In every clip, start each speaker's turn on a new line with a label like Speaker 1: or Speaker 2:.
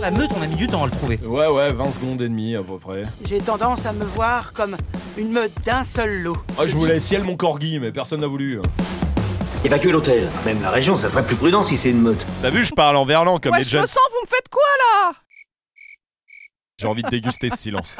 Speaker 1: La meute, on a mis du temps à le trouver.
Speaker 2: Ouais, ouais, 20 secondes et demie à peu près.
Speaker 3: J'ai tendance à me voir comme une meute d'un seul lot.
Speaker 2: Ah, je voulais ciel mon corgi, mais personne n'a voulu.
Speaker 4: Évacuer l'hôtel, même la région, ça serait plus prudent si c'est une meute.
Speaker 5: T'as vu, je parle en verlan comme
Speaker 6: Moi,
Speaker 5: les
Speaker 6: je
Speaker 5: jeunes.
Speaker 6: me sens, vous me faites quoi là
Speaker 5: J'ai envie de déguster ce silence.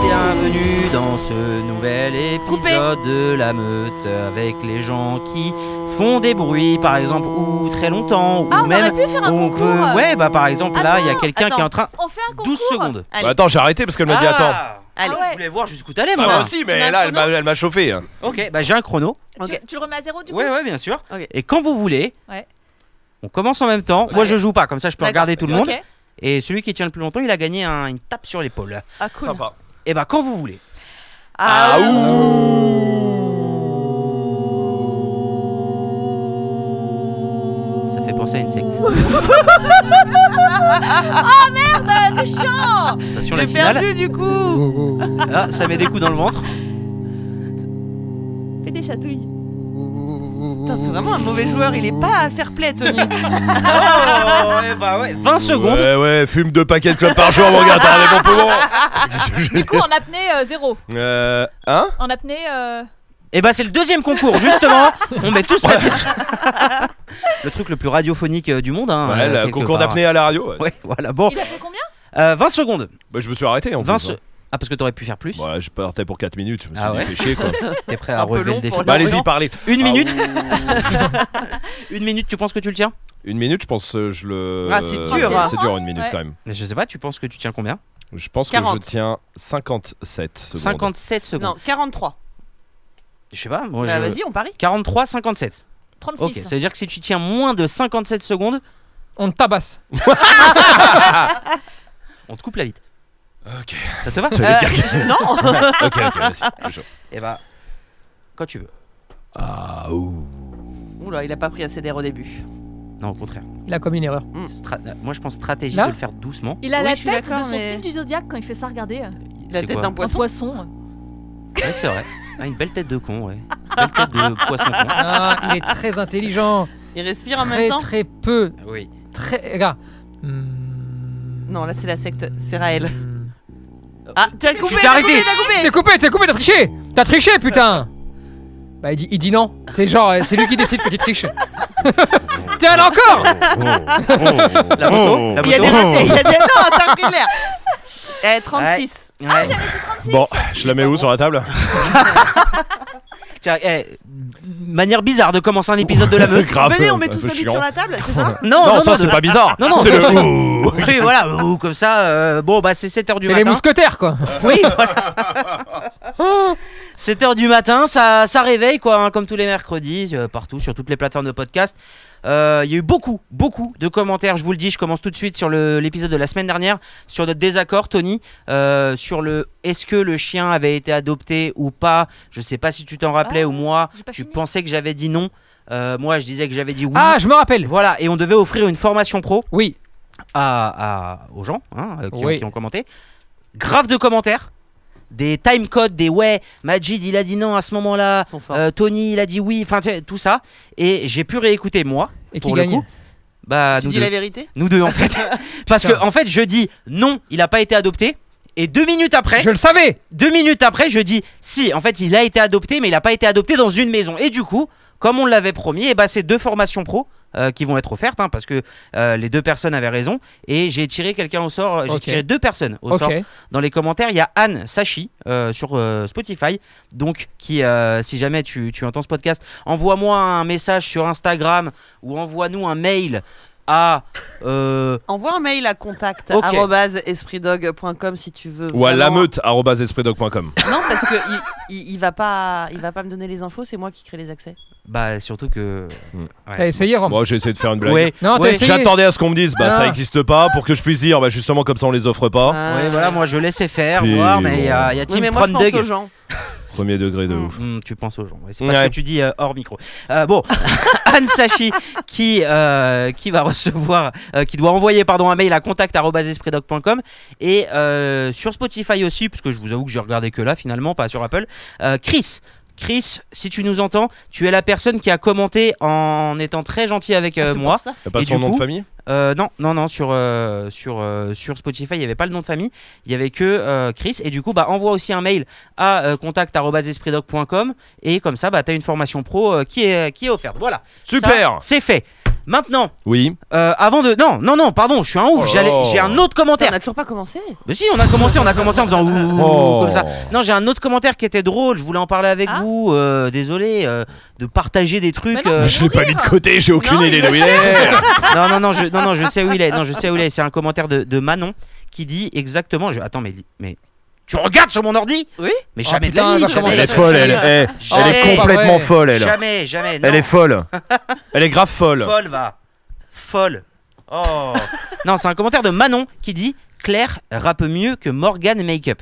Speaker 1: Bienvenue dans ce nouvel épisode
Speaker 6: Coupé.
Speaker 1: de la meute avec les gens qui font des bruits, par exemple, ou très longtemps, ou
Speaker 7: Ah, on
Speaker 1: même.
Speaker 7: aurait pu faire un
Speaker 1: on
Speaker 7: concours.
Speaker 1: peut- Ouais, bah par exemple, là, il y a
Speaker 7: Attends,
Speaker 1: quelqu'un qui est en train.
Speaker 7: On fait un concours
Speaker 1: 12 secondes.
Speaker 5: Bah,
Speaker 6: Allez.
Speaker 5: attends, j'ai arrêté parce qu'elle m'a dit attends.
Speaker 1: Ah,
Speaker 6: Allez.
Speaker 1: Je voulais voir jusqu'où t'allais,
Speaker 5: Bah,
Speaker 1: moi.
Speaker 5: moi aussi,
Speaker 6: On a
Speaker 5: mais
Speaker 6: un
Speaker 5: là, elle m'a-
Speaker 6: chrono
Speaker 5: elle m'a chauffé. hein.
Speaker 1: Ok, bah j'ai un chrono.
Speaker 7: Tu- Tu, le remets à zéro du coup
Speaker 1: Ouais, ouais, bien sûr.
Speaker 6: Ok.
Speaker 1: Et quand vous voulez,
Speaker 7: Ouais.
Speaker 1: on commence en même temps. Moi, je joue pas, comme ça, je peux
Speaker 6: D'accord.
Speaker 1: regarder tout le
Speaker 7: Ok.
Speaker 1: monde. Et celui qui tient le plus longtemps, il a gagné un- une tape sur l'épaule.
Speaker 6: Ah, cool.
Speaker 5: Sympa.
Speaker 1: Et bah, quand vous voulez.
Speaker 6: Ah,
Speaker 1: Ça fait penser à une secte.
Speaker 6: Oh,
Speaker 7: Ah, du chant
Speaker 1: Attention, la finale.
Speaker 6: perdu du coup
Speaker 1: Ah, ça met des coups dans le ventre.
Speaker 7: Fais des chatouilles.
Speaker 6: Putain, c'est vraiment un mauvais joueur, il est pas à faire play, Tony.
Speaker 1: Oh, eh bah ouais, 20 secondes.
Speaker 5: Ouais, ouais, fume deux paquets de clubs par jour, mon gars, t'as un bon
Speaker 7: Du coup, en apnée, euh, zéro.
Speaker 5: Euh. Hein
Speaker 7: En apnée, euh,
Speaker 1: Et bah, c'est le deuxième concours, justement. On met tous la tête. Le truc le plus radiophonique euh, du monde. Hein,
Speaker 5: Ouais,
Speaker 1: euh,
Speaker 5: le
Speaker 1: quelque
Speaker 5: concours
Speaker 1: part.
Speaker 5: d'apnée à la radio. ouais.
Speaker 1: Ouais, voilà, bon.
Speaker 7: il a fait combien
Speaker 1: Euh, 20 secondes.
Speaker 5: Bah, je me suis arrêté en
Speaker 1: 20
Speaker 5: plus.
Speaker 1: se- Ah, parce que t'aurais pu faire plus.
Speaker 5: hein. Ouais, je partais pour 4 minutes, je me suis
Speaker 1: Ah
Speaker 5: dit,
Speaker 1: ouais
Speaker 5: fais chier quoi.
Speaker 1: T'es prêt
Speaker 6: Un
Speaker 1: à
Speaker 6: peu
Speaker 1: relever
Speaker 6: long
Speaker 1: le défi.
Speaker 6: pour
Speaker 5: bah,
Speaker 6: non,
Speaker 5: allez-y,
Speaker 6: non.
Speaker 5: parlez.
Speaker 1: Une
Speaker 5: Ah,
Speaker 1: minute.
Speaker 5: ouh.
Speaker 1: Une minute, tu penses que tu le tiens
Speaker 5: Une minute, je pense euh, je le.
Speaker 6: Ah, c'est
Speaker 5: euh,
Speaker 6: dur, hein.
Speaker 5: C'est dur, une minute
Speaker 7: Ouais.
Speaker 5: quand même.
Speaker 1: Mais Je sais pas, tu penses que tu tiens combien
Speaker 5: Je pense
Speaker 6: 40.
Speaker 5: que je tiens 57 secondes.
Speaker 1: 57
Speaker 5: bah.
Speaker 1: secondes.
Speaker 6: non, 43.
Speaker 1: Je sais pas, moi
Speaker 6: Bah,
Speaker 1: je-
Speaker 6: vas-y, on parie.
Speaker 1: 43, 57.
Speaker 7: 36.
Speaker 1: Ok, ça veut dire que si tu tiens moins de 57 secondes,
Speaker 8: On te tabasse.
Speaker 1: on te coupe la vite.
Speaker 5: Ok.
Speaker 1: Ça te va
Speaker 5: Ça
Speaker 6: Euh,
Speaker 5: dégage.
Speaker 6: non
Speaker 5: Ok, ok, vas-y. je-
Speaker 1: Eh bah, quand tu veux.
Speaker 5: Ah, ouh.
Speaker 6: Oula, il a pas pris assez d'air au début.
Speaker 1: Non, au contraire.
Speaker 8: Il a commis une erreur.
Speaker 1: Stra- euh, Moi je pense stratégie
Speaker 8: Là
Speaker 1: de le faire doucement.
Speaker 7: Il a
Speaker 6: Oui,
Speaker 7: la
Speaker 6: je suis
Speaker 7: tête de
Speaker 6: d'accord,
Speaker 7: son
Speaker 6: mais-
Speaker 7: signe du zodiaque quand il fait ça, regardez. euh, Un
Speaker 6: La
Speaker 1: C'est
Speaker 6: tête
Speaker 1: quoi
Speaker 6: d'un poisson.
Speaker 1: Euh,
Speaker 7: poisson.
Speaker 1: Ouais, c'est vrai. Ah, une belle tête de con, ouais. Belle tête de poisson con.
Speaker 8: Ah, il est très intelligent.
Speaker 6: Il respire en
Speaker 8: Très
Speaker 6: même temps
Speaker 8: très peu.
Speaker 1: Oui.
Speaker 8: Très. Regarde. Hmm.
Speaker 6: Non, là c'est la secte, c'est Raël.
Speaker 8: Hmm.
Speaker 6: Ah, tu as coupé,
Speaker 1: suis
Speaker 6: t'as
Speaker 1: arrêté.
Speaker 6: coupé, t'as coupé
Speaker 8: T'es coupé, t'es coupé, t'as triché T'as triché, putain Bah, il dit, il dit non. C'est genre, euh, c'est lui qui décide que tu triches. T'es allé encore
Speaker 1: La moto, la
Speaker 6: Il y a
Speaker 1: moto.
Speaker 6: des ratés, il y a des... Non, t'as pris de l'air Eh, 36.
Speaker 1: Ouais.
Speaker 5: Bon, je la mets où sur la table
Speaker 1: Tiens, eh, manière bizarre de commencer un épisode de la meute.
Speaker 5: Grave.
Speaker 6: Venez, on
Speaker 5: un
Speaker 6: met
Speaker 5: peu
Speaker 6: tous nos bites
Speaker 5: chiant.
Speaker 6: sur la table, c'est ça
Speaker 1: Non,
Speaker 5: Non,
Speaker 1: non,
Speaker 5: ça
Speaker 1: non,
Speaker 5: c'est
Speaker 1: de-
Speaker 5: pas bizarre.
Speaker 1: Non, non,
Speaker 5: c'est
Speaker 1: ça,
Speaker 5: le
Speaker 1: ça-
Speaker 5: ouh.
Speaker 1: Oui, voilà, ou comme ça, euh, bon, bah c'est 7h du
Speaker 8: C'est les
Speaker 1: matin.
Speaker 8: mousquetaires, quoi.
Speaker 1: Oui, voilà. 7h du matin, ça, ça réveille, quoi, hein, comme tous les mercredis, euh, partout, sur toutes les plateformes de podcast. Euh, Il y a eu beaucoup, beaucoup de commentaires, je vous le dis, je commence tout de suite sur le- l'épisode de la semaine dernière, sur notre désaccord, Tony, euh, sur le est-ce que le chien avait été adopté ou pas, je sais pas si tu t'en rappelais
Speaker 7: Ah,
Speaker 1: ou moi,
Speaker 7: j'ai pas
Speaker 1: tu
Speaker 7: fini.
Speaker 1: pensais que j'avais dit non, Euh, moi je disais que j'avais dit
Speaker 6: Mmh.
Speaker 1: oui.
Speaker 8: Ah, je me rappelle.
Speaker 1: voilà, et on devait offrir une formation pro
Speaker 8: Oui.
Speaker 1: à, à- aux gens hein, euh, qui,
Speaker 8: Oui.
Speaker 1: qui ont commenté. Grave de commentaires. Des time codes, des ouais, Majid il a dit non à ce moment-là,
Speaker 6: sont forts.
Speaker 1: euh, Tony il a dit oui, enfin tu sais, tout ça. Et j'ai pu réécouter moi.
Speaker 8: Et qui
Speaker 1: pour le
Speaker 8: gagne
Speaker 1: coup. Bah,
Speaker 6: Tu
Speaker 1: nous
Speaker 6: dis
Speaker 1: deux.
Speaker 6: la vérité
Speaker 1: nous deux en fait. Parce que
Speaker 8: Putain.
Speaker 1: en fait je dis non, il a pas été adopté. Et deux minutes après,
Speaker 8: Je le savais
Speaker 1: deux minutes après je dis si, en fait il a été adopté, mais il a pas été adopté dans une maison. Et du coup, comme on l'avait promis, et bah, c'est deux formations pro. euh, qui vont être offertes hein, parce que euh, les deux personnes avaient raison et j'ai tiré quelqu'un au sort j'ai
Speaker 8: Ok.
Speaker 1: tiré deux personnes au
Speaker 8: Ok.
Speaker 1: sort dans les commentaires, il y a Anne Sachi euh, sur euh, Spotify, donc qui, euh, si jamais tu, tu entends ce podcast, envoie-moi un message sur Instagram ou envoie-nous un mail à euh,
Speaker 6: Envoie un mail à contact
Speaker 1: Ok.
Speaker 6: arobase espritdog.com si tu veux.
Speaker 5: Ou à
Speaker 6: vraiment-
Speaker 5: lameute.espritdog.com.
Speaker 6: Non, parce que il, il- il va pas, il va pas me donner les infos, c'est moi qui crée les accès.
Speaker 1: bah surtout que
Speaker 5: Hmm.
Speaker 1: Ouais.
Speaker 8: T'as essayé, Rome
Speaker 5: Moi j'ai essayé de faire une blague.
Speaker 1: Ouais,
Speaker 8: Non, t'as
Speaker 1: ouais,
Speaker 8: essayé.
Speaker 5: J'attendais à ce qu'on me dise, bah ça
Speaker 8: Oh. Ah.
Speaker 5: existe pas, pour que je puisse dire, bah justement comme ça on les offre pas.
Speaker 6: Ah.
Speaker 1: ouais, voilà, moi je laissais faire,
Speaker 5: Puis,
Speaker 1: voir, mais il y a, il y a
Speaker 6: Oui,
Speaker 1: Tim
Speaker 6: mais moi je pense
Speaker 1: Prondeg.
Speaker 6: aux gens.
Speaker 5: Premier degré de
Speaker 6: Mm.
Speaker 5: ouf.
Speaker 1: Hmm, tu penses aux gens. ouais, c'est pas ce
Speaker 5: Ouais.
Speaker 1: que tu dis euh, hors micro. Euh, bon, Anne Sachi qui, euh, qui va recevoir, euh, qui doit envoyer pardon, un mail à contact.espredoc.com et euh, sur Spotify aussi, parce que je vous avoue que j'ai regardé que là finalement, pas sur Apple. euh, Chris. Chris, si tu nous entends, tu es la personne qui a commenté en étant très gentil avec euh,
Speaker 6: Ah, C'est pour
Speaker 1: moi.
Speaker 6: ça.
Speaker 5: T'as pas
Speaker 1: Et
Speaker 5: son
Speaker 1: du
Speaker 5: nom
Speaker 1: coup-
Speaker 5: de famille
Speaker 1: Euh, non, non, non, sur, euh, sur, euh, sur Spotify, il n'y avait pas le nom de famille, il y avait que euh, Chris. Et du coup, bah, envoie aussi un mail à euh, contact.espridoc.com et comme ça, bah, tu as une formation pro euh, qui, est, qui est offerte. Voilà. Ça,
Speaker 5: Super
Speaker 1: C'est fait. Maintenant,
Speaker 5: Oui.
Speaker 1: euh, avant de. Non, non, non, pardon, je suis un
Speaker 5: Oh
Speaker 1: ouf,
Speaker 5: là
Speaker 1: j'allais-
Speaker 5: là.
Speaker 1: j'ai un autre
Speaker 6: Putain,
Speaker 1: commentaire.
Speaker 6: On a toujours pas commencé.
Speaker 1: Mais si, on a commencé, on a commencé en faisant ouh,
Speaker 5: Oh.
Speaker 1: comme ça. Non, j'ai un autre commentaire qui était drôle, je voulais en parler avec
Speaker 7: Ah.
Speaker 1: vous. euh, désolé euh, de partager des trucs.
Speaker 7: Mais non,
Speaker 1: euh,
Speaker 5: Je l'ai pas mis de côté, j'ai aucune
Speaker 1: Non,
Speaker 5: idée
Speaker 1: il
Speaker 5: de où il est.
Speaker 1: non, non, non, je, non, non, je sais où il est. Non, je sais où il est. C'est un commentaire de, de Manon qui dit exactement. Je, attends, mais, mais tu regardes sur mon ordi
Speaker 6: Oui.
Speaker 1: Mais
Speaker 8: Oh,
Speaker 1: jamais de
Speaker 8: putain,
Speaker 1: la vie,
Speaker 8: elle va
Speaker 1: jamais,
Speaker 8: commencer
Speaker 5: Elle
Speaker 1: jamais,
Speaker 5: est folle, elle. Elle, elle
Speaker 1: Jamais.
Speaker 5: est complètement
Speaker 8: Ouais.
Speaker 5: folle, elle.
Speaker 1: Jamais, jamais. non.
Speaker 5: Elle est folle. Elle est grave folle.
Speaker 1: folle, va. Folle. Oh. non, c'est un commentaire de Manon qui dit Claire rappe mieux que Morgan Makeup.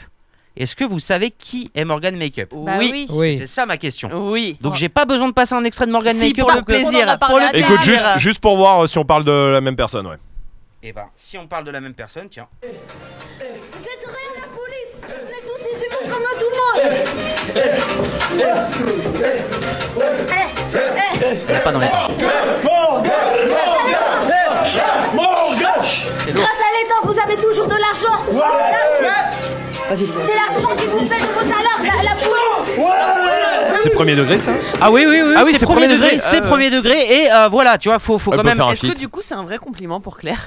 Speaker 1: Est-ce que vous savez qui est Morgan Makeup
Speaker 7: Bah oui.
Speaker 8: Oui.
Speaker 1: C'est ça ma question.
Speaker 6: Oui.
Speaker 1: Donc
Speaker 7: Ouais.
Speaker 1: j'ai pas besoin de passer un extrait de Morgan
Speaker 6: Si,
Speaker 1: Makeup
Speaker 6: pour le
Speaker 1: que-
Speaker 7: On en a
Speaker 6: plaisir.
Speaker 7: parlé
Speaker 6: Pour le
Speaker 7: à
Speaker 6: plaisir.
Speaker 5: Écoute, juste, juste pour voir euh, si on parle de la même personne, ouais.
Speaker 1: Eh ben, si on parle de la même personne, tiens.
Speaker 9: Vous êtes rien la police On est tous des humains comme tout le monde
Speaker 1: On est pas dans les.
Speaker 9: Grâce à l'État, vous avez toujours de l'argent C'est l'argent qui vous paie de vos salaires, la, la police
Speaker 5: C'est premier degré, ça
Speaker 1: Ah oui, oui, oui,
Speaker 5: Ah oui,
Speaker 1: c'est premier degré, c'est premier degré, et euh, voilà, tu vois, faut, faut
Speaker 5: Elle
Speaker 1: quand
Speaker 5: peut
Speaker 1: même.
Speaker 5: faire un
Speaker 6: Est-ce que
Speaker 5: feat.
Speaker 6: du coup c'est un vrai compliment pour Claire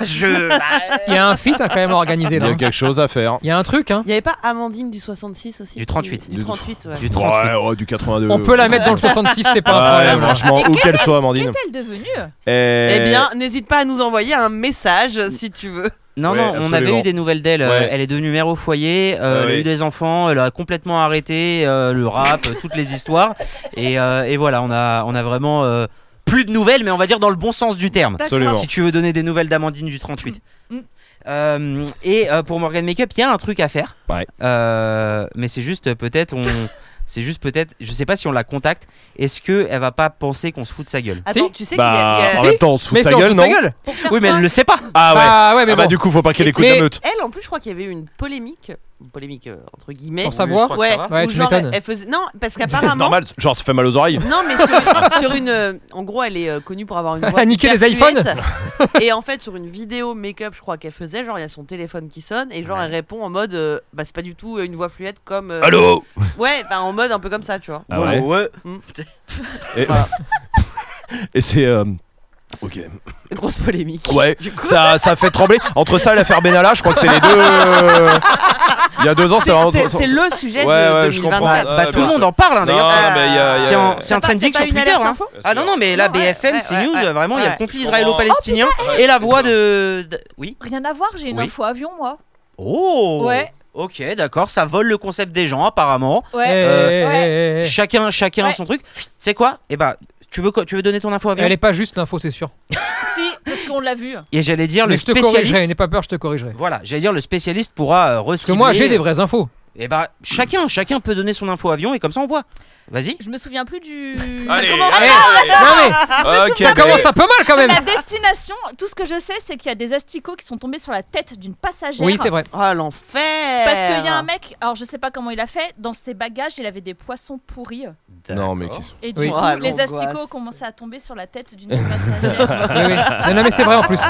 Speaker 1: Je. bah,
Speaker 8: Il y a un feat hein, quand même organisé
Speaker 5: Il y
Speaker 8: là.
Speaker 5: a quelque chose à faire.
Speaker 8: Il y a un truc, hein.
Speaker 6: Il n'y avait pas Amandine du 66 aussi
Speaker 1: Du
Speaker 6: qui-
Speaker 1: 38.
Speaker 6: Du 38, ouais.
Speaker 1: Du 38.
Speaker 5: Ouais, ouais, du 82.
Speaker 8: On peut la mettre Ah, dans le 66, c'est pas un
Speaker 5: Euh. Ouais,
Speaker 8: problème. là.
Speaker 5: franchement,
Speaker 7: Et
Speaker 5: où
Speaker 7: qu'est-ce
Speaker 5: qu'elle soit,
Speaker 1: Euh.
Speaker 5: Amandine.
Speaker 7: Qu'est-elle devenue euh,
Speaker 5: Eh
Speaker 6: Eh bien, n'hésite pas à nous envoyer un message si tu veux.
Speaker 1: Non,
Speaker 5: Ouais,
Speaker 1: non, on avait
Speaker 5: absolument.
Speaker 1: eu des nouvelles d'elle. euh,
Speaker 5: Ouais.
Speaker 1: Elle est devenue mère au foyer, euh,
Speaker 5: Ah
Speaker 1: elle a
Speaker 5: oui.
Speaker 1: eu des enfants, elle a complètement arrêté euh, le rap, euh, toutes les histoires. Et, euh, et voilà, on a, on a vraiment euh, plus de nouvelles, mais on va dire dans le bon sens du terme.
Speaker 5: Absolument.
Speaker 1: Si tu veux donner des nouvelles d'Amandine du 38.
Speaker 7: Mm.
Speaker 1: Euh, et euh, pour Morgan Makeup, il y a un truc à faire.
Speaker 5: Ouais.
Speaker 1: Euh, mais c'est juste euh, peut-être on. C'est juste peut-être, je sais pas si on la contacte, est-ce que elle va pas penser qu'on se fout de sa gueule
Speaker 6: Attends,
Speaker 8: Si.
Speaker 6: tu sais qu'il y
Speaker 5: Bah,
Speaker 6: a- il y a-
Speaker 5: en
Speaker 8: Si.
Speaker 5: même temps, on se fout
Speaker 8: Mais
Speaker 5: de
Speaker 8: c'est
Speaker 5: sa
Speaker 8: on se
Speaker 5: gueule,
Speaker 8: fout de sa
Speaker 5: non
Speaker 8: gueule.
Speaker 7: Pour faire
Speaker 1: Oui, mais
Speaker 7: quoi
Speaker 1: elle le sait pas
Speaker 5: Ah ouais.
Speaker 8: Bah ouais, mais
Speaker 5: Ah bah
Speaker 8: bon.
Speaker 5: du coup, faut pas qu'elle
Speaker 6: Mais-
Speaker 5: écoute la
Speaker 8: mais-
Speaker 5: meute.
Speaker 6: Elle, en plus, je crois qu'il y avait eu une polémique, une polémique euh, entre guillemets.
Speaker 8: Sur sa
Speaker 1: Oui,
Speaker 8: voix
Speaker 1: je crois que ça va.
Speaker 8: Ouais,
Speaker 6: où
Speaker 8: tu
Speaker 6: genre,
Speaker 8: m'étonnes.
Speaker 6: elle- elle faisait- Non, parce
Speaker 5: C'est
Speaker 6: qu'apparemment.
Speaker 5: normal, genre ça fait mal aux oreilles.
Speaker 6: Non, mais sur, sur une. euh, En gros, elle est euh, connue pour avoir une voix.
Speaker 8: Niquer
Speaker 6: hyper
Speaker 8: les iPhones.
Speaker 6: fluette. Et en fait, sur une vidéo make-up, je crois qu'elle faisait, genre, il y a son téléphone qui sonne et genre, elle répond en mode. euh, bah, c'est pas du tout euh, une voix fluette comme. euh,
Speaker 5: Allô
Speaker 6: Ouais, bah, en mode un peu comme ça, tu vois.
Speaker 5: Ah ouais.
Speaker 6: Mm.
Speaker 5: Et,
Speaker 6: Voilà.
Speaker 5: Et c'est. euh, Ok.
Speaker 6: Une grosse polémique.
Speaker 5: Ouais, ça, ça fait trembler. Entre ça et l'affaire Benalla, je crois que c'est les deux. euh, Il y a deux ans, Ah, c'est
Speaker 6: C'est
Speaker 5: vraiment.
Speaker 6: c'est- c'est le sujet
Speaker 5: Ouais,
Speaker 6: de
Speaker 5: ouais, je comprends.
Speaker 6: 2024.
Speaker 5: Ouais,
Speaker 1: Bah, tout le
Speaker 5: bien
Speaker 1: monde
Speaker 5: sûr.
Speaker 1: en parle, hein,
Speaker 5: Non,
Speaker 1: d'ailleurs. c'est-
Speaker 5: Ah, mais il y a- il y a-
Speaker 1: C'est en, c'est en
Speaker 6: Ah, bah, T'as pas-
Speaker 1: trending
Speaker 6: t'as
Speaker 1: sur
Speaker 6: pas une
Speaker 1: Twitter.
Speaker 6: alerte
Speaker 1: hein.
Speaker 6: info
Speaker 1: Ah non, non, mais là,
Speaker 6: Non, ouais,
Speaker 1: BFM,
Speaker 6: ouais,
Speaker 1: CNews,
Speaker 6: ouais, ouais.
Speaker 1: vraiment, il y a le
Speaker 6: Ouais.
Speaker 1: conflit
Speaker 8: Oh,
Speaker 1: israélo-palestinien et la voix de. de- Oui.
Speaker 7: Rien à voir, j'ai une
Speaker 1: Oui.
Speaker 7: info avion moi.
Speaker 1: Oh
Speaker 7: Ouais.
Speaker 1: Ok, d'accord, ça vole le concept des gens, apparemment.
Speaker 8: Eh,
Speaker 7: Ouais.
Speaker 1: Euh,
Speaker 8: eh, eh, eh, eh.
Speaker 1: Chacun, chacun
Speaker 7: Ouais.
Speaker 1: son truc. Tu sais quoi Eh ben, tu veux, quoi- tu veux donner ton info à Vian
Speaker 8: Elle est pas juste l'info, c'est sûr.
Speaker 6: Euh.
Speaker 7: Si, parce qu'on l'a vu.
Speaker 1: Et j'allais dire,
Speaker 8: Mais
Speaker 1: le
Speaker 8: je te corrigerai, n'aie
Speaker 1: spécialiste.
Speaker 8: pas peur, je te corrigerai.
Speaker 1: Voilà, j'allais dire, le spécialiste pourra euh,
Speaker 8: Parce que
Speaker 1: recibler.
Speaker 8: moi, j'ai des vraies infos.
Speaker 1: Eh ben, chacun, chacun peut donner son info à Vian et comme ça, on voit. Vas-y.
Speaker 7: Je me souviens plus du.
Speaker 5: Allez,
Speaker 8: Eh,
Speaker 5: allez,
Speaker 8: non, mais
Speaker 5: ok,
Speaker 8: ça commence un peu mal quand
Speaker 7: La
Speaker 8: même.
Speaker 7: destination, tout ce que je sais, c'est qu'il y a des asticots qui sont tombés sur la tête d'une passagère.
Speaker 8: Oui, c'est vrai.
Speaker 6: Ah, l'enfer
Speaker 7: Parce qu'il y a un mec, alors je sais pas comment il a fait, dans ses bagages, il avait des poissons pourris.
Speaker 5: Non, mais.
Speaker 7: Et du
Speaker 8: Oui.
Speaker 7: coup,
Speaker 6: Ah,
Speaker 7: les
Speaker 6: l'angoisse.
Speaker 7: asticots commençaient à tomber sur la tête d'une passagère.
Speaker 8: Oui, oui. Non, non, mais c'est vrai en plus.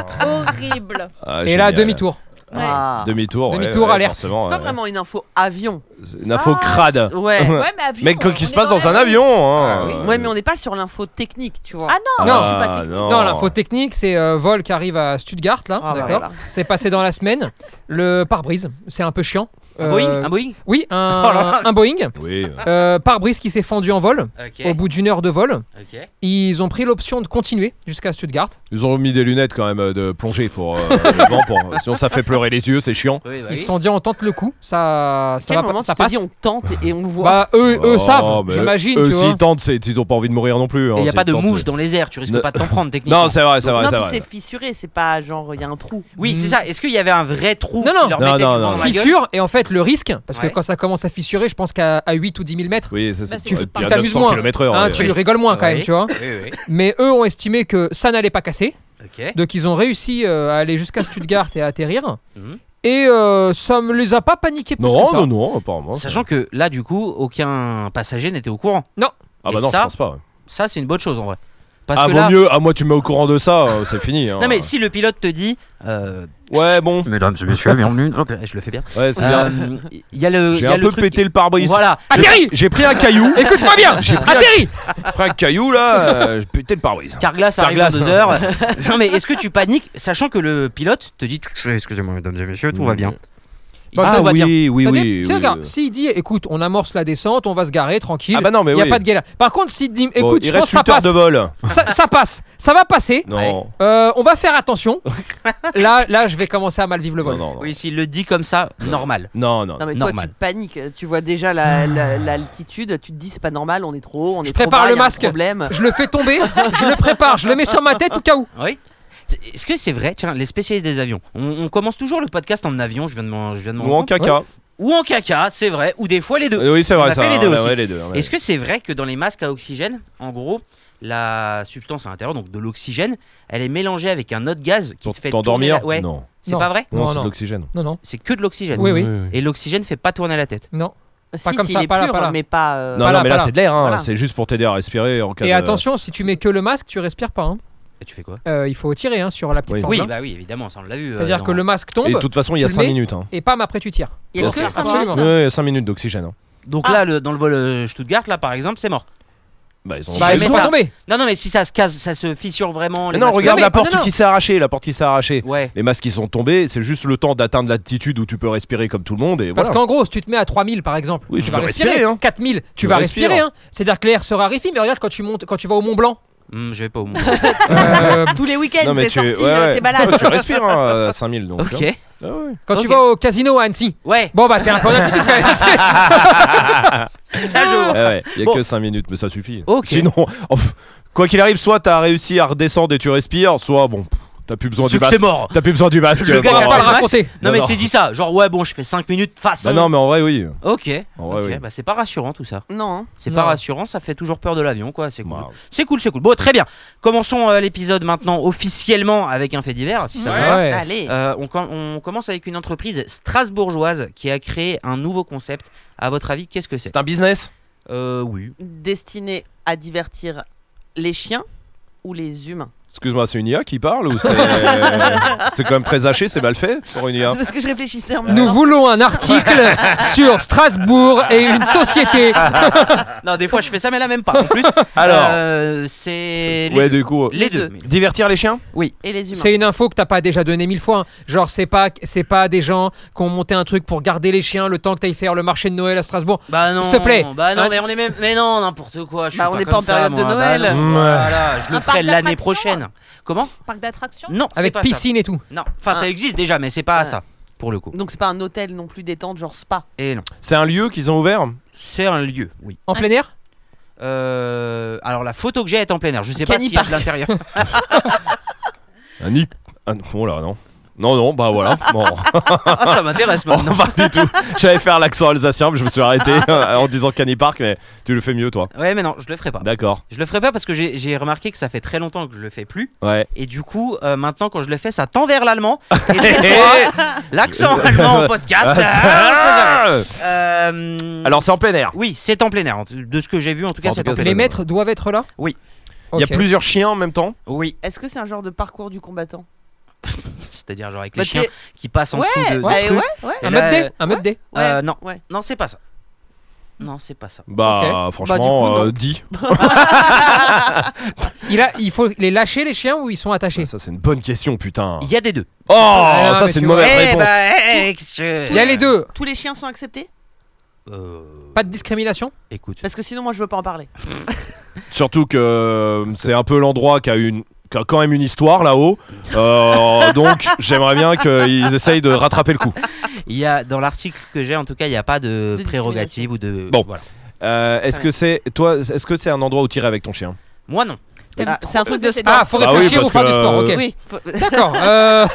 Speaker 7: Horrible.
Speaker 5: Ah,
Speaker 8: Et là,
Speaker 5: génial.
Speaker 8: demi-tour.
Speaker 7: Ouais.
Speaker 6: Ah.
Speaker 5: Demi-tour, ouais,
Speaker 8: Demi-tour,
Speaker 5: ouais,
Speaker 8: alerte.
Speaker 5: forcément,
Speaker 6: C'est pas
Speaker 5: ouais.
Speaker 6: vraiment une info avion.
Speaker 5: C'est Une info
Speaker 6: Ah,
Speaker 5: crade.
Speaker 6: c'est- Ouais.
Speaker 7: Ouais, mais avion.
Speaker 5: Mais
Speaker 7: euh,
Speaker 5: quoi qui
Speaker 7: on
Speaker 5: se
Speaker 7: est
Speaker 5: passe dans un
Speaker 7: l'avion.
Speaker 5: avion, hein.
Speaker 1: Ah
Speaker 6: Ouais, mais on n'est pas sur l'info technique, tu vois.
Speaker 7: Ah non, non,
Speaker 8: Ah,
Speaker 7: je suis pas technique.
Speaker 5: Oh.
Speaker 8: Non, l'info technique, c'est euh, vol qui arrive à Stuttgart, là.
Speaker 6: Ah,
Speaker 8: D'accord.
Speaker 6: voilà.
Speaker 8: C'est passé dans la semaine. Le pare-brise, c'est un peu chiant.
Speaker 1: Un
Speaker 8: Euh,
Speaker 1: Boeing Un Boeing
Speaker 8: Oui, un,
Speaker 1: Oh là là.
Speaker 8: un Boeing.
Speaker 5: Oui. euh,
Speaker 8: Euh, pare-brise qui s'est fendu en vol.
Speaker 1: Ok.
Speaker 8: Au bout d'une heure de vol,
Speaker 1: Ok.
Speaker 8: ils ont pris l'option de continuer jusqu'à Stuttgart.
Speaker 5: Ils ont mis des lunettes quand même euh, de plongée pour euh, le vent, pour- sinon ça fait pleurer les yeux, c'est chiant.
Speaker 1: Oui, bah
Speaker 8: Ils
Speaker 1: oui.
Speaker 8: se sont dit on tente le coup, ça,
Speaker 6: À
Speaker 8: ça
Speaker 6: quel
Speaker 8: va pas-
Speaker 6: moment
Speaker 8: ça
Speaker 6: tu te
Speaker 8: passe.
Speaker 6: dis on tente et- et on voit
Speaker 8: Bah eux, eux
Speaker 5: Oh,
Speaker 8: savent,
Speaker 5: mais
Speaker 8: j'imagine,
Speaker 5: Eux,
Speaker 8: tu vois.
Speaker 5: s'ils tentent, c'est- ils ont pas envie de mourir non plus.
Speaker 1: Et
Speaker 5: hein,
Speaker 1: il n'y a
Speaker 5: s'ils
Speaker 1: pas de
Speaker 5: tentent,
Speaker 1: mouche
Speaker 5: c'est-
Speaker 1: dans les airs, tu risques
Speaker 5: Ne-
Speaker 1: pas de t'en prendre techniquement.
Speaker 5: Non, c'est vrai, c'est vrai,
Speaker 6: Non,
Speaker 5: c'est
Speaker 6: puis
Speaker 5: vrai.
Speaker 6: c'est fissuré, c'est pas genre il y a un trou.
Speaker 1: Oui, c'est ça. Est-ce qu'il y avait un vrai trou
Speaker 8: Non, non.
Speaker 1: qui leur
Speaker 5: Non,
Speaker 1: mettait du
Speaker 5: non,
Speaker 1: vent
Speaker 5: non,
Speaker 1: dans la gueule
Speaker 8: Fissure et en fait fait, le risque, parce que
Speaker 1: Oh Ouais.
Speaker 8: quand ça commence à fissurer, je pense qu'à à 8 ou 10 000 mètres,
Speaker 5: Oui, ça, c'est
Speaker 7: Bah,
Speaker 8: tu
Speaker 7: Ouais,
Speaker 8: tu
Speaker 7: puis à
Speaker 8: t'amuses moins. Hein,
Speaker 5: km/h.
Speaker 8: tu rigoles moins quand
Speaker 1: Oui.
Speaker 8: même, tu vois.
Speaker 1: Oui, oui.
Speaker 8: Mais eux ont estimé que ça n'allait pas casser.
Speaker 1: Ok.
Speaker 8: Donc ils ont réussi euh, à aller jusqu'à Stuttgart et à atterrir.
Speaker 1: Mhm.
Speaker 8: Et euh, ça me les a pas paniqués plus que
Speaker 5: Non,
Speaker 8: ça.
Speaker 5: non, non, apparemment. ça-
Speaker 1: Sachant que là, du coup, aucun passager n'était au courant.
Speaker 5: Ah
Speaker 1: Et
Speaker 5: bah non, je
Speaker 1: ça,
Speaker 5: pense pas.
Speaker 1: Ça, c'est une bonne chose en vrai. Parce
Speaker 5: Ah,
Speaker 1: que
Speaker 5: vaut
Speaker 1: là.
Speaker 5: mieux. Ah, moi, tu me mets au courant de ça, euh, c'est fini. hein.
Speaker 1: Non, mais si le pilote te dit. euh,
Speaker 5: Ouais, bon.
Speaker 1: Mesdames et messieurs, bienvenue. Je le fais bien.
Speaker 5: Ouais, c'est bien.
Speaker 1: Euh, Il y a le. il
Speaker 5: J'ai
Speaker 1: y a
Speaker 5: un peu
Speaker 1: truc-
Speaker 5: pété le pare-brise.
Speaker 1: Voilà.
Speaker 8: Atterris
Speaker 5: J'ai pris un caillou.
Speaker 8: Écoute-moi bien
Speaker 5: J'ai pris un-
Speaker 8: Atterris
Speaker 5: Après un caillou, là, euh, j'ai pété le pare-brise.
Speaker 1: Carglass arrive dans
Speaker 5: Carglass.
Speaker 1: deux heures. non, mais est-ce que tu paniques, sachant que le pilote te dit Excusez-moi, mesdames et messieurs, tout va bien.
Speaker 8: Bah, ça
Speaker 5: ah
Speaker 1: va
Speaker 5: Mm. oui,
Speaker 1: bien.
Speaker 5: oui, oui,
Speaker 8: Ça dé-
Speaker 5: oui,
Speaker 8: tu sais,
Speaker 5: oui.
Speaker 8: regarde, s'il dit écoute, on amorce la descente, on va se garer tranquille.
Speaker 5: Ah bah non, mais
Speaker 8: il n'y a
Speaker 5: oui.
Speaker 8: pas de galère. Par contre, s'il dit
Speaker 5: Bon,
Speaker 8: écoute,
Speaker 5: il
Speaker 8: je pense
Speaker 5: reste
Speaker 8: que ça
Speaker 5: 8 heures
Speaker 8: passe,
Speaker 5: de vol.
Speaker 8: ça, ça passe, ça va passer.
Speaker 5: Non.
Speaker 8: Euh, on va faire attention. là, là, je vais commencer à mal vivre le
Speaker 5: Non,
Speaker 8: vol.
Speaker 5: non, non.
Speaker 1: Oui, s'il le dit comme ça, normal.
Speaker 5: Non, non.
Speaker 6: Non mais toi
Speaker 1: Normal.
Speaker 6: tu paniques, tu vois déjà la- la- l'altitude, tu te dis c'est pas normal, on est trop haut, on est
Speaker 8: Je
Speaker 6: trop
Speaker 8: prépare
Speaker 6: bas,
Speaker 8: le
Speaker 6: y a un
Speaker 8: masque.
Speaker 6: problème.
Speaker 8: Je le fais tomber, je le prépare, je le mets sur ma tête au cas où.
Speaker 1: Oui. Est-ce que c'est vrai Tiens, les spécialistes des avions. On, on commence toujours le podcast en avion, je viens de m'en je viens de m'en
Speaker 5: Ou en
Speaker 1: rendre compte.
Speaker 5: caca.
Speaker 1: Ou en caca, c'est vrai, ou des fois les deux.
Speaker 5: Euh, Oui, c'est
Speaker 1: On
Speaker 5: vrai,
Speaker 1: a
Speaker 5: ça.
Speaker 1: fait les deux
Speaker 5: ouais,
Speaker 1: aussi.
Speaker 5: ouais, les deux, ouais.
Speaker 1: Est-ce que c'est vrai que dans les masques à oxygène, en gros, la substance à l'intérieur, donc de l'oxygène, elle est mélangée avec un autre gaz qui
Speaker 5: Pour
Speaker 1: te fait
Speaker 5: t'endormir
Speaker 1: tourner la- Ouais.
Speaker 5: Non.
Speaker 1: C'est
Speaker 8: Non.
Speaker 1: pas vrai
Speaker 5: Non,
Speaker 8: Non,
Speaker 5: c'est de
Speaker 8: non.
Speaker 5: l'oxygène.
Speaker 8: Non, non,
Speaker 1: C'est que de l'oxygène.
Speaker 8: Oui, oui.
Speaker 1: Et l'oxygène fait pas tourner la tête.
Speaker 8: non.
Speaker 6: Si,
Speaker 8: Pas comme
Speaker 6: si,
Speaker 8: ça,
Speaker 6: il est
Speaker 8: pas là,
Speaker 6: pur,
Speaker 8: pas là.
Speaker 6: mais pas. euh,
Speaker 5: Non,
Speaker 8: pas
Speaker 5: non,
Speaker 8: là,
Speaker 5: mais
Speaker 8: pas
Speaker 5: là,
Speaker 8: là.
Speaker 5: c'est de l'air, hein.
Speaker 6: Voilà.
Speaker 5: c'est juste pour t'aider à respirer en cas
Speaker 8: Et
Speaker 5: de-
Speaker 8: attention, si tu mets que le masque, tu respires pas. hein.
Speaker 1: Et tu fais quoi
Speaker 8: Euh, il faut tirer hein, sur la petite
Speaker 5: Oui.
Speaker 8: sangle,
Speaker 1: Oui,
Speaker 8: hein.
Speaker 1: bah oui, évidemment, ça on l'a vu. euh,
Speaker 8: C'est-à-dire
Speaker 1: dans-
Speaker 8: que le masque tombe
Speaker 5: Et
Speaker 8: et,
Speaker 5: de toute façon, il y a
Speaker 8: tu le
Speaker 5: 5
Speaker 8: mets.
Speaker 5: minutes. hein.
Speaker 8: pam après tu tires.
Speaker 6: Il y a
Speaker 5: Non,
Speaker 6: que
Speaker 5: c'est-
Speaker 6: ça.
Speaker 8: absolument.
Speaker 5: Ouais, il y a 5 minutes d'oxygène. hein.
Speaker 8: Ah
Speaker 1: Donc là, le- dans le vol euh, Stuttgart, là par exemple, c'est mort.
Speaker 5: Bah, ils ont-
Speaker 1: Si
Speaker 8: Bah,
Speaker 1: jamais
Speaker 8: ils sont
Speaker 1: ça-
Speaker 8: tombés.
Speaker 1: Non, non, mais si ça se casse, ça se fissure vraiment.
Speaker 5: Mais
Speaker 1: les
Speaker 5: non,
Speaker 1: masques-
Speaker 5: regarde
Speaker 8: Non, mais-
Speaker 5: la porte
Speaker 8: non, non.
Speaker 5: qui s'est arrachée, la porte qui s'est arrachée.
Speaker 1: Ouais.
Speaker 5: Les masques qui sont tombés, c'est juste le temps d'atteindre l'altitude où tu peux respirer comme tout le monde et
Speaker 8: Parce
Speaker 5: voilà.
Speaker 8: qu'en gros, si tu te mets à 3000 par exemple,
Speaker 5: Oui,
Speaker 8: tu
Speaker 5: tu
Speaker 8: vas
Speaker 5: peux
Speaker 8: respirer.
Speaker 5: respirer, hein.
Speaker 8: 4000, tu,
Speaker 5: Tu
Speaker 8: vas
Speaker 5: respires.
Speaker 8: respirer. hein. C'est-à-dire que l'air se raréfie, mais regarde quand tu montes, quand tu vas au Mont Blanc.
Speaker 1: Hmm, je vais pas au monde.
Speaker 8: euh,
Speaker 6: Tous les week-ends,
Speaker 5: Non, mais
Speaker 6: t'es
Speaker 5: tu-
Speaker 6: sorti,
Speaker 5: ouais,
Speaker 6: euh,
Speaker 5: ouais.
Speaker 6: t'es malade.
Speaker 5: tu respires hein, à 5000 donc. hein.
Speaker 1: ok.
Speaker 5: Ah ouais.
Speaker 8: quand tu
Speaker 1: Ok.
Speaker 8: vas au casino à Annecy.
Speaker 1: Ouais,
Speaker 8: Bon bah t'es un peu en altitude quand même. C'est-
Speaker 1: là je
Speaker 5: Ah
Speaker 1: vois.
Speaker 5: ouais, il y a
Speaker 1: Bon.
Speaker 5: que 5 minutes, mais ça suffit.
Speaker 1: Ok.
Speaker 5: Sinon, oh, quoi qu'il arrive, soit t'as réussi à redescendre et tu respires, soit bon, pff, t'as plus besoin
Speaker 1: C'est
Speaker 5: du
Speaker 1: que c'est
Speaker 5: masque.
Speaker 1: mort.
Speaker 5: T'as plus besoin du masque.
Speaker 1: Le
Speaker 5: euh,
Speaker 1: gars
Speaker 5: pour
Speaker 1: qui a
Speaker 8: On va
Speaker 5: avoir-
Speaker 8: pas le raconter.
Speaker 1: Non,
Speaker 5: Non,
Speaker 1: mais
Speaker 5: non.
Speaker 1: c'est dit ça, genre ouais bon je fais 5 minutes façon.
Speaker 5: Bah non, mais en vrai, oui.
Speaker 1: Ok.
Speaker 5: En vrai,
Speaker 1: ok,
Speaker 5: oui.
Speaker 1: bah c'est pas rassurant tout ça.
Speaker 6: Non. hein.
Speaker 1: C'est
Speaker 8: Non.
Speaker 1: pas rassurant, ça fait toujours peur de l'avion quoi, c'est cool.
Speaker 5: Bah,
Speaker 1: C'est cool, c'est cool. Bon, très bien. Commençons euh, l'épisode maintenant officiellement avec un fait divers, si ça vous va.
Speaker 8: Ouais.
Speaker 6: Allez.
Speaker 1: Euh, on, com- on commence avec une entreprise strasbourgeoise qui a créé un nouveau concept. À votre avis, qu'est-ce que c'est
Speaker 5: C'est un business
Speaker 1: Euh, oui.
Speaker 6: Destiné à divertir les chiens ou les humains.
Speaker 5: Excuse-moi, c'est une IA qui parle ou c'est. c'est quand même très haché, c'est mal fait pour une IA
Speaker 6: C'est parce que je réfléchissais en même
Speaker 8: Nous
Speaker 6: temps.
Speaker 8: voulons un article sur Strasbourg et une société.
Speaker 1: Non, des fois je fais ça, mais là même pas. En plus,
Speaker 5: Alors.
Speaker 1: euh, c'est les,
Speaker 5: Ouais, du coup.
Speaker 1: les
Speaker 6: deux.
Speaker 1: deux. mais-
Speaker 5: Divertir les chiens
Speaker 6: Et les humains.
Speaker 8: C'est une info que t'as pas déjà donnée mille fois. hein. Genre c'est pas c'est pas des gens qui ont monté un truc pour garder les chiens le temps que t'ailles faire le marché de Noël à Strasbourg.
Speaker 1: Bah non.
Speaker 8: S'il te plaît.
Speaker 1: Bah non,
Speaker 8: Hein
Speaker 1: mais on est même. Mais non, n'importe quoi. Je suis
Speaker 6: Bah, on
Speaker 1: pas
Speaker 6: est pas
Speaker 1: comme
Speaker 6: en
Speaker 1: ça,
Speaker 6: période
Speaker 1: moi.
Speaker 6: de
Speaker 1: Bah
Speaker 6: Noël.
Speaker 1: non,
Speaker 5: Ouais.
Speaker 1: Voilà, je le
Speaker 7: Un
Speaker 1: ferai
Speaker 7: parc
Speaker 1: l'année
Speaker 7: d'attractions.
Speaker 1: prochaine. Comment
Speaker 7: Parc d'attraction
Speaker 5: Mmh.
Speaker 1: Non, c'est
Speaker 8: Avec
Speaker 1: pas ça.
Speaker 8: piscine et tout.
Speaker 1: Non, enfin ça existe déjà, mais c'est pas
Speaker 6: Ah. Ouais.
Speaker 1: ça pour le coup.
Speaker 6: Donc c'est pas un hôtel non plus détente genre spa.
Speaker 1: Et non.
Speaker 5: C'est un lieu qu'ils ont ouvert
Speaker 1: C'est un lieu, oui.
Speaker 8: En plein air
Speaker 1: Euh, alors la photo que j'ai est en plein air. Je sais pas si de l'intérieur.
Speaker 5: Un nid. Un... Bon, là, non. Non, non, bah voilà. Bon,
Speaker 1: ah, ça m'intéresse
Speaker 8: Oh.
Speaker 5: non,
Speaker 1: maintenant.
Speaker 5: pas du tout. J'allais faire l'accent alsacien, mais je me suis arrêté euh, en disant Canipark, mais tu le fais mieux, toi.
Speaker 1: Ouais, mais non, je le ferai pas.
Speaker 8: Bah.
Speaker 5: D'accord.
Speaker 1: Je le ferai pas parce que j'ai j'ai remarqué que ça fait très longtemps que je le fais plus.
Speaker 5: Ouais.
Speaker 1: Et du coup, euh, maintenant quand je le fais, ça tend vers l'allemand. Et Ah, des
Speaker 8: Eh.
Speaker 1: fois, l'accent allemand en podcast. ah,
Speaker 5: Ah,
Speaker 1: on sait jamais. Euh,
Speaker 5: Alors, c'est en plein air.
Speaker 1: oui, c'est en plein air. En tout- De ce que j'ai vu, en tout cas,
Speaker 5: En
Speaker 1: c'est
Speaker 5: tout
Speaker 1: en plein
Speaker 5: cas, c'est
Speaker 1: air.
Speaker 8: Les maîtres doivent être là
Speaker 1: Oui.
Speaker 5: Il y a
Speaker 8: Ok.
Speaker 5: plusieurs chiens en même temps.
Speaker 1: Oui,
Speaker 6: Est-ce que c'est un genre de parcours du combattant
Speaker 1: c'est-à-dire genre avec
Speaker 6: Bah,
Speaker 1: les chiens
Speaker 6: t'es-
Speaker 1: qui passent en
Speaker 6: Ouais,
Speaker 1: dessous de.
Speaker 6: bah,
Speaker 1: des
Speaker 6: ouais,
Speaker 1: trucs.
Speaker 6: ouais.
Speaker 1: Et
Speaker 8: Un
Speaker 1: là,
Speaker 8: mode
Speaker 1: euh,
Speaker 8: D Un mode D
Speaker 1: Euh, non,
Speaker 6: Ouais.
Speaker 1: non, c'est pas ça. Non, c'est pas ça.
Speaker 5: Bah,
Speaker 6: Bah, du
Speaker 5: franchement,
Speaker 6: coup, non.
Speaker 5: euh, dix.
Speaker 8: Il, a, il faut les lâcher les chiens ou ils sont attachés
Speaker 5: Bah, ça, c'est une bonne question, putain.
Speaker 1: Il y a des deux.
Speaker 5: Oh,
Speaker 8: Ah, non,
Speaker 5: ça,
Speaker 8: mais
Speaker 5: c'est
Speaker 8: tu
Speaker 5: une
Speaker 8: vois.
Speaker 5: mauvaise
Speaker 1: Eh
Speaker 5: réponse.
Speaker 1: bah, eh, que-
Speaker 8: Il y a les deux.
Speaker 6: Tous les chiens sont acceptés
Speaker 1: Euh,
Speaker 8: Pas de discrimination
Speaker 1: écoute.
Speaker 6: Parce que sinon moi je veux pas en parler.
Speaker 5: Surtout que euh, c'est un peu l'endroit qui a une qui a quand même une histoire là-haut, Euh, donc j'aimerais bien qu'ils essayent de rattraper le coup.
Speaker 1: Il y a dans l'article que j'ai en tout cas, il n'y a pas de,
Speaker 6: De
Speaker 1: prérogative ou de
Speaker 5: Bon.
Speaker 1: voilà.
Speaker 5: Euh, est-ce que c'est toi, est-ce que c'est un endroit où tirer avec ton chien
Speaker 1: Moi non.
Speaker 7: T'aimes
Speaker 6: Ah,
Speaker 7: trop
Speaker 6: c'est un truc
Speaker 7: poser
Speaker 6: de
Speaker 7: cette
Speaker 8: Ah,
Speaker 6: sport.
Speaker 8: faut
Speaker 5: Bah oui,
Speaker 8: réfléchir
Speaker 5: parce
Speaker 8: ou faire du
Speaker 5: que,
Speaker 8: sport,
Speaker 5: euh,
Speaker 8: ok.
Speaker 6: Oui, faut-
Speaker 8: D'accord. euh,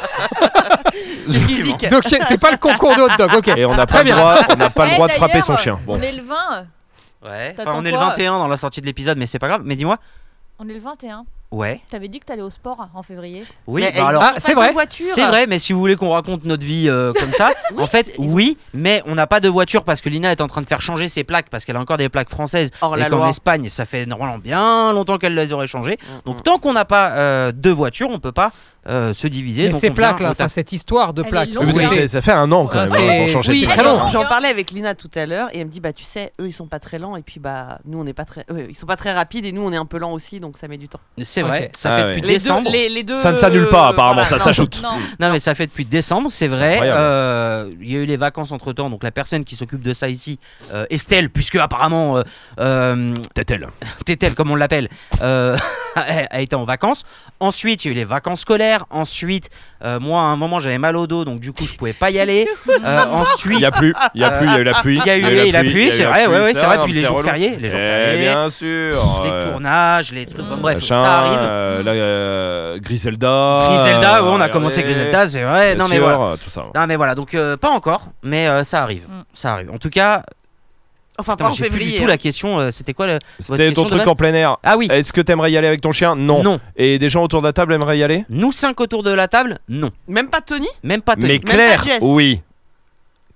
Speaker 6: c'est physique.
Speaker 8: donc c'est c'est pas le concours de hot dog, ok.
Speaker 5: Et on n'a
Speaker 8: Très
Speaker 5: pas, le
Speaker 8: bien.
Speaker 5: droit, on n'a Ah, pas le
Speaker 7: Eh,
Speaker 5: droit de frapper
Speaker 7: d'ailleurs,
Speaker 5: son chien. Bon.
Speaker 7: On est le 20, euh,
Speaker 1: Ouais.
Speaker 7: T'attends
Speaker 1: on est le
Speaker 7: quoi
Speaker 1: 21 dans la sortie de l'épisode, mais c'est pas grave. Mais dis-moi.
Speaker 7: on est le 21.
Speaker 1: Ouais.
Speaker 7: T'avais dit que t'allais au sport hein, en février.
Speaker 1: Oui,
Speaker 6: Mais
Speaker 1: bah
Speaker 6: ils
Speaker 1: alors.
Speaker 6: ont
Speaker 8: Ah,
Speaker 6: pas
Speaker 8: c'est
Speaker 6: de
Speaker 8: vrai.
Speaker 6: voiture.
Speaker 1: C'est vrai, mais si vous voulez qu'on raconte notre vie euh, comme ça,
Speaker 6: Oui,
Speaker 1: en fait,
Speaker 6: c'est- ils ont-
Speaker 1: oui, mais on n'a pas de voiture parce que Lina est en train de faire changer ses plaques parce qu'elle a encore des plaques françaises.
Speaker 6: Hors
Speaker 1: et
Speaker 6: Oh, la
Speaker 1: qu'en
Speaker 6: loi.
Speaker 1: Espagne, ça fait normalement bien longtemps qu'elle les aurait changées.
Speaker 6: Mm.
Speaker 1: Donc tant qu'on n'a pas euh, de voiture, on peut pas euh, se diviser.
Speaker 8: Mais
Speaker 1: donc
Speaker 8: ces
Speaker 1: on vient
Speaker 8: plaques là,
Speaker 1: au tas.
Speaker 8: enfin cette histoire de
Speaker 7: Elle est
Speaker 8: plaques.
Speaker 7: longue,
Speaker 8: parce que
Speaker 7: hein.
Speaker 8: c'est-
Speaker 5: ça, ça fait un an quand
Speaker 8: Ah,
Speaker 5: même.
Speaker 8: c'est-
Speaker 5: qu'on changeait
Speaker 8: oui,
Speaker 5: ses
Speaker 8: très
Speaker 5: plaques.
Speaker 8: long.
Speaker 6: J'en parlais avec Lina tout à l'heure et elle me dit bah tu sais eux ils sont pas très lents et puis bah nous on n'est pas très eux, ils sont pas très rapides et nous on est un peu lents aussi donc ça met du temps.
Speaker 1: C'est vrai,
Speaker 8: Ok.
Speaker 1: ça
Speaker 5: Ah
Speaker 1: fait
Speaker 5: ouais.
Speaker 1: depuis
Speaker 6: Les deux,
Speaker 1: décembre.
Speaker 6: les, les deux
Speaker 5: Ça ne s'annule pas,
Speaker 6: euh,
Speaker 5: apparemment,
Speaker 6: voilà,
Speaker 5: ça
Speaker 6: non.
Speaker 5: s'ajoute.
Speaker 7: Non,
Speaker 1: Non, mais ça fait depuis décembre, c'est vrai.
Speaker 5: Incroyable.
Speaker 1: Euh, Il y a eu les vacances entre temps, donc la personne qui s'occupe de ça ici, euh, Estelle, puisque apparemment euh, euh,
Speaker 5: Tête-elle.
Speaker 1: Tétel, comme on l'appelle, euh, a a été en vacances. Ensuite, il y a eu les vacances scolaires. Ensuite, euh, moi, à un moment, j'avais mal au dos, donc du coup, je pouvais pas y aller. Euh, ensuite,
Speaker 5: Il n'y a plus, il y a plus, il y a eu la pluie.
Speaker 1: il y a eu
Speaker 5: la
Speaker 1: la pluie,
Speaker 5: il y a eu
Speaker 1: c'est
Speaker 5: la
Speaker 1: vrai,
Speaker 5: pluie,
Speaker 1: ouais, ouais, c'est vrai,
Speaker 5: non,
Speaker 1: puis
Speaker 5: mais
Speaker 1: les
Speaker 5: c'est
Speaker 1: jours
Speaker 5: relou.
Speaker 1: fériés, les jours
Speaker 5: Eh
Speaker 1: fériés,
Speaker 5: bien sûr.
Speaker 1: les
Speaker 5: euh,
Speaker 1: tournages, les trucs, bon, bref,
Speaker 5: machin,
Speaker 1: ça arrive.
Speaker 5: euh, la, euh, Griselda.
Speaker 1: Griselda,
Speaker 5: euh,
Speaker 1: ouais, on a
Speaker 5: regardez,
Speaker 1: commencé Griselda, c'est vrai.
Speaker 5: bien
Speaker 1: Non mais,
Speaker 5: sûr,
Speaker 1: voilà.
Speaker 5: euh, Tout ça.
Speaker 1: non mais voilà, donc euh, pas encore, mais euh, ça arrive.
Speaker 7: Mm.
Speaker 1: Ça arrive. En tout cas,
Speaker 6: Enfin
Speaker 1: attends,
Speaker 6: pas en
Speaker 1: j'ai plus du tout
Speaker 6: février. hein.
Speaker 1: la question, euh, c'était quoi le...
Speaker 5: C'était
Speaker 1: question
Speaker 5: ton
Speaker 1: de
Speaker 5: truc
Speaker 1: base
Speaker 5: en plein air.
Speaker 1: Ah oui,
Speaker 5: Est-ce que t'aimerais y aller avec ton chien Eh, Non.
Speaker 1: non.
Speaker 5: Et des gens autour de la table aimeraient y aller
Speaker 1: Nous cinq autour de la table, non.
Speaker 6: hein. Même pas Tony
Speaker 1: Même pas
Speaker 5: Mais
Speaker 1: Tony.
Speaker 6: pas
Speaker 5: Claire,
Speaker 6: Jess.
Speaker 5: oui.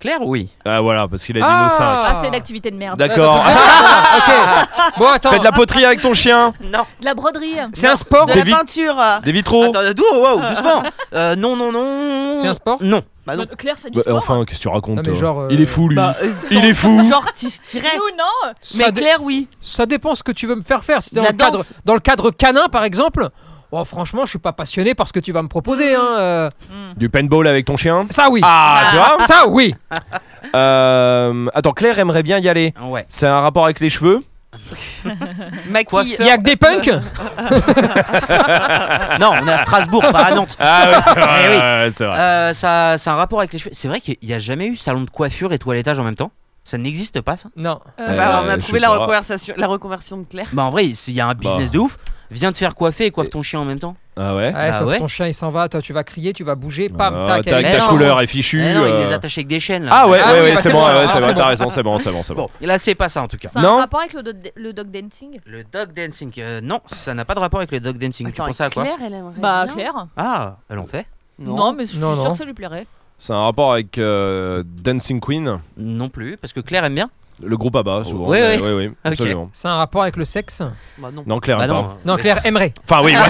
Speaker 1: Claire, oui.
Speaker 5: Ah voilà, parce qu'il a dit
Speaker 8: Ah.
Speaker 5: nous cinq.
Speaker 7: Ah, c'est une activité de merde.
Speaker 5: D'accord.
Speaker 8: Ah, Euh, ok. Bon attends.
Speaker 5: Fais de la poterie avec ton chien.
Speaker 1: Non.
Speaker 7: De la broderie.
Speaker 5: Ah,
Speaker 8: C'est un sport.
Speaker 6: De
Speaker 5: Des
Speaker 6: la
Speaker 5: vi-
Speaker 6: peinture. euh,
Speaker 5: Des vitraux.
Speaker 1: Attends, d'où oh, wow, doucement. Euh, non, non, non.
Speaker 8: C'est un sport.
Speaker 1: Non.
Speaker 6: Bah non.
Speaker 7: Non, Claire fait du
Speaker 5: Bah,
Speaker 7: sport.
Speaker 5: enfin, qu'est-ce que tu racontes
Speaker 8: Non, mais
Speaker 5: toi
Speaker 8: genre, euh,
Speaker 5: Il est fou lui.
Speaker 6: Bah, euh,
Speaker 5: Il est fou.
Speaker 6: Genre tu tirais.
Speaker 7: Nous, non
Speaker 8: Ça
Speaker 6: Mais
Speaker 8: dé-
Speaker 6: Claire oui.
Speaker 8: Ça dépend ce que tu veux me faire faire. Si c'est
Speaker 6: De
Speaker 8: dans
Speaker 6: la
Speaker 8: le cadre,
Speaker 6: danse.
Speaker 8: dans le cadre canin, par exemple. Oh, franchement, je suis pas passionné par ce que tu vas me proposer. hein, euh.
Speaker 5: Du paintball avec ton chien.
Speaker 8: Ça oui.
Speaker 5: Ah, tu vois
Speaker 8: Ça oui.
Speaker 5: Euh, Attends, Claire aimerait bien y aller.
Speaker 1: Ouais.
Speaker 5: C'est un rapport avec les cheveux
Speaker 6: Maquille.
Speaker 8: Il y a que des punks.
Speaker 1: Non, on est à Strasbourg, pas à Nantes.
Speaker 5: Ah oui,
Speaker 1: Eh
Speaker 5: c'est
Speaker 1: oui.
Speaker 5: vrai. ouais, c'est vrai.
Speaker 1: Euh, ça, c'est un rapport avec les cheveux. C'est vrai qu'il n'y a jamais eu salon de coiffure et toilettage en même temps. Ça n'existe pas, ça.
Speaker 8: Non.
Speaker 7: Euh,
Speaker 6: Bah, on
Speaker 5: Euh,
Speaker 6: a
Speaker 5: je
Speaker 6: trouvé
Speaker 5: sais
Speaker 6: la
Speaker 5: pas.
Speaker 6: reconversion, la reconversion de Claire.
Speaker 1: Bah en vrai, il y a un business
Speaker 5: Bah.
Speaker 1: de ouf. Viens te faire coiffer et coiffe ton chien en même temps.
Speaker 5: Ah ouais.
Speaker 8: Ouais,
Speaker 1: Bah
Speaker 8: sauf
Speaker 1: ouais.
Speaker 8: ton chien, il s'en va. Toi, tu vas crier, tu vas bouger. Pam.
Speaker 5: Ah,
Speaker 8: tac,
Speaker 5: tac,
Speaker 8: elle est
Speaker 1: ta
Speaker 8: là.
Speaker 5: ta couleur est fichue.
Speaker 1: Eh non, il les
Speaker 5: euh.
Speaker 1: attache avec des chaînes. Là.
Speaker 5: Ah ouais,
Speaker 8: Ah
Speaker 5: ouais,
Speaker 8: oui,
Speaker 5: ouais,
Speaker 8: bah,
Speaker 5: c'est
Speaker 8: c'est
Speaker 5: bon,
Speaker 8: bon,
Speaker 5: ouais,
Speaker 8: alors,
Speaker 5: c'est
Speaker 8: c'est
Speaker 5: bon,
Speaker 8: bon.
Speaker 5: t'as raison, c'est bon, c'est bon, c'est bon.
Speaker 1: Bon, et là c'est pas ça en tout cas.
Speaker 7: C'est un
Speaker 5: Non.
Speaker 7: rapport avec le, do- le dog dancing
Speaker 1: Le dog dancing, euh, non, ça n'a pas de rapport avec le dog dancing. tu
Speaker 6: Attends,
Speaker 1: pensais à quoi
Speaker 6: Claire, elle aimerait
Speaker 7: Bah,
Speaker 6: bien.
Speaker 7: Claire
Speaker 1: Ah, elle en fait
Speaker 7: Non, mais je suis
Speaker 8: Non,
Speaker 7: sûre
Speaker 8: non.
Speaker 7: que ça lui plairait.
Speaker 5: C'est un rapport avec euh, Dancing Queen,
Speaker 1: Non plus, parce que Claire aime bien.
Speaker 5: le groupe ABBA, souvent.
Speaker 1: Oui,
Speaker 5: mais-
Speaker 1: oui.
Speaker 5: oui, absolument.
Speaker 8: C'est un rapport avec le sexe.
Speaker 6: Bah non.
Speaker 5: Non, Claire,
Speaker 1: bah
Speaker 5: pas.
Speaker 1: non.
Speaker 8: Non, Claire aimerait.
Speaker 5: Enfin, oui, ouais.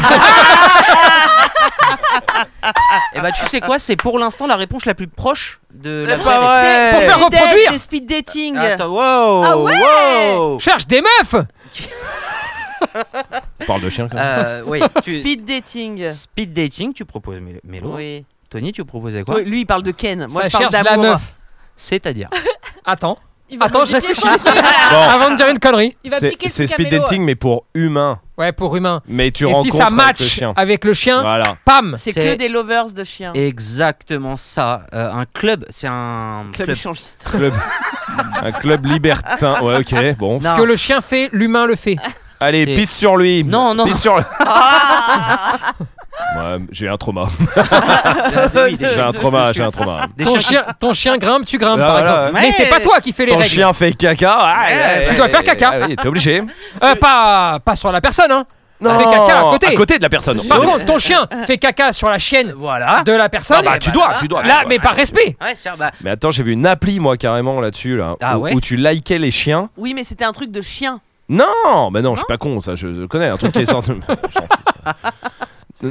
Speaker 1: Et bah tu sais quoi, c'est pour l'instant la réponse la plus proche de la
Speaker 6: Euh, C'est
Speaker 1: vraie réponse.
Speaker 6: vrai.
Speaker 8: Pour faire
Speaker 6: Speed date,
Speaker 8: reproduire.
Speaker 6: des speed dating.
Speaker 1: Attends, wow,
Speaker 7: Ah ouais
Speaker 1: wow.
Speaker 8: Cherche des meufs.
Speaker 5: On parle de chien, quand même.
Speaker 1: Euh, oui, tu- speed...
Speaker 6: Speed dating.
Speaker 1: dating, tu proposes Mél- Mélo.
Speaker 6: Euh, Oui.
Speaker 1: Tony, tu proposais quoi
Speaker 6: Toi, lui, il parle de Ken. Moi,
Speaker 8: Ça
Speaker 6: je parle
Speaker 8: cherche la
Speaker 6: d'amour.
Speaker 8: meuf.
Speaker 1: C'est-à-dire
Speaker 8: Attends.
Speaker 7: Il va
Speaker 8: Attends, je
Speaker 7: modifier
Speaker 8: réfléchis.
Speaker 7: son truc.
Speaker 5: Bon,
Speaker 8: Avant de dire une connerie.
Speaker 7: Il va
Speaker 5: c'est-
Speaker 7: piquer le
Speaker 5: c'est
Speaker 7: truc à
Speaker 5: speed
Speaker 7: Mélo.
Speaker 5: dating, mais pour humain.
Speaker 8: Ouais, pour humain.
Speaker 5: Mais tu
Speaker 8: Et si
Speaker 5: rencontres
Speaker 8: ça
Speaker 5: avec le
Speaker 8: match
Speaker 5: chien.
Speaker 8: avec le chien,
Speaker 5: Voilà.
Speaker 8: pam.
Speaker 6: C'est
Speaker 1: C'est-
Speaker 6: que des lovers de chiens.
Speaker 1: exactement ça. Euh, un club, c'est un
Speaker 6: Club échangiste.
Speaker 5: Club- Un club libertin. Ouais, ok, bon.
Speaker 1: Non.
Speaker 8: Ce que le chien fait, l'humain le fait.
Speaker 5: Allez,
Speaker 1: C'est-
Speaker 5: pisse sur lui.
Speaker 1: Non, non.
Speaker 5: Pisse sur lui. Ouais, j'ai un trauma.
Speaker 1: Oui, des
Speaker 5: J'ai
Speaker 1: chiens-
Speaker 5: un trauma, j'ai un trauma.
Speaker 1: des
Speaker 8: Ton
Speaker 1: chiens-
Speaker 8: chien, ton chien grimpe, tu grimpes
Speaker 5: Ah,
Speaker 8: par
Speaker 5: voilà,
Speaker 8: exemple.
Speaker 1: ouais.
Speaker 8: Mais c'est pas toi qui fais les
Speaker 5: Ton
Speaker 8: règles.
Speaker 5: chien fait caca. ah,
Speaker 1: Ouais,
Speaker 5: ouais,
Speaker 1: tu
Speaker 5: ouais,
Speaker 8: dois faire
Speaker 5: ouais,
Speaker 8: caca.
Speaker 5: ah oui, T'es obligé.
Speaker 8: Euh, pas, pas sur la personne, hein. Fait caca à côté.
Speaker 5: À côté de la personne.
Speaker 8: Par
Speaker 5: Sauf-
Speaker 8: contre, ton chien
Speaker 1: Euh,
Speaker 8: fait caca sur la chienne
Speaker 1: Voilà.
Speaker 8: de la personne.
Speaker 5: Ah bah,
Speaker 1: Eh
Speaker 5: tu
Speaker 1: bah,
Speaker 5: dois,
Speaker 1: là,
Speaker 5: tu dois. tu
Speaker 8: là,
Speaker 5: dois.
Speaker 8: mais par respect.
Speaker 1: Ouais, c'est bah,
Speaker 5: Mais attends, j'ai vu une appli moi carrément là-dessus là,
Speaker 1: Ah
Speaker 5: où,
Speaker 1: ouais
Speaker 5: où tu likais les chiens.
Speaker 6: Oui, mais c'était un truc de chien.
Speaker 5: Non, mais non, je suis pas con, ça je, je connais un truc qui est sorti.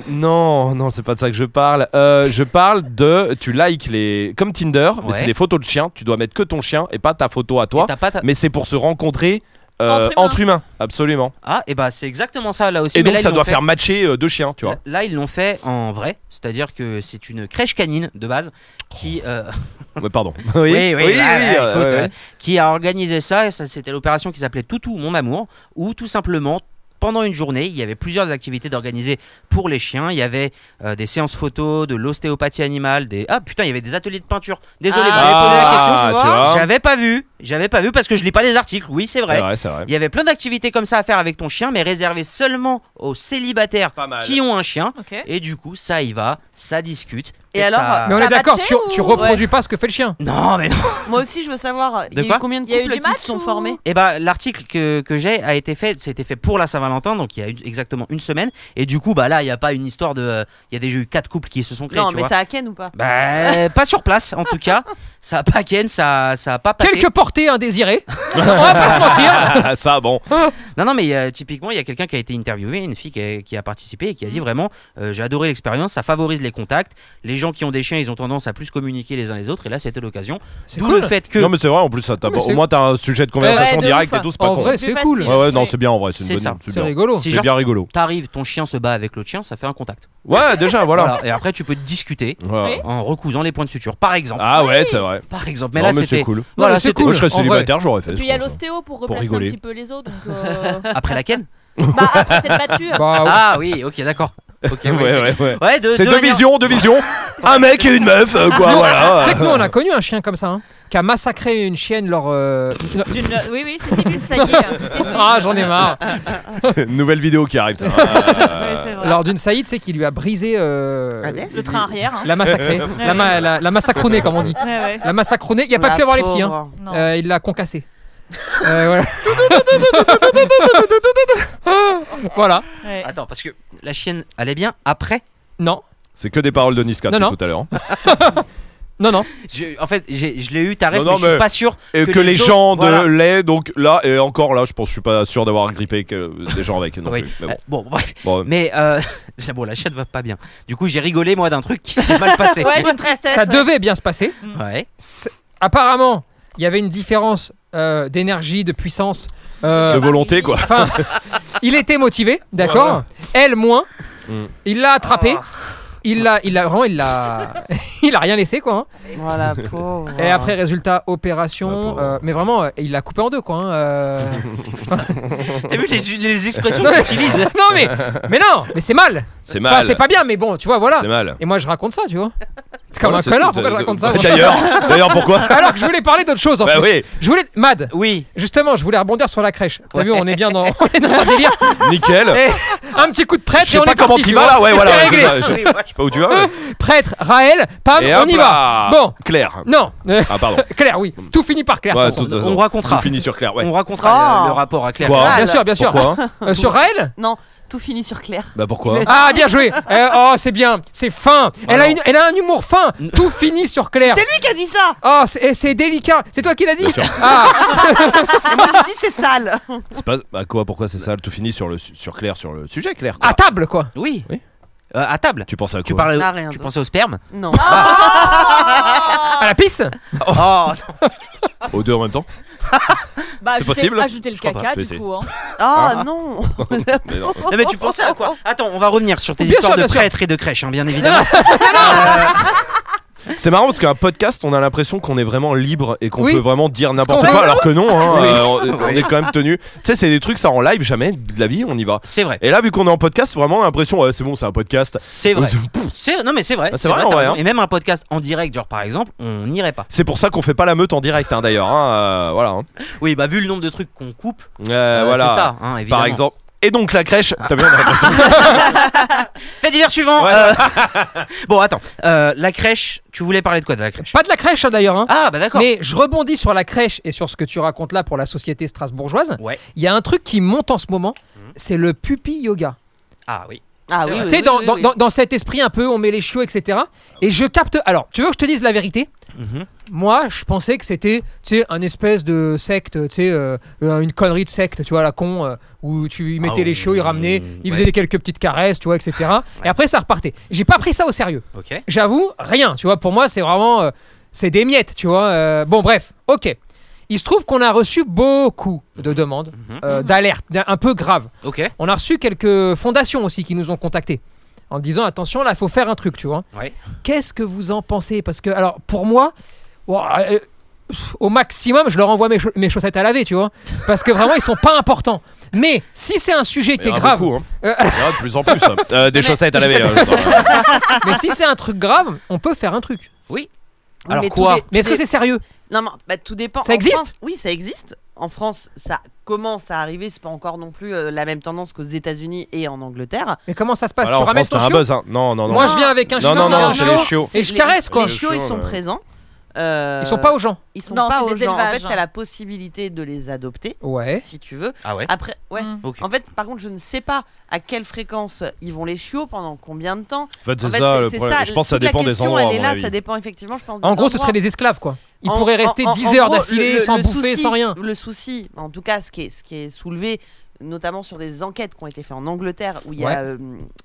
Speaker 5: Non, non, c'est pas de ça que je parle. Euh, je parle de, tu likes les, comme Tinder, mais
Speaker 1: Ouais.
Speaker 5: c'est des photos de chiens. Tu dois mettre que ton chien et pas ta photo à
Speaker 1: et
Speaker 5: toi.
Speaker 1: t'as pas ta-
Speaker 5: Mais c'est pour se rencontrer euh,
Speaker 7: Entre humains.
Speaker 5: entre humains, absolument.
Speaker 1: Ah, et bah c'est exactement ça là aussi.
Speaker 5: Et
Speaker 1: mais
Speaker 5: donc
Speaker 1: là, ils
Speaker 5: ça
Speaker 1: l'ont
Speaker 5: doit
Speaker 1: fait-
Speaker 5: faire matcher euh, deux chiens, tu vois.
Speaker 1: Là, là, ils l'ont fait en vrai, c'est-à-dire que c'est une crèche canine de base qui, euh,
Speaker 5: Ouais, pardon. Oui,
Speaker 1: là, là,
Speaker 5: euh,
Speaker 1: ah, écoute,
Speaker 5: ouais,
Speaker 1: euh, qui a organisé ça. Et ça, c'était l'opération qui s'appelait Toutou mon amour, ou tout simplement pendant une journée, il y avait plusieurs activités d'organiser pour les chiens. Il y avait euh, des séances photos, de l'ostéopathie animale, des. Ah putain, il y avait des ateliers de peinture. Désolé,
Speaker 6: Ah,
Speaker 1: j'avais posé la question.
Speaker 5: Ah,
Speaker 6: tu vois.
Speaker 5: tu vois.
Speaker 1: J'avais pas vu, j'avais pas vu parce que je lis pas les articles. Oui, c'est
Speaker 5: C'est
Speaker 1: vrai.
Speaker 5: vrai, c'est vrai.
Speaker 1: Il y avait plein d'activités comme ça à faire avec ton chien, mais réservées seulement aux célibataires
Speaker 5: Pas mal.
Speaker 1: qui ont un chien.
Speaker 7: Ok.
Speaker 1: Et du coup, ça y va, ça discute.
Speaker 6: Et
Speaker 1: Peut-être
Speaker 6: alors,
Speaker 1: ça-
Speaker 8: Mais on
Speaker 7: Ça
Speaker 8: est
Speaker 7: a
Speaker 8: d'accord,
Speaker 7: matché
Speaker 8: tu,
Speaker 7: ou-
Speaker 8: tu reproduis pas ce que fait le chien.
Speaker 1: Non, mais non.
Speaker 6: Moi aussi, je veux savoir, il y a
Speaker 1: quoi
Speaker 6: eu combien de
Speaker 7: Il y a eu
Speaker 6: couples
Speaker 7: du
Speaker 6: qui
Speaker 7: match
Speaker 6: se sont
Speaker 7: ou-
Speaker 6: formés
Speaker 1: Eh ben, l'article que, que j'ai a été fait, c'était fait pour la Saint-Valentin, donc il y a eu exactement une semaine. Et du coup, bah là, il n'y a pas une histoire de. euh, Il y a déjà eu quatre couples qui se sont créés.
Speaker 6: Non,
Speaker 1: tu
Speaker 6: mais
Speaker 1: vois.
Speaker 6: ça a ken ou pas
Speaker 1: Bah, pas sur place, en tout cas. Ça a pas ken, ça, ça a pas pâté.
Speaker 8: Quelques portées indésirées. on va pas se mentir.
Speaker 5: Ah, ça, bon.
Speaker 1: Non, non, mais euh, typiquement, il y a quelqu'un qui a été interviewé, une fille qui a, qui a participé et qui a dit vraiment euh, J'ai adoré l'expérience, ça favorise les contacts. Les gens qui ont des chiens, ils ont tendance à plus communiquer les uns les autres, et là, c'était l'occasion.
Speaker 8: C'est
Speaker 1: D'où
Speaker 8: cool.
Speaker 1: le fait que.
Speaker 5: Non, mais c'est vrai, en plus, ça t'a-
Speaker 8: Mais c'est-
Speaker 5: au moins, t'as un sujet de conversation
Speaker 7: Ouais, de
Speaker 5: direct
Speaker 7: ouf.
Speaker 5: et tout, c'est pas
Speaker 8: En
Speaker 5: con.
Speaker 8: vrai,
Speaker 7: C'est
Speaker 8: c'est
Speaker 7: facile.
Speaker 8: cool.
Speaker 5: Ouais, ouais,
Speaker 7: c'est-
Speaker 5: non, c'est bien en vrai, c'est une
Speaker 1: c'est
Speaker 5: bonne
Speaker 1: ça.
Speaker 5: c'est
Speaker 8: C'est
Speaker 5: bien.
Speaker 8: rigolo.
Speaker 1: Si
Speaker 5: C'est
Speaker 1: genre-
Speaker 5: bien rigolo.
Speaker 1: T'arrives, ton chien se bat avec le chien, ça fait un contact.
Speaker 5: Ouais, déjà, voilà.
Speaker 1: Et après, tu peux discuter
Speaker 5: Ouais.
Speaker 7: Oui.
Speaker 1: en recousant les points de suture, par exemple.
Speaker 5: Ah ouais, c'est vrai.
Speaker 1: Par exemple, mais
Speaker 5: Non,
Speaker 1: là,
Speaker 5: mais c'est
Speaker 1: c'était.
Speaker 5: cool.
Speaker 1: Voilà,
Speaker 8: mais c'est
Speaker 1: c'était-
Speaker 8: cool.
Speaker 5: Moi, je serais
Speaker 8: en vrai.
Speaker 5: célibataire, j'aurais fait.
Speaker 7: Et
Speaker 5: je
Speaker 7: puis il y a
Speaker 5: pense.
Speaker 7: l'ostéo pour replacer un
Speaker 5: rigoler.
Speaker 7: petit peu les os, donc. euh,
Speaker 1: Après la ken
Speaker 7: bah après c'est battu.
Speaker 8: Bah,
Speaker 1: Ah oui, ok, d'accord. Ok, ouais,
Speaker 5: Ouais,
Speaker 1: c'est-
Speaker 5: ouais, ouais.
Speaker 1: Ouais, de,
Speaker 5: C'est
Speaker 1: de
Speaker 5: deux
Speaker 1: manière-
Speaker 5: visions, deux visions. Un mec et une meuf, euh, quoi,
Speaker 8: Non,
Speaker 5: voilà.
Speaker 8: Tu sais que nous, on a connu un chien comme ça, hein, qui a massacré une chienne lors. euh,
Speaker 7: d'une- Oui, oui, c'est c'est d'une ça y est. hein. C'est- c'est-
Speaker 8: Ah, j'en ai marre.
Speaker 5: Euh, Nouvelle vidéo qui arrive. ça. Ah,
Speaker 7: Ouais, c'est vrai.
Speaker 8: Lors d'une saillie, tu sais, qui lui a brisé. euh,
Speaker 7: Le train arrière. hein.
Speaker 8: La massacrée. la, ma- la, la massacronée, comme on dit.
Speaker 7: Ouais, ouais.
Speaker 8: La massacronée. Il n'y a pas
Speaker 6: La
Speaker 8: pu avoir les petits. Hein.
Speaker 6: pauvre.
Speaker 7: Non.
Speaker 8: Euh, il l'a concassée. Euh, voilà. voilà.
Speaker 7: ouais.
Speaker 1: Attends, parce que la chienne allait bien après.
Speaker 8: Non.
Speaker 5: C'est que des paroles de Niska
Speaker 8: Non,
Speaker 5: depuis
Speaker 8: non.
Speaker 5: tout à l'heure. hein.
Speaker 8: Non, non.
Speaker 1: Je- en fait, j'ai- je l'ai eu, t'arrêtes,
Speaker 5: Non,
Speaker 1: mais,
Speaker 5: non,
Speaker 1: je
Speaker 5: mais-
Speaker 1: suis pas sûr.
Speaker 5: Et que,
Speaker 1: Que
Speaker 5: les,
Speaker 1: les autres-
Speaker 5: gens
Speaker 1: voilà.
Speaker 5: de lait, donc là, et encore là, je pense, je suis pas sûr d'avoir grippé que- des gens avec. Non
Speaker 1: Oui.
Speaker 5: plus. Mais
Speaker 1: Euh,
Speaker 5: bon.
Speaker 1: bon, bref.
Speaker 5: Bon,
Speaker 1: Mais euh, bon, la chatte va pas bien. Du coup, j'ai rigolé moi d'un truc qui s'est mal passé.
Speaker 7: Ouais, d'une tristesse.
Speaker 8: Ça
Speaker 7: ouais.
Speaker 8: devait bien se passer.
Speaker 1: Ouais.
Speaker 8: C'est- Apparemment, il y avait une différence euh, d'énergie, de puissance. euh,
Speaker 5: de volonté, quoi.
Speaker 8: Enfin, il était motivé, d'accord Elle moins.
Speaker 5: Mm.
Speaker 8: Il l'a attrapé.
Speaker 6: Ah.
Speaker 8: Il l'a, il l'a vraiment, il l'a, il a rien laissé quoi. hein.
Speaker 6: Voilà, pauvre.
Speaker 8: Et après résultat opération,
Speaker 5: Ah, bon.
Speaker 8: euh, mais vraiment, euh, il l'a coupé en deux quoi. hein, euh.
Speaker 1: T'as vu les, les expressions
Speaker 8: Non,
Speaker 1: que
Speaker 8: mais-
Speaker 1: j'utilise
Speaker 8: non mais, mais non, mais c'est mal.
Speaker 5: C'est
Speaker 8: Enfin,
Speaker 5: mal.
Speaker 8: c'est pas bien, mais bon, tu vois, voilà.
Speaker 5: C'est mal.
Speaker 8: Et moi je raconte ça, tu vois. C'est comme
Speaker 5: Voilà,
Speaker 8: un
Speaker 5: c'est
Speaker 8: connard,
Speaker 5: tout.
Speaker 8: pourquoi je raconte ça moi
Speaker 5: D'ailleurs, d'ailleurs, pourquoi
Speaker 8: Alors que je voulais parler d'autre chose en
Speaker 5: Bah
Speaker 8: plus.
Speaker 5: oui,
Speaker 8: Je voulais, Mad.
Speaker 1: Oui.
Speaker 8: Justement, je voulais rebondir sur la crèche. T'as
Speaker 1: Ouais.
Speaker 8: vu, on est bien dans, on est dans un délire.
Speaker 5: nickel.
Speaker 8: Et un petit coup de prêtre
Speaker 5: Je
Speaker 8: et
Speaker 5: sais
Speaker 8: on
Speaker 5: pas
Speaker 8: est parti.
Speaker 5: comment tu
Speaker 8: tu
Speaker 5: vas
Speaker 8: vois.
Speaker 5: là, ouais,
Speaker 8: C'est
Speaker 5: voilà. Je
Speaker 8: réglé.
Speaker 5: sais pas- je- je sais pas où tu vas. mais-
Speaker 8: Prêtre, Raël, Pam,
Speaker 5: Et
Speaker 8: on
Speaker 5: hop
Speaker 8: y va.
Speaker 5: là.
Speaker 8: Bon,
Speaker 5: Claire.
Speaker 8: non. Euh,
Speaker 5: Ah, pardon.
Speaker 8: Claire, oui. Tout finit par Claire. de
Speaker 5: Ouais,
Speaker 8: toute façon.
Speaker 5: Ah, tout, tout-
Speaker 1: on racontera.
Speaker 5: Tout finit sur Claire, ouais.
Speaker 1: On racontera
Speaker 6: Oh.
Speaker 1: le, le rapport à Claire.
Speaker 5: Quoi
Speaker 6: Ah,
Speaker 8: bien
Speaker 6: là.
Speaker 8: sûr, bien sûr.
Speaker 5: Pourquoi
Speaker 8: Euh, sur Raël
Speaker 6: Non, tout finit sur Claire.
Speaker 5: Bah pourquoi
Speaker 8: ah bien joué Euh, Oh c'est bien, c'est fin elle,
Speaker 1: Ah
Speaker 8: a
Speaker 1: non.
Speaker 8: une, elle a un humour fin
Speaker 1: Mm.
Speaker 8: Tout finit sur Claire
Speaker 6: C'est lui qui a dit ça
Speaker 8: Oh c'est et c'est délicat C'est toi qui l'as dit
Speaker 5: Bien sûr.
Speaker 8: Ah
Speaker 6: Et moi j'ai dit c'est sale
Speaker 5: C'est pas bah quoi pourquoi c'est ça tout finit sur le su- sur Claire sur le sujet Claire quoi.
Speaker 8: à table quoi
Speaker 1: Oui.
Speaker 5: Oui.
Speaker 1: Euh, à table.
Speaker 5: Tu penses à quoi
Speaker 1: Tu parlais.
Speaker 6: Ah, rien
Speaker 1: tu
Speaker 6: d'autre.
Speaker 1: pensais au sperme
Speaker 6: Non.
Speaker 8: Ah.
Speaker 6: Ah.
Speaker 8: À la pisse
Speaker 1: Oh,
Speaker 5: aux deux en même temps
Speaker 7: Bah,
Speaker 5: C'est
Speaker 7: ajouter-
Speaker 5: possible
Speaker 7: Ajouter le
Speaker 5: Je crois pas,
Speaker 7: caca
Speaker 5: je vais
Speaker 7: du coup. hein.
Speaker 6: Ah non
Speaker 5: Mais non.
Speaker 1: non, mais tu pensais à quoi Attends, on va revenir sur tes
Speaker 8: Bien
Speaker 1: histoires
Speaker 8: sûr, bien
Speaker 1: de
Speaker 8: sûr.
Speaker 1: prêtre et de crèche, hein, bien évidemment. Euh,
Speaker 5: C'est marrant parce qu'un podcast on a l'impression qu'on est vraiment libre et qu'on
Speaker 8: Oui.
Speaker 5: peut vraiment dire n'importe
Speaker 8: qu'on
Speaker 5: quoi
Speaker 8: veut.
Speaker 5: alors que non hein,
Speaker 1: Oui.
Speaker 5: euh, on, on est quand même tenu. Tu sais c'est des trucs ça en live jamais de la vie on y va.
Speaker 1: C'est vrai.
Speaker 5: Et là vu qu'on est en podcast vraiment on a l'impression ouais, c'est bon c'est un podcast.
Speaker 1: C'est vrai. C'est- Non, mais Bah, c'est vrai.
Speaker 5: Ah, c'est vrai, en
Speaker 1: t'as
Speaker 5: vrai,
Speaker 1: raison.
Speaker 5: hein.
Speaker 1: Et même un podcast en direct, genre par exemple, on n'irait pas.
Speaker 5: C'est pour ça qu'on fait pas la meute en direct hein, d'ailleurs hein, euh, voilà. hein.
Speaker 1: Oui, bah vu le nombre de trucs qu'on coupe,
Speaker 5: Euh,
Speaker 1: euh,
Speaker 5: voilà.
Speaker 1: c'est ça, hein, évidemment.
Speaker 5: Par exemple et donc la crèche, t'as bien l'impression.
Speaker 1: Fait divers suivant.
Speaker 5: Ouais.
Speaker 1: euh, bon, attends. Euh, la crèche, tu voulais parler de quoi de la crèche
Speaker 8: Pas de la crèche hein, d'ailleurs hein.
Speaker 1: Ah, bah d'accord.
Speaker 8: Mais je rebondis sur la crèche et sur ce que tu racontes là pour la société strasbourgeoise.
Speaker 1: Ouais.
Speaker 8: Il y a un truc qui monte en ce moment, c'est le pupi yoga.
Speaker 1: Ah oui. C'est
Speaker 6: Ah Mmh. oui,
Speaker 1: vrai.
Speaker 6: oui,
Speaker 8: tu sais,
Speaker 6: oui,
Speaker 8: dans,
Speaker 6: oui,
Speaker 8: dans-
Speaker 6: oui.
Speaker 8: dans- dans cet esprit un peu, on met les chiots, etc. Et je capte. Alors, tu veux que je te dise la vérité
Speaker 6: Mmh.
Speaker 1: Mhm.
Speaker 8: Moi, je pensais que c'était, tu sais, un espèce de secte, tu sais, euh, euh, une connerie de secte, tu vois, la con, euh, où tu y mettais
Speaker 1: Ah,
Speaker 8: les chiots, ils ramenaient,
Speaker 1: mm,
Speaker 8: ils
Speaker 1: ouais.
Speaker 8: faisaient des quelques petites caresses, tu vois, etc. Et après, ça repartait. J'ai pas pris ça au sérieux
Speaker 1: Ok.
Speaker 8: j'avoue, rien. Tu vois, pour moi, c'est vraiment. euh, c'est des miettes, tu vois. euh, bon, bref, ok. Il se trouve qu'on a reçu beaucoup de
Speaker 5: Mhm.
Speaker 8: demandes, euh, d'alertes, d'un- un peu graves.
Speaker 1: Ok.
Speaker 8: On a reçu quelques fondations aussi qui nous ont contactés en disant attention, là, il faut faire un truc, tu vois.
Speaker 1: Ouais.
Speaker 8: Qu'est-ce que vous en pensez Parce que, alors, pour moi, ouah, euh, au maximum, je leur envoie mes, cha- mes chaussettes à laver, tu vois. Parce que vraiment, ils sont pas importants. Mais si c'est un sujet qui
Speaker 5: Il y
Speaker 8: est
Speaker 5: en a
Speaker 8: grave,
Speaker 5: beaucoup, hein.
Speaker 8: Euh,
Speaker 5: Il y en a de plus en plus. Euh, des
Speaker 6: Mais-
Speaker 5: chaussettes à laver. hein.
Speaker 8: mais si c'est un truc grave, on peut faire un truc.
Speaker 1: Alors
Speaker 6: mais
Speaker 1: quoi
Speaker 6: tout dé-
Speaker 8: Mais est-ce
Speaker 6: tout
Speaker 8: que c'est sérieux
Speaker 6: Non, non, bah, tout dépend.
Speaker 8: Ça
Speaker 6: En
Speaker 8: existe
Speaker 6: France- Oui, ça existe. En France, ça commence à arriver. C'est pas encore non plus euh, la même tendance qu'aux États-Unis et en Angleterre.
Speaker 8: Mais comment ça se passe
Speaker 5: Alors
Speaker 8: Tu
Speaker 5: en
Speaker 8: ramènes
Speaker 5: France,
Speaker 8: ton
Speaker 5: t'as un
Speaker 8: chiot
Speaker 5: buzz. hein. Non, non, non.
Speaker 8: Moi, je viens avec un
Speaker 5: non,
Speaker 8: chiot,
Speaker 5: non,
Speaker 8: j'ai un
Speaker 5: non, c'est
Speaker 8: chiot.
Speaker 5: les chiots.
Speaker 8: Et je caresse, quoi.
Speaker 6: Les chiots, ils
Speaker 5: Chiots,
Speaker 6: sont
Speaker 5: ouais.
Speaker 6: présents. Euh,
Speaker 8: Ils sont pas aux gens.
Speaker 6: Ils sont
Speaker 7: Non,
Speaker 6: pas
Speaker 7: c'est
Speaker 6: aux
Speaker 7: des
Speaker 6: gens. En fait,
Speaker 7: élevages, hein.
Speaker 6: t'as la possibilité de les adopter
Speaker 8: Ouais.
Speaker 6: si tu veux.
Speaker 1: Ah ouais
Speaker 6: Après, ouais.
Speaker 7: Mm.
Speaker 1: Ok.
Speaker 6: En fait, par contre, je ne sais pas à quelle fréquence ils vont les chiots, pendant combien de temps.
Speaker 5: En fait, c'est
Speaker 6: En fait,
Speaker 5: ça
Speaker 6: c'est-
Speaker 5: le
Speaker 6: c'est
Speaker 5: problème. je pense que ça
Speaker 6: toute la
Speaker 5: dépend des
Speaker 6: question,
Speaker 5: endroits. à
Speaker 6: Elle est
Speaker 5: mon
Speaker 6: là,
Speaker 5: avis.
Speaker 6: ça dépend effectivement, je pense.
Speaker 8: En
Speaker 6: des
Speaker 8: gros, ce
Speaker 6: endroits.
Speaker 8: seraient des esclaves, quoi. Ils
Speaker 6: En-
Speaker 8: pourraient
Speaker 6: en-
Speaker 8: rester
Speaker 6: en-
Speaker 8: 10
Speaker 6: en
Speaker 8: heures
Speaker 6: gros,
Speaker 8: d'affilée
Speaker 6: le-
Speaker 8: sans
Speaker 6: le
Speaker 8: bouffer,
Speaker 6: souci-
Speaker 8: sans rien.
Speaker 6: Le souci, en tout cas, ce qui est, ce qui est soulevé, notamment sur des enquêtes qui ont été faites en Angleterre, où il y
Speaker 8: Ouais.
Speaker 6: a euh,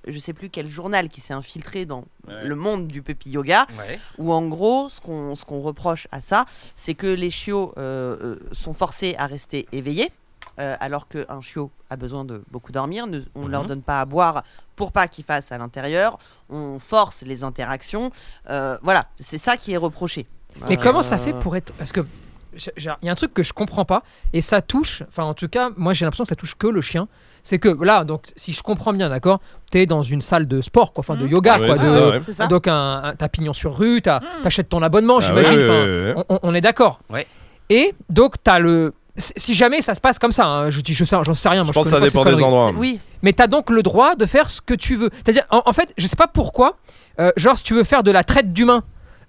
Speaker 6: je sais plus quel journal qui s'est infiltré dans
Speaker 2: Ouais.
Speaker 6: le monde du puppy yoga,
Speaker 1: Ouais.
Speaker 6: où en gros, ce qu'on ce qu'on reproche à ça, c'est que les chiots euh, euh, sont forcés à rester éveillés. euh, alors qu'un chiot a besoin de beaucoup dormir, ne- on ne leur
Speaker 5: Mhm.
Speaker 6: donne pas à boire pour pas qu'ils fassent à l'intérieur, on force les interactions, euh, voilà, c'est ça qui est reproché.
Speaker 8: Mais comment ça
Speaker 6: Euh,
Speaker 8: fait pour être. Parce que. j'ai- j'ai- Il y a un truc que je comprends pas, et ça touche, enfin en tout cas, moi j'ai l'impression que ça touche que le chien. C'est que là, donc si je comprends bien, d'accord, t'es dans une salle de sport, quoi, enfin de
Speaker 7: Mhm.
Speaker 8: yoga,
Speaker 5: Ouais,
Speaker 8: quoi.
Speaker 5: c'est
Speaker 8: de-
Speaker 5: ça, ouais.
Speaker 6: C'est ça
Speaker 8: Donc un, un- t'as pignon sur rue, t'as- t'achètes ton abonnement,
Speaker 5: Ah,
Speaker 8: j'imagine.
Speaker 5: ouais, ouais,
Speaker 8: enfin,
Speaker 5: ouais, ouais.
Speaker 8: On, on- on est d'accord.
Speaker 1: Ouais.
Speaker 8: Et donc t'as le. Si si jamais ça se passe comme ça, hein, je dis, je sais, j'en sais rien.
Speaker 5: Je
Speaker 8: moi,
Speaker 5: pense que ça
Speaker 8: connais pas ces
Speaker 5: dépend des
Speaker 8: conneries.
Speaker 5: endroits.
Speaker 6: Oui,
Speaker 8: Mais t'as donc le droit de faire ce que tu veux. C'est-à-dire, en, en fait, je sais pas pourquoi. euh, genre, si tu veux faire de la traite d'humains.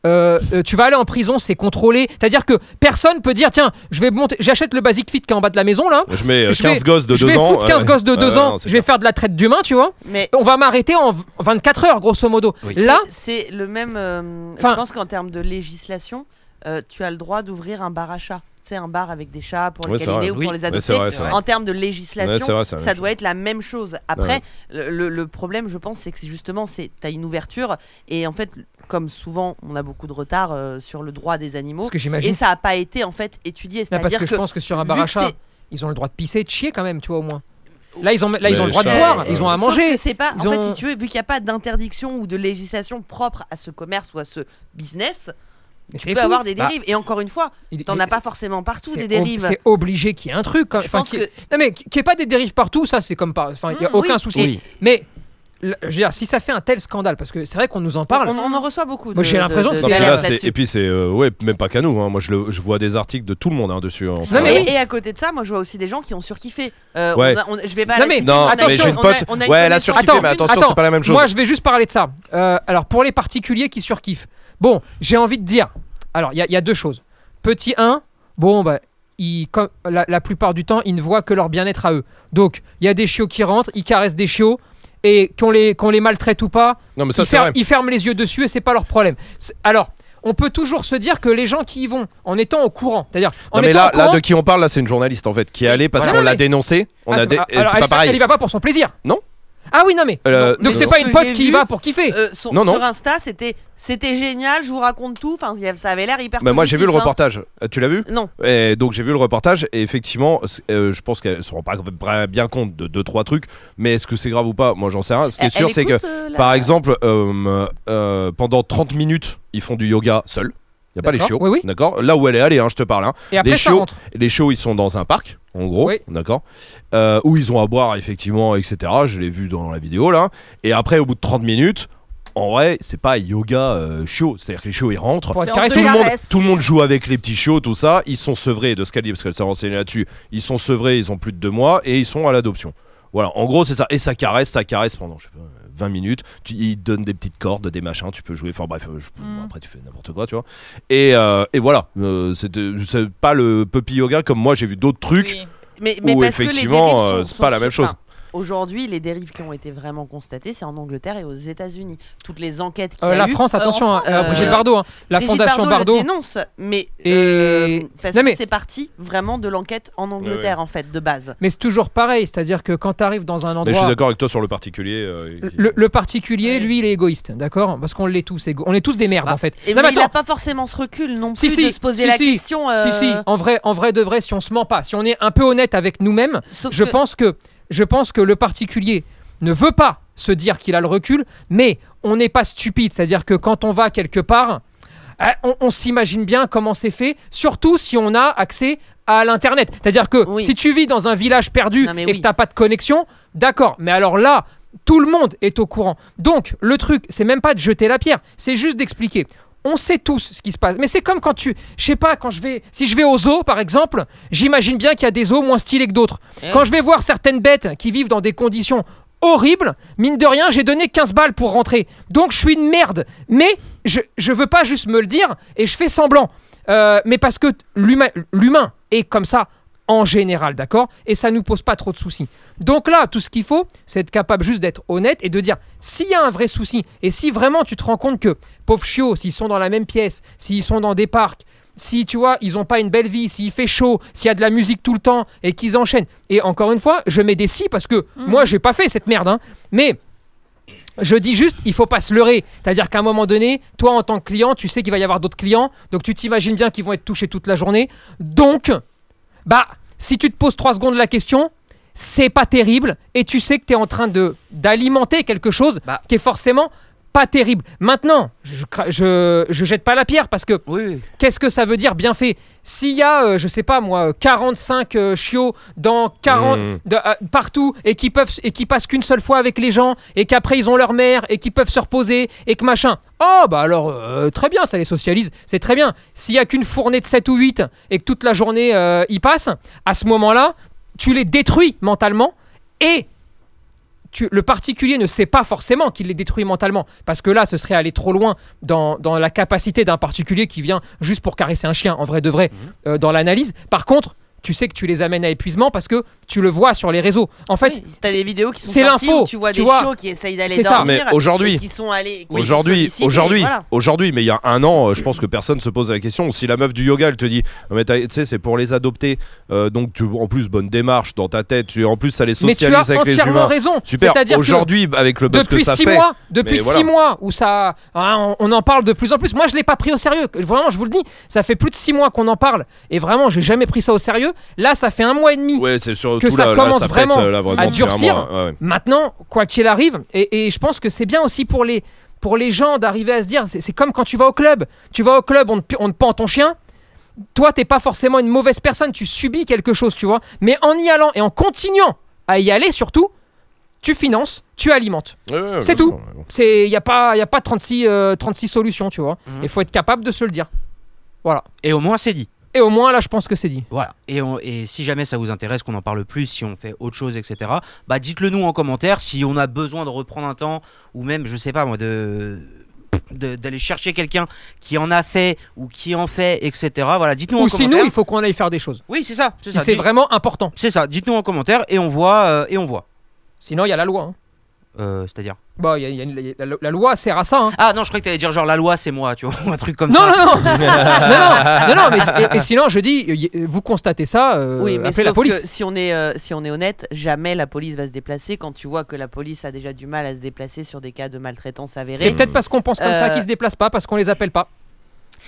Speaker 8: euh, euh, tu vas aller en prison, c'est contrôlé. C'est-à-dire que personne peut dire tiens, je vais monter, j'achète le Basic Fit qui est en bas de la maison là.
Speaker 5: Je mets euh,
Speaker 8: Je vais-
Speaker 5: 15 gosses de
Speaker 8: je
Speaker 5: 2
Speaker 8: vais
Speaker 5: ans.
Speaker 8: foutre 15
Speaker 5: ouais.
Speaker 8: gosses de 2
Speaker 5: Ouais,
Speaker 8: ans,
Speaker 5: non,
Speaker 8: je
Speaker 5: c'est
Speaker 8: vais faire de la traite d'humains, tu vois.
Speaker 6: mais
Speaker 8: On va m'arrêter en v- 24 heures, grosso modo.
Speaker 1: Oui.
Speaker 8: Là,
Speaker 6: c'est le même. euh,
Speaker 8: Enfin-
Speaker 6: je pense qu'en termes de législation, euh, tu as le droit d'ouvrir un bar à chats. Tu sais, un bar avec des chats pour
Speaker 5: Ouais,
Speaker 6: les
Speaker 5: c'est
Speaker 6: câliner
Speaker 5: vrai.
Speaker 6: ou
Speaker 1: Oui.
Speaker 6: pour les
Speaker 5: clair. Ouais,
Speaker 6: adopter.
Speaker 5: c'est vrai, c'est vrai.
Speaker 6: en termes de
Speaker 5: Ouais,
Speaker 6: législation,
Speaker 5: c'est vrai, c'est la
Speaker 6: ça
Speaker 5: même
Speaker 6: doit être la même chose. Après,
Speaker 5: Ouais.
Speaker 6: le- le, le problème, je pense, c'est que c'est justement, c'est as une ouverture et en fait, comme souvent, on a beaucoup de retard euh, sur le droit des animaux
Speaker 8: parce que
Speaker 6: et
Speaker 8: j'imagine.
Speaker 6: ça n'a pas été en fait étudié.
Speaker 8: là, parce
Speaker 6: C'est-à-dire
Speaker 8: que, je pense que sur un bar
Speaker 6: vu
Speaker 8: à
Speaker 6: que
Speaker 8: chat,
Speaker 6: c'est-
Speaker 8: ils ont le droit de pisser, et de chier quand même, tu vois, au moins. Là, ils ont, là, ils
Speaker 5: Mais
Speaker 8: ont le droit de
Speaker 5: les chats,
Speaker 8: boire,
Speaker 5: euh,
Speaker 8: ils ont à
Speaker 6: Sauf
Speaker 8: manger.
Speaker 6: que c'est pas.
Speaker 8: Ils
Speaker 6: En fait,
Speaker 8: ont-
Speaker 6: si tu veux, vu qu'il n'y a pas d'interdiction ou de législation propre à ce commerce ou à ce business,
Speaker 8: Mais
Speaker 6: tu
Speaker 8: c'est
Speaker 6: peux
Speaker 8: fou.
Speaker 6: avoir des
Speaker 8: Bah,
Speaker 6: dérives. Et encore une fois,
Speaker 8: il-
Speaker 6: t'en
Speaker 8: il-
Speaker 6: as pas forcément partout
Speaker 8: c'est
Speaker 6: des
Speaker 8: ob-
Speaker 6: dérives.
Speaker 8: C'est obligé qu'il y ait un truc. quand-
Speaker 6: Je
Speaker 8: enfin,
Speaker 6: pense
Speaker 8: qu'il y
Speaker 6: que Ah
Speaker 8: ait- Non, mais qu'il n'y ait pas des dérives partout, ça, c'est comme pas. Enfin, il n'y a
Speaker 7: Mm,
Speaker 8: aucun
Speaker 6: oui.
Speaker 8: souci.
Speaker 1: Oui.
Speaker 8: Mais, le- je veux dire, si ça fait un tel scandale, parce que c'est vrai qu'on nous en parle.
Speaker 6: on, on en reçoit beaucoup.
Speaker 8: Moi,
Speaker 6: de-
Speaker 8: j'ai
Speaker 6: de-
Speaker 8: l'impression que
Speaker 6: de-
Speaker 8: c'est-
Speaker 5: Non, mais
Speaker 8: galère
Speaker 5: là,
Speaker 6: d'alertes
Speaker 5: c'est-
Speaker 6: là-dessus.
Speaker 5: et puis c'est euh, ouais même pas qu'à nous hein. moi je, le- je vois des articles de tout le monde hein, dessus hein, en ce
Speaker 8: Non, mais
Speaker 5: moment.
Speaker 8: oui.
Speaker 6: Et à côté de ça, moi je vois aussi des gens qui ont surkiffé. Euh,
Speaker 5: Ouais.
Speaker 6: on a- on- je vais pas.
Speaker 8: Non,
Speaker 6: la
Speaker 8: mais-
Speaker 6: citer,
Speaker 5: non
Speaker 6: on a-
Speaker 5: mais j'ai une
Speaker 6: on a-
Speaker 5: pote
Speaker 6: on a une
Speaker 5: ouais elle a
Speaker 6: connaissance
Speaker 5: surkiffé
Speaker 8: Attends,
Speaker 5: mais attention c'est pas la même chose
Speaker 8: Moi, je vais juste parler de ça. Euh, alors, pour les particuliers qui surkiffent, bon, j'ai envie de dire. Alors, il y, a- il y a deux choses. Petit 1, bon, bah. Ils, comme la, la plupart du temps, ils ne voient que leur bien-être à eux. Donc, il y a des chiots qui rentrent, ils caressent des chiots, et qu'on les, qu'on les maltraite ou pas,
Speaker 5: non mais ça
Speaker 8: ils,
Speaker 5: c'est
Speaker 8: fer-
Speaker 5: vrai
Speaker 8: ils ferment les yeux dessus et c'est pas leur problème. C'est- Alors, on peut toujours se dire que les gens qui y vont, en étant au courant, c'est-à-dire en
Speaker 5: non mais
Speaker 8: étant
Speaker 5: là
Speaker 8: au
Speaker 5: là
Speaker 8: courant,
Speaker 5: de qui on parle là c'est une journaliste en fait qui est allée parce
Speaker 8: Voilà.
Speaker 5: qu'on
Speaker 8: Non,
Speaker 5: l'a
Speaker 8: mais-
Speaker 5: dénoncé on
Speaker 8: Ah,
Speaker 5: a
Speaker 8: c'est-
Speaker 5: dé-
Speaker 8: ah,
Speaker 5: euh,
Speaker 8: alors,
Speaker 5: c'est
Speaker 8: elle,
Speaker 5: pas
Speaker 8: y va- elle y
Speaker 5: pareil
Speaker 8: va pas pour son plaisir.
Speaker 5: Non.
Speaker 8: Ah oui, non mais
Speaker 5: Euh,
Speaker 8: donc c'est
Speaker 6: non.
Speaker 8: pas
Speaker 6: Ce
Speaker 8: une
Speaker 6: que
Speaker 8: pote
Speaker 6: j'ai
Speaker 8: qui y
Speaker 6: vu,
Speaker 8: va pour kiffer.
Speaker 6: Euh, son-
Speaker 5: Non, non.
Speaker 6: Sur Insta, c'était c'était génial. Je vous raconte tout. Enfin, ça avait l'air hyper.
Speaker 5: mais Bah, moi j'ai vu le
Speaker 6: positif, hein.
Speaker 5: reportage Euh, tu l'as vu
Speaker 6: Non.
Speaker 5: Et donc j'ai vu le reportage et effectivement c'est- euh, je pense qu'elle se rend pas bra- bien compte de deux trois trucs mais est-ce que c'est grave ou pas moi j'en sais rien ce qui est
Speaker 6: Elle-
Speaker 5: sûr
Speaker 6: elle
Speaker 5: c'est que
Speaker 6: écoute, euh, la-
Speaker 5: par exemple euh, euh, pendant 30 minutes ils font du yoga seul il n'y a pas les
Speaker 8: D'accord.
Speaker 5: chiots,
Speaker 8: Oui, oui.
Speaker 5: d'accord Là où elle est allée, hein, je te parle. hein.
Speaker 8: Et après
Speaker 5: les
Speaker 8: ça
Speaker 5: chiots-
Speaker 8: rentre. Euh,
Speaker 5: Les chiots, ils sont dans un parc, en gros,
Speaker 8: Oui.
Speaker 5: d'accord Euh, Où ils ont à boire, effectivement, etc. Je l'ai vu dans la vidéo, là. Et après, au bout de 30 minutes, en vrai, c'est pas yoga euh, chiot. C'est-à-dire que les chiots, ils rentrent.
Speaker 8: Pour être
Speaker 7: C'est
Speaker 8: caressé.
Speaker 5: Tout le, monde,
Speaker 7: caresse.
Speaker 5: tout le monde joue avec les petits chiots, tout ça. Ils sont sevrés de ce qu'elle dit, parce qu'elle s'est renseignée là-dessus. Ils sont sevrés, ils ont plus de deux mois et ils sont à l'adoption. Voilà, en gros, c'est ça. Et ça caresse, ça caresse pendant, je sais pas, 20 minutes. Tu, ils te donnent des petites cordes, des machins, tu peux jouer. Enfin bref, euh, je-
Speaker 7: Mm.
Speaker 5: bon, après, tu fais n'importe quoi, tu vois. Et, euh, et voilà, Euh, c'est c'est pas le puppy yoga comme moi, j'ai vu d'autres trucs.
Speaker 7: Oui.
Speaker 6: mais, mais
Speaker 5: Ou
Speaker 6: parce que les
Speaker 5: effectivement,
Speaker 6: dérives
Speaker 5: euh,
Speaker 6: sont-
Speaker 5: c'est
Speaker 6: sont-
Speaker 5: pas la
Speaker 6: sont-
Speaker 5: même chose.
Speaker 6: enfin, Aujourd'hui, les dérives qui ont été vraiment constatées, c'est en Angleterre et aux États-Unis. Toutes les enquêtes qu'il
Speaker 8: Euh,
Speaker 6: y a
Speaker 8: la
Speaker 6: eu,
Speaker 8: France, attention, hein,
Speaker 7: France,
Speaker 8: euh,
Speaker 6: euh,
Speaker 8: Brigitte Bardot, hein, la
Speaker 6: Brigitte
Speaker 8: fondation
Speaker 6: Bardot,
Speaker 8: Bardot.
Speaker 6: le dénonce, mais
Speaker 8: Et-
Speaker 6: euh, parce
Speaker 8: Non, mais-
Speaker 6: que c'est parti vraiment de l'enquête en Angleterre en fait de base.
Speaker 8: Mais c'est toujours pareil, c'est-à-dire que quand tu arrives dans un
Speaker 5: Mais je suis
Speaker 8: endroit,
Speaker 5: d'accord avec toi sur le particulier. euh, qui-
Speaker 8: le, le particulier,
Speaker 7: Oui.
Speaker 8: lui, il est égoïste, d'accord Parce qu'on l'est tous, égo- on est tous des merdes
Speaker 6: Ah,
Speaker 8: en fait.
Speaker 6: Et
Speaker 8: Non,
Speaker 6: mais
Speaker 8: mais
Speaker 6: il n'a
Speaker 8: attends.
Speaker 6: pas forcément ce recul non
Speaker 8: Si,
Speaker 6: plus
Speaker 8: si,
Speaker 6: de se poser
Speaker 8: si,
Speaker 6: la
Speaker 8: si.
Speaker 6: question.
Speaker 8: Si si,
Speaker 6: euh,
Speaker 8: en vrai, en vrai de vrai, si on se ment pas, si on est un peu honnête avec nous-mêmes,
Speaker 6: sauf
Speaker 8: je
Speaker 6: que-
Speaker 8: pense que je pense que le particulier ne veut pas se dire qu'il a le recul, mais on n'est pas stupide, c'est-à-dire que quand on va quelque part, Ah, on, on s'imagine bien comment c'est fait, surtout si on a accès à l'internet. C'est-à-dire que
Speaker 6: Oui.
Speaker 8: si tu vis dans un village perdu
Speaker 6: Non, mais
Speaker 8: et
Speaker 6: oui.
Speaker 8: que t'as pas de connexion, d'accord. Mais alors là, tout le monde est au courant. Donc le truc, c'est même pas de jeter la pierre, c'est juste d'expliquer. On sait tous ce qui se passe, mais c'est comme quand tu, je sais pas, quand je vais, si je vais aux zoos par exemple, j'imagine bien qu'il y a des zoos moins stylés que d'autres.
Speaker 6: Eh
Speaker 8: Quand je vais voir certaines bêtes qui vivent dans des conditions horribles, mine de rien, j'ai donné 15 balles pour rentrer. Donc je suis une merde. Mais je, je veux pas juste me le dire et je fais semblant. Euh, mais parce que l'humain l'humain est comme ça en général, d'accord Et ça nous pose pas trop de soucis. Donc là, tout ce qu'il faut, c'est être capable juste d'être honnête et de dire s'il y a un vrai souci et si vraiment tu te rends compte que pauvres chiots, s'ils sont dans la même pièce, s'ils sont dans des parcs, si tu vois, ils ont pas une belle vie, s'il fait chaud, s'il y a de la musique tout le temps et qu'ils enchaînent. Et encore une fois, je mets des si parce que moi, j'ai pas fait cette merde, hein. Mais je dis juste, il faut pas se leurrer. C'est-à-dire qu'à un moment donné, toi en tant que client, tu sais qu'il va y avoir d'autres clients, donc tu t'imagines bien qu'ils vont être touchés toute la journée. Donc, bah, si tu te poses trois secondes la question, c'est pas terrible et tu sais que tu es en train de d'alimenter quelque chose
Speaker 1: Bah.
Speaker 8: qui est forcément pas terrible. Maintenant, je, cra- je, je jette pas la pierre parce que
Speaker 1: Oui,
Speaker 8: Qu'est-ce que ça veut dire bien fait S'il y a, euh, je sais pas moi, euh, 45 euh, chiots dans 40
Speaker 5: Mm.
Speaker 8: de- euh, partout et qui peuvent et qui passent qu'une seule fois avec les gens et qu'après ils ont leur mère et qui peuvent se reposer et que machin. Oh bah alors euh, très bien, ça les socialise, c'est très bien. S'il y a qu'une fournée de 7 ou 8 et que toute la journée euh, ils passent, à ce moment-là, tu les détruis mentalement et tu- le particulier ne sait pas forcément qu'il les détruit mentalement, parce que là, ce serait aller trop loin dans, dans la capacité d'un particulier qui vient juste pour caresser un chien, en vrai de vrai,
Speaker 5: Mhm.
Speaker 8: euh, dans l'analyse. Par contre, tu sais que tu les amènes à épuisement parce que tu le vois sur les réseaux. En fait,
Speaker 6: Oui, t'as des vidéos qui sont
Speaker 8: c'est
Speaker 6: sorties
Speaker 8: l'info,
Speaker 6: où tu vois
Speaker 8: tu
Speaker 6: des
Speaker 8: vois.
Speaker 6: chiots qui essayent d'aller
Speaker 8: C'est ça.
Speaker 6: dormir
Speaker 5: Mais aujourd'hui-
Speaker 6: et qui sont allés qui sont
Speaker 5: Aujourd'hui,
Speaker 6: sollicités,
Speaker 5: aujourd'hui,
Speaker 6: voilà.
Speaker 5: aujourd'hui, mais il y a un an, euh, je pense que personne se pose la question. Si la meuf du yoga, elle te dit, Non, mais t'as- tu sais, c'est pour les adopter, euh, donc tu, en plus bonne démarche dans ta tête, tu, en plus ça les
Speaker 8: mais tu as
Speaker 5: socialise avec les
Speaker 8: entièrement
Speaker 5: humains.
Speaker 8: raison.
Speaker 5: Super.
Speaker 8: C'est-à-dire que
Speaker 5: Aujourd'hui, avec le buzz que
Speaker 8: depuis
Speaker 5: ça
Speaker 8: six
Speaker 5: fait,
Speaker 8: mois, depuis
Speaker 5: Mais
Speaker 8: six
Speaker 5: voilà.
Speaker 8: mois où ça, hein, on, on en parle de plus en plus. Moi, je l'ai pas pris au sérieux. Vraiment, je vous le dis, ça fait plus de six mois qu'on en parle et vraiment, j'ai jamais pris ça au sérieux. Là, ça fait un mois et demi.
Speaker 5: ouais, c'est surtout
Speaker 8: que ça
Speaker 5: là, là,
Speaker 8: commence
Speaker 5: ça pète,
Speaker 8: vraiment
Speaker 5: euh, là, vraiment
Speaker 8: à
Speaker 5: depuis un
Speaker 8: durcir.
Speaker 5: mois, ouais.
Speaker 8: Maintenant, quoi qu'il arrive, et, et je pense que c'est bien aussi pour les, pour les gens d'arriver à se dire, c'est c'est comme quand tu vas au club. Tu vas au club, on te, pi- on te pend ton chien. Toi, t'es pas forcément une mauvaise personne, tu subis quelque chose, tu vois. Mais en y allant et en continuant à y aller, surtout, tu finances, tu alimentes.
Speaker 5: Ouais, ouais, ouais,
Speaker 8: C'est
Speaker 5: bien
Speaker 8: tout.
Speaker 5: sûr, ouais, bon.
Speaker 8: Il n'y a pas, y a pas 36, euh, 36 solutions, tu vois.
Speaker 1: Mhm.
Speaker 8: Il faut être capable de se le dire.
Speaker 1: et au moins c'est dit.
Speaker 8: Et au moins, là, je pense que c'est dit.
Speaker 1: Voilà. Et, on- et si jamais ça vous intéresse, qu'on en parle plus, si on fait autre chose, etc., bah dites-le nous en commentaire si on a besoin de reprendre un temps, ou même, je sais pas moi, de de- d'aller chercher quelqu'un qui en a fait ou qui en fait, etc. Voilà, dites-nous en
Speaker 8: Ou
Speaker 1: commentaire.
Speaker 8: sinon, il faut qu'on aille faire des choses.
Speaker 1: Oui, c'est ça, c'est
Speaker 8: Si
Speaker 1: ça.
Speaker 8: c'est
Speaker 1: Dites-
Speaker 8: vraiment important.
Speaker 1: C'est ça, dites-nous en commentaire et on voit. euh, et on voit.
Speaker 8: Sinon, il y a la loi. hein.
Speaker 1: Euh, C'est-à-dire.
Speaker 8: Bah, y a- y a une- y a- la, la loi sert à ça. hein.
Speaker 1: Ah non, je croyais que t'allais dire genre la loi c'est moi, tu vois, ou un truc comme
Speaker 8: Non,
Speaker 1: ça.
Speaker 8: non, non, non, non, non, non, mais et, et sinon, je dis, y- y- vous constatez ça, euh,
Speaker 6: Oui, mais
Speaker 8: appelez la
Speaker 6: sauf
Speaker 8: police.
Speaker 6: que si on est euh, si on est honnête, jamais la police va se déplacer quand tu vois que la police a déjà du mal à se déplacer sur des cas de maltraitance
Speaker 8: C'est
Speaker 6: avérée.
Speaker 8: peut-être parce qu'on pense comme ça
Speaker 6: Euh,
Speaker 8: qu'ils se déplacent pas, parce qu'on les appelle pas,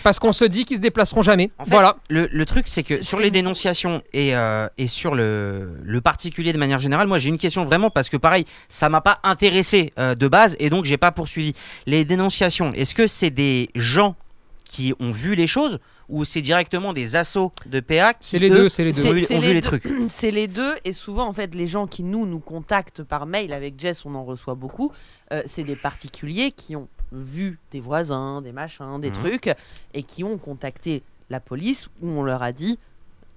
Speaker 8: parce qu'on se dit qu'ils se déplaceront jamais.
Speaker 1: En fait,
Speaker 8: voilà.
Speaker 1: Le, le truc, c'est que sur
Speaker 6: Euh, C'est-
Speaker 1: les dénonciations et, euh, et sur le, le particulier de manière générale, moi j'ai une question vraiment parce que pareil, ça m'a pas intéressé euh, de base et donc j'ai pas poursuivi. Les dénonciations, est-ce que c'est des gens qui ont vu les choses ou c'est directement des assos de PA qui
Speaker 8: C'est les
Speaker 1: eux,
Speaker 8: deux, c'est les deux.
Speaker 1: ont vu,
Speaker 6: C'est-
Speaker 1: ont
Speaker 6: c'est
Speaker 1: vu
Speaker 6: les
Speaker 1: les
Speaker 6: deux.
Speaker 1: trucs
Speaker 6: C'est les deux et souvent en fait les gens qui nous nous contactent par mail avec Jess, on en reçoit beaucoup. euh, c'est des particuliers qui ont vu des voisins, des machins, des
Speaker 1: Mhm.
Speaker 6: trucs et qui ont contacté la police où on leur a dit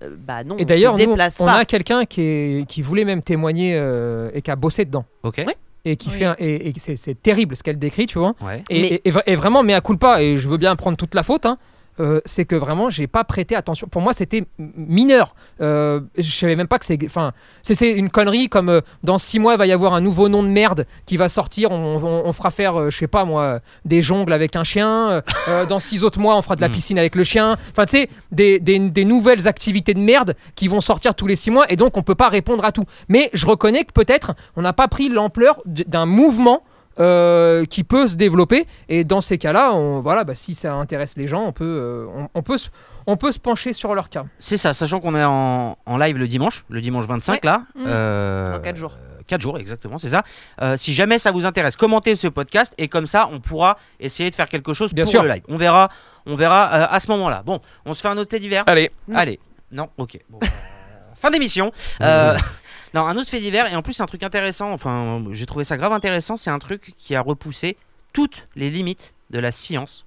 Speaker 6: euh, bah non,
Speaker 8: Et d'ailleurs,
Speaker 6: on
Speaker 8: nous,
Speaker 6: se
Speaker 8: on
Speaker 6: déplace
Speaker 8: on
Speaker 6: pas.
Speaker 8: a quelqu'un qui, est- qui voulait même témoigner euh, et qui a bossé dedans.
Speaker 1: Ok.
Speaker 6: Oui.
Speaker 8: Et qui
Speaker 7: Oui.
Speaker 8: fait un- et, et c'est- c'est terrible ce qu'elle décrit, tu vois.
Speaker 1: Ouais.
Speaker 8: Et,
Speaker 6: Mais-
Speaker 8: et- et vra- et vraiment, mais à coup pas, et je veux bien prendre toute la faute, hein, euh, c'est que vraiment, j'ai pas prêté attention. Pour moi, c'était m- mineur. Euh, je savais même pas que c'est. Enfin, c'est- c'est une connerie comme euh, dans six mois, il va y avoir un nouveau nom de merde qui va sortir. On, on- on fera faire, euh, je sais pas moi, euh, des jongles avec un chien. euh, euh, dans six autres mois, on fera de la
Speaker 1: Mm.
Speaker 8: piscine avec le chien. Enfin, tu sais, des, des- des nouvelles activités de merde qui vont sortir tous les six mois et donc on peut pas répondre à tout. Mais je reconnais que peut-être on n'a pas pris l'ampleur d- d'un mouvement euh, qui peut se développer. Et dans ces cas-là, on- voilà, bah, si ça intéresse les gens, on peut, euh, on, on peut, se- on peut se pencher sur leur cas.
Speaker 1: C'est ça, sachant qu'on est en, en live le dimanche, le dimanche 25 là.
Speaker 7: Mm.
Speaker 1: euh,
Speaker 6: Dans Mmh. quatre jours.
Speaker 1: 4 jours exactement, c'est ça. Euh, si jamais ça vous intéresse, commentez ce podcast et comme ça, on pourra essayer de faire quelque chose
Speaker 8: Bien
Speaker 1: pour
Speaker 8: sûr.
Speaker 1: le live. On verra, on verra euh, à ce moment-là. Bon, on se fait un autre fait divers.
Speaker 5: Allez,
Speaker 8: Euh,
Speaker 6: Non.
Speaker 1: Allez, non, ok. Bon, euh, fin d'émission. Euh, non, un autre fait divers et en plus c'est un truc intéressant. Enfin, j'ai trouvé ça grave intéressant. C'est un truc qui a repoussé toutes les limites de la science